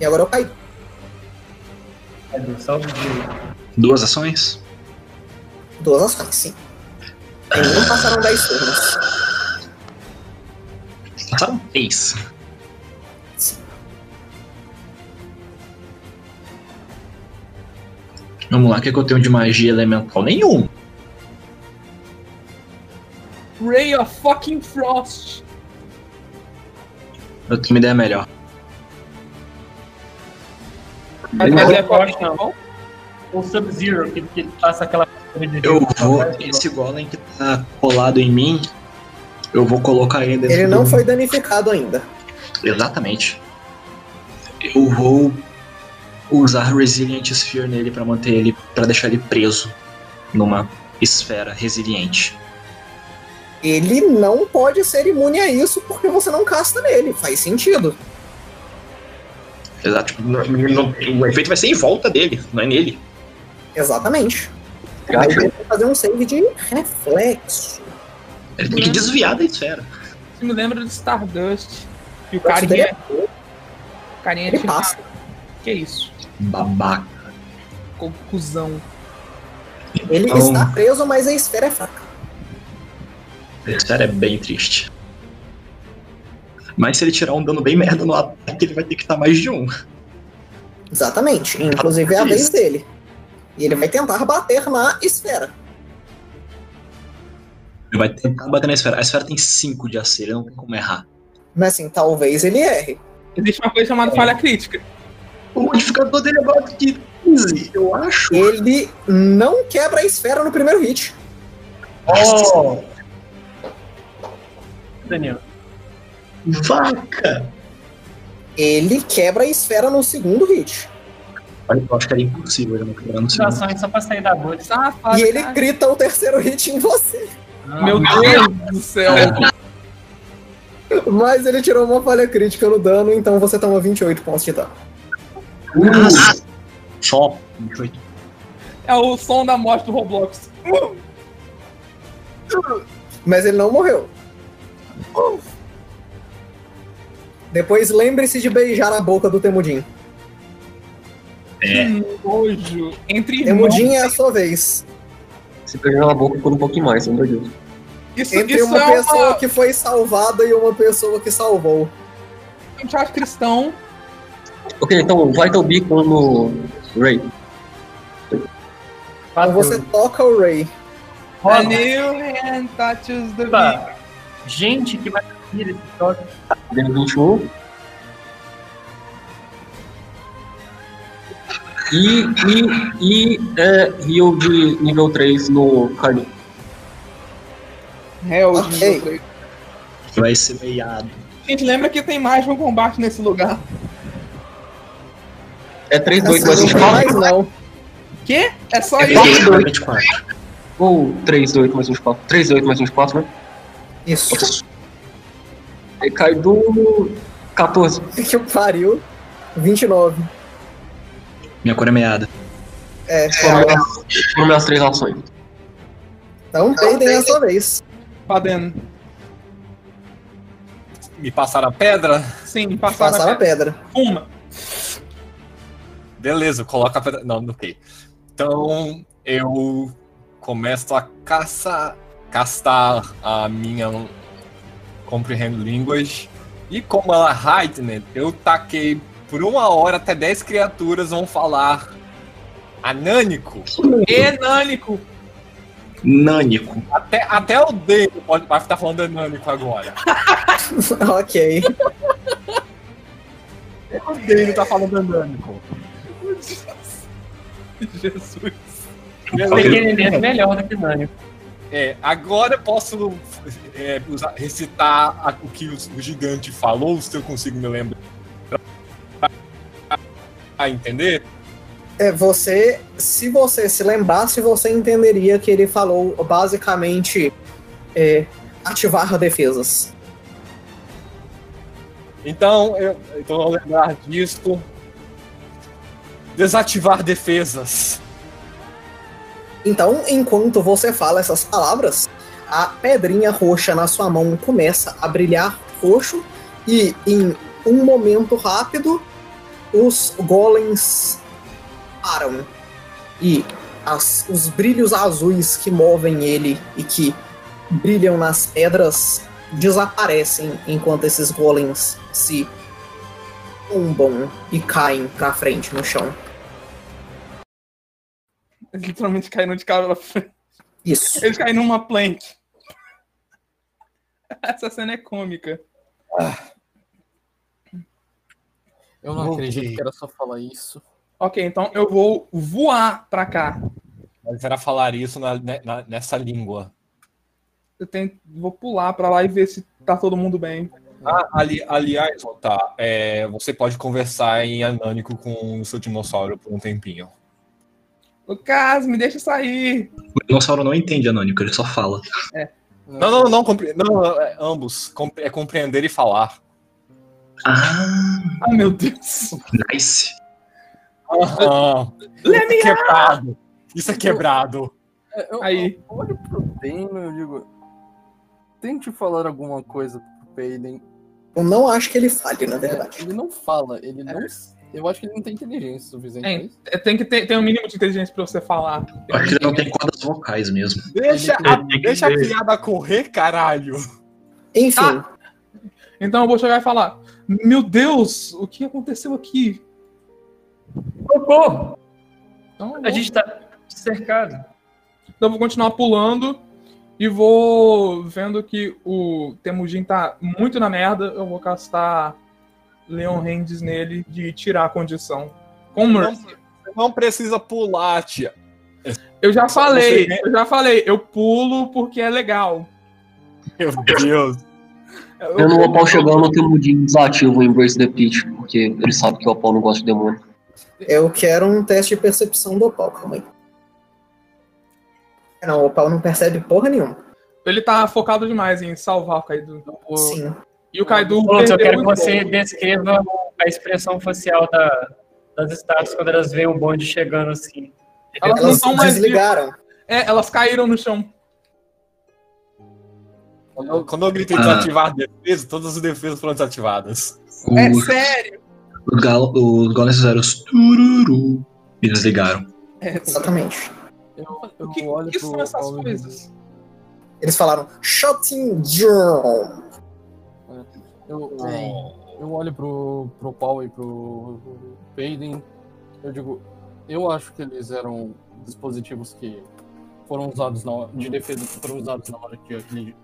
E agora é eu caí. Cadê? é Só o de- Duas ações? Duas ações, sim. Eles não passaram 10 turnos. Passaram Tá, três. Vamos lá, o que, é que eu tenho de magia elemental? Nenhum! Ray of fucking Frost. Eu tenho uma ideia melhor. Mas Eu- não é forte, não. O Sub-Zero, que, que passa aquela. Eu vou. Esse golem que tá colado em mim, eu vou colocar ele dentro Ele do- não foi danificado ainda. Exatamente. Eu vou usar Resilient Sphere nele pra manter ele, pra deixar ele preso numa esfera resiliente. Ele não pode ser imune a isso porque você não casta nele. Faz sentido. Exato. Tipo, não- não- o efeito vai ser em volta dele, não é nele. Exatamente. Mas ele vai fazer um save de reflexo. Ele Uhum. tem que desviar da esfera. Isso me lembra do Stardust. E o Nossa, carinha. ele O carinha é Ele tinha- passa. Que isso? Babaca. Co- Cuzão. Ele Então- está preso, mas a esfera é fraca. A esfera é bem triste. Mas se ele tirar um dano bem merda no ataque, ele vai ter que estar mais de um. Exatamente. Inclusive é a Isso. vez dele. E ele vai tentar bater na esfera. Ele vai tentar bater na esfera. A esfera tem 5 de AC, ele não tem como errar. Mas assim, talvez ele erre. Existe uma coisa chamada falha crítica. O modificador dele é maior que 15, eu acho. Ele não quebra a esfera no primeiro hit. Oh! Daniel. Vaca! Ele quebra a esfera no segundo hit. Eu acho que era impossível ele não quebrar no segundo. Ações só pra sair da bolha. "Ah, e ele grita o terceiro hit em você. Meu Deus do céu. Mas ele tirou uma falha crítica no dano, então você toma 28 pontos de dano. Uh, só 28. É o som da morte do Roblox. Mas ele não morreu. Depois lembre-se de beijar a boca do Temudin. É. Que nojo. Entre irmãos. Temudin é a sua vez. Se pegar a boca por um pouquinho mais, meu Deus. Isso, Entre isso uma é pessoa uma... que foi salvada e uma pessoa que salvou. um teatro cristão. Ok, então vai teu bico no Ray. Ah, Então você toca o Ray. A É new hand touches the beat. Opa. Gente, que maravilha esse toque. Dentro do 21. E, e, e é heal de nível 3 no Carly. Hell, Ok. Jesus. Vai ser veiado. Gente, lembra que tem mais de um combate nesse lugar. É 3, 2, Essa mas a não gente tem mais não. Quê? É só É isso. 22, 24. Ou 3, 8 mais 24. 3, 8 mais 24, né? Isso. *laughs* Aí cai do 14. Que pariu. 29. Minha cor é meada. É, Foram minhas, foram minhas três ações. então perdem a sua vez. Fadendo. Me passaram a pedra? Sim, passaram Passava a a pedra. pedra. Uma. Beleza, coloca a pedra. Não, não ok. Então eu começo a caçar, castar a minha Comprehend Language. E como ela é heightened, eu taquei por uma hora até 10 criaturas vão falar anânico. Enânico. Nânico. Até, até o dedo pode, vai estar falando anânico agora. *laughs* *laughs* ok. O dedo tá falando anânico. Jesus. Beleza. Pequeno é melhor do que Nani. É, agora eu posso é, usar- recitar a- o que o, o gigante falou, se eu consigo me lembrar. Ah, entender? É, você, se você se lembrasse, você entenderia que ele falou basicamente é, ativar defesas. Então, eu, então eu vou lembrar disso. Desativar defesas. Então, enquanto você fala essas palavras, a pedrinha roxa na sua mão começa a brilhar roxo e em um momento rápido os golems param e as- os brilhos azuis que movem ele e que brilham nas pedras desaparecem enquanto esses golems se tombam e caem pra frente no chão. Eles literalmente caíram de cara. Isso. Eles caíram numa plank. Essa cena é cômica. Eu não Ok. acredito que era só falar isso. Ok, então eu vou voar pra cá. Mas era falar isso na- ne- na- nessa língua. Eu tento, vou pular pra lá e ver se tá todo mundo bem. Ah, ali- aliás, Otá, é, você pode conversar em anânico com o seu dinossauro por um tempinho. Lucas, me deixa sair. O dinossauro não entende anônico, ele só fala. Não, não, não, compre- não é, ambos. Compre- é compreender e falar. Ah, Ah, meu Deus. nice. Aham. Isso é quebrado. Isso é quebrado. É, eu, Aí. eu olho pro Damon e eu digo. Tente falar alguma coisa pro Payden. É, Eu não acho que ele falhe, na verdade. Ele não fala, ele não. Eu acho que ele não tem inteligência suficiente. pra É, isso. é, Tem que ter tem um mínimo de inteligência pra você falar. Eu acho que ele não tem cordas vocais mesmo. Deixa Ele- a, ele tem que deixa a ver. piada correr, caralho. Enfim. Então eu vou chegar e falar: Meu Deus, o que aconteceu aqui? Socorro! Então, eu A vou- gente tá cercado. Então eu vou continuar pulando e vou vendo que o Temujin tá muito na merda, eu vou castar Leon Hands nele de tirar a condição. Com Mercy. Você não precisa pular, tia. Eu já falei, Você- eu já falei, eu pulo porque é legal. Meu Deus. Eu, Eu não vou pau chegando no Temudin desativo o Embrace the Pitch, porque ele sabe que o Apollo não gosta de demônio. Eu quero um teste de percepção do Opal, calma aí. Não, o Opal não percebe porra nenhuma. Ele tá focado demais em salvar o Kaido. Sim. E o Kaido Pronto, eu perdeu quero que o você descreva a expressão facial da, das estátuas quando elas veem o bonde chegando assim. Elas, não são mais desligaram. É, elas caíram no chão. Quando então, eu, quando eu gritei desativar defesa, todas as defesas foram desativadas. É sério? Os, galo, os golems fizeram os tururu e desligaram. Exatamente. Eu, O que, olho que são pro essas Paulo e- coisas? Eles falaram Shotting John. Eu, eu olho pro, pro Paul e pro Payden. Eu digo, eu acho que eles eram dispositivos que foram usados na hora, de defesa que foram usados na hora que aquele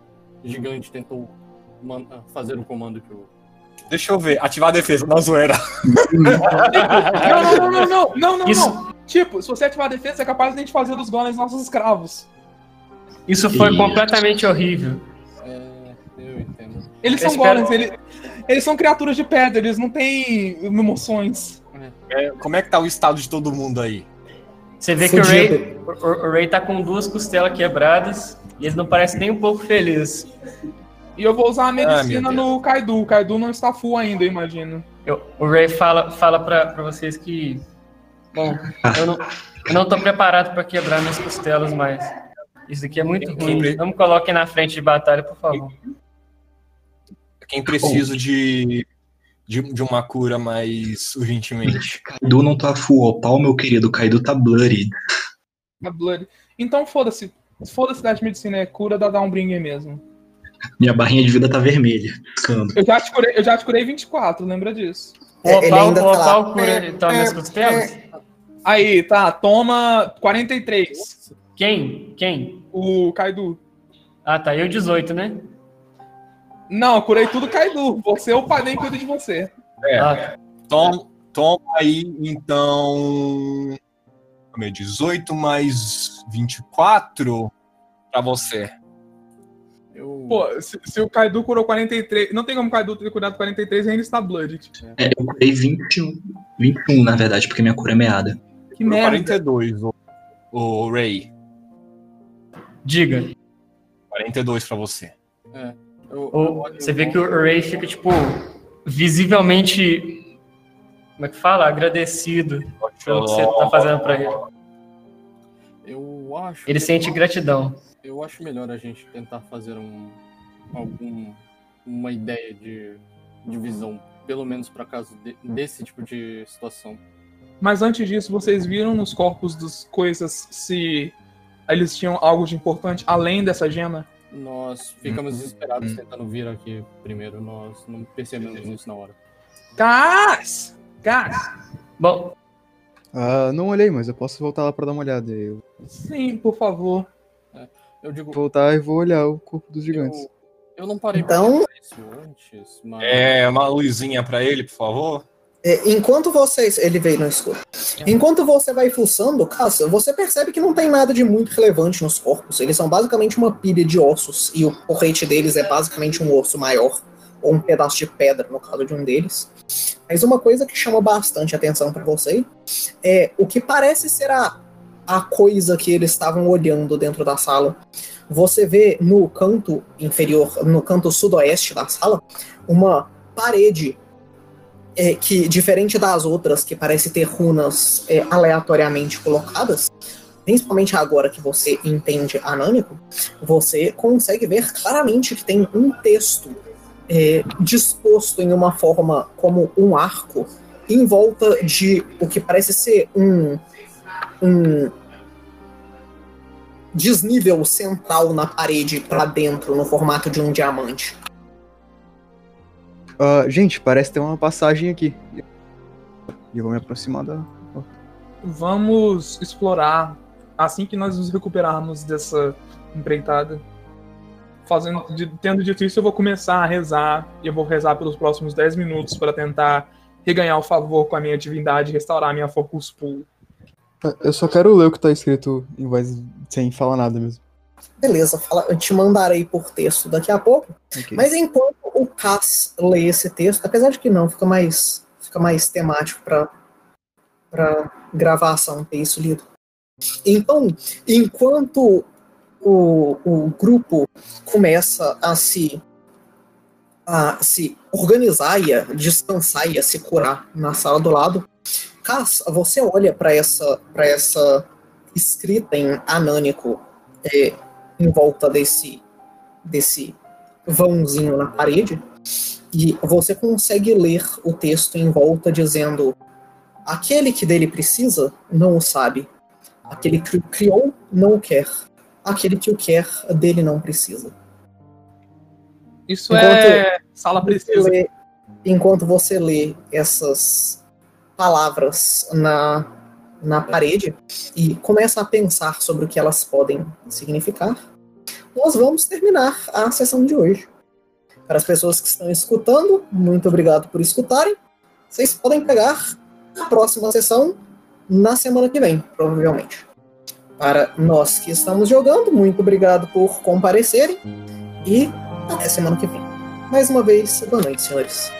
gigante tentou man- fazer o comando que o. Deixa eu ver, ativar a defesa, na zoeira. Não, não, não, não, não, não, não, Isso- não. Tipo, se você ativar a defesa, é capaz de a gente fazer dos golems nossos escravos. Isso foi Isso. completamente horrível. Eu entendo. Eles Eu são espero- golems, ele- eles são criaturas de pedra, eles não têm emoções. É, como é que tá o estado de todo mundo aí? Você vê que o Ray, o, o- o Ray tá com duas costelas quebradas e eles não parecem nem um pouco felizes. E eu vou usar a medicina Ah, meu Deus. no Kaidu. O Kaidu não está full ainda, eu imagino. Eu- o Ray fala, fala pra, pra vocês que. Bom, eu não, eu não tô preparado pra quebrar minhas costelas mais. Isso aqui é muito ruim. Não me coloquem na frente de batalha, por favor. Quem precisa de, de, de uma cura mais urgentemente? Kaidu não tá full opal, meu querido. Kaidu tá bloody. Na Tá Blood. Então foda-se. Foda-se das medicina, é cura da Downbringer mesmo. Minha barrinha de vida tá vermelha. Piscando. Eu já te curei, eu já te curei 24, lembra disso? O É, ele Opal- ainda o tá Opal lá. é, cura, então, minhas costelas? Aí, tá, toma 43. Quem? Quem? O Kaidu. Ah, tá. Eu 18, né? Não, eu curei tudo Kaidu. Você é o padrinho cuida de você. É. Ah, Tom- Toma aí, então. como é, 18 mais 24 pra você. Pô, se, se o Kaidu curou 43. Não tem como o Kaidu ter curado 43 e ainda está Blood. tipo, É, eu curei 21. 21, na verdade, porque minha cura é meada. Que merda. 42, o, o Ray. Diga. 42 pra você. É, eu- eu Ou olho- você vê que o Ray fica, tipo, visivelmente. Como é que fala? Agradecido pelo que você tá fazendo pra ele. Eu acho. Ele que- sente gratidão. Eu acho melhor a gente tentar fazer um algum uma ideia de, de visão, pelo menos para caso de- desse tipo de situação. Mas antes disso, vocês viram nos corpos das coisas se eles tinham algo de importante além dessa gema? Nós ficamos desesperados tentando vir aqui primeiro, nós não percebemos isso na hora. Gás! Gás! Bom, Ah, não olhei, mas eu posso voltar lá pra dar uma olhada. Eu Sim, por favor. Eu digo, vou voltar e vou olhar o corpo dos gigantes. eu não parei Então- pra isso antes, mas É, uma luzinha pra ele, por favor. É, Enquanto vocês. Ele veio no escuro. Enquanto você vai fuçando, Cass, você percebe que não tem nada de muito relevante nos corpos. Eles são basicamente uma pilha de ossos. E o porrete deles é basicamente um osso maior. Ou um pedaço de pedra, no caso de um deles. Mas uma coisa que chama bastante atenção pra você é o que parece ser a, a coisa que eles estavam olhando dentro da sala. Você vê no canto inferior, no canto sudoeste da sala, uma parede é, que, diferente das outras, que parece ter runas é, aleatoriamente colocadas, principalmente agora que você entende anâmico, você consegue ver claramente que tem um texto é, disposto em uma forma como um arco em volta de o que parece ser um, um desnível central na parede para dentro, no formato de um diamante. Ah, gente, parece ter uma passagem aqui. E eu vou me aproximar da. Vamos explorar assim que nós nos recuperarmos dessa empreitada. Fazendo, de- tendo dito isso, eu vou começar a rezar. E eu vou rezar pelos próximos 10 minutos para tentar reganhar o favor com a minha divindade e restaurar a minha Focus Pool. Ah, Eu só quero ler o que tá escrito em voz sem falar nada mesmo. Beleza, fala- eu te mandarei por texto daqui a pouco. Mas enquanto o Cass lê esse texto, apesar de que não, fica mais, fica mais temático para para gravação ter isso lido. Então, enquanto o, o grupo começa a se a se organizar e a descansar e a se curar na sala do lado, Cass, você olha para essa, pra essa escrita em anânico é, em volta desse, desse vãozinho na parede e você consegue ler o texto em volta dizendo: Aquele que dele precisa não o sabe, aquele que o criou não o quer, aquele que o quer dele não precisa. Isso é sala precisa. Lê, enquanto você lê essas palavras na, na parede e começa a pensar sobre o que elas podem significar, nós vamos terminar a sessão de hoje. Para as pessoas que estão escutando, muito obrigado por escutarem. Vocês podem pegar a próxima sessão na semana que vem, provavelmente. Para nós que estamos jogando, muito obrigado por comparecerem e até semana que vem. Mais uma vez, boa noite, senhores.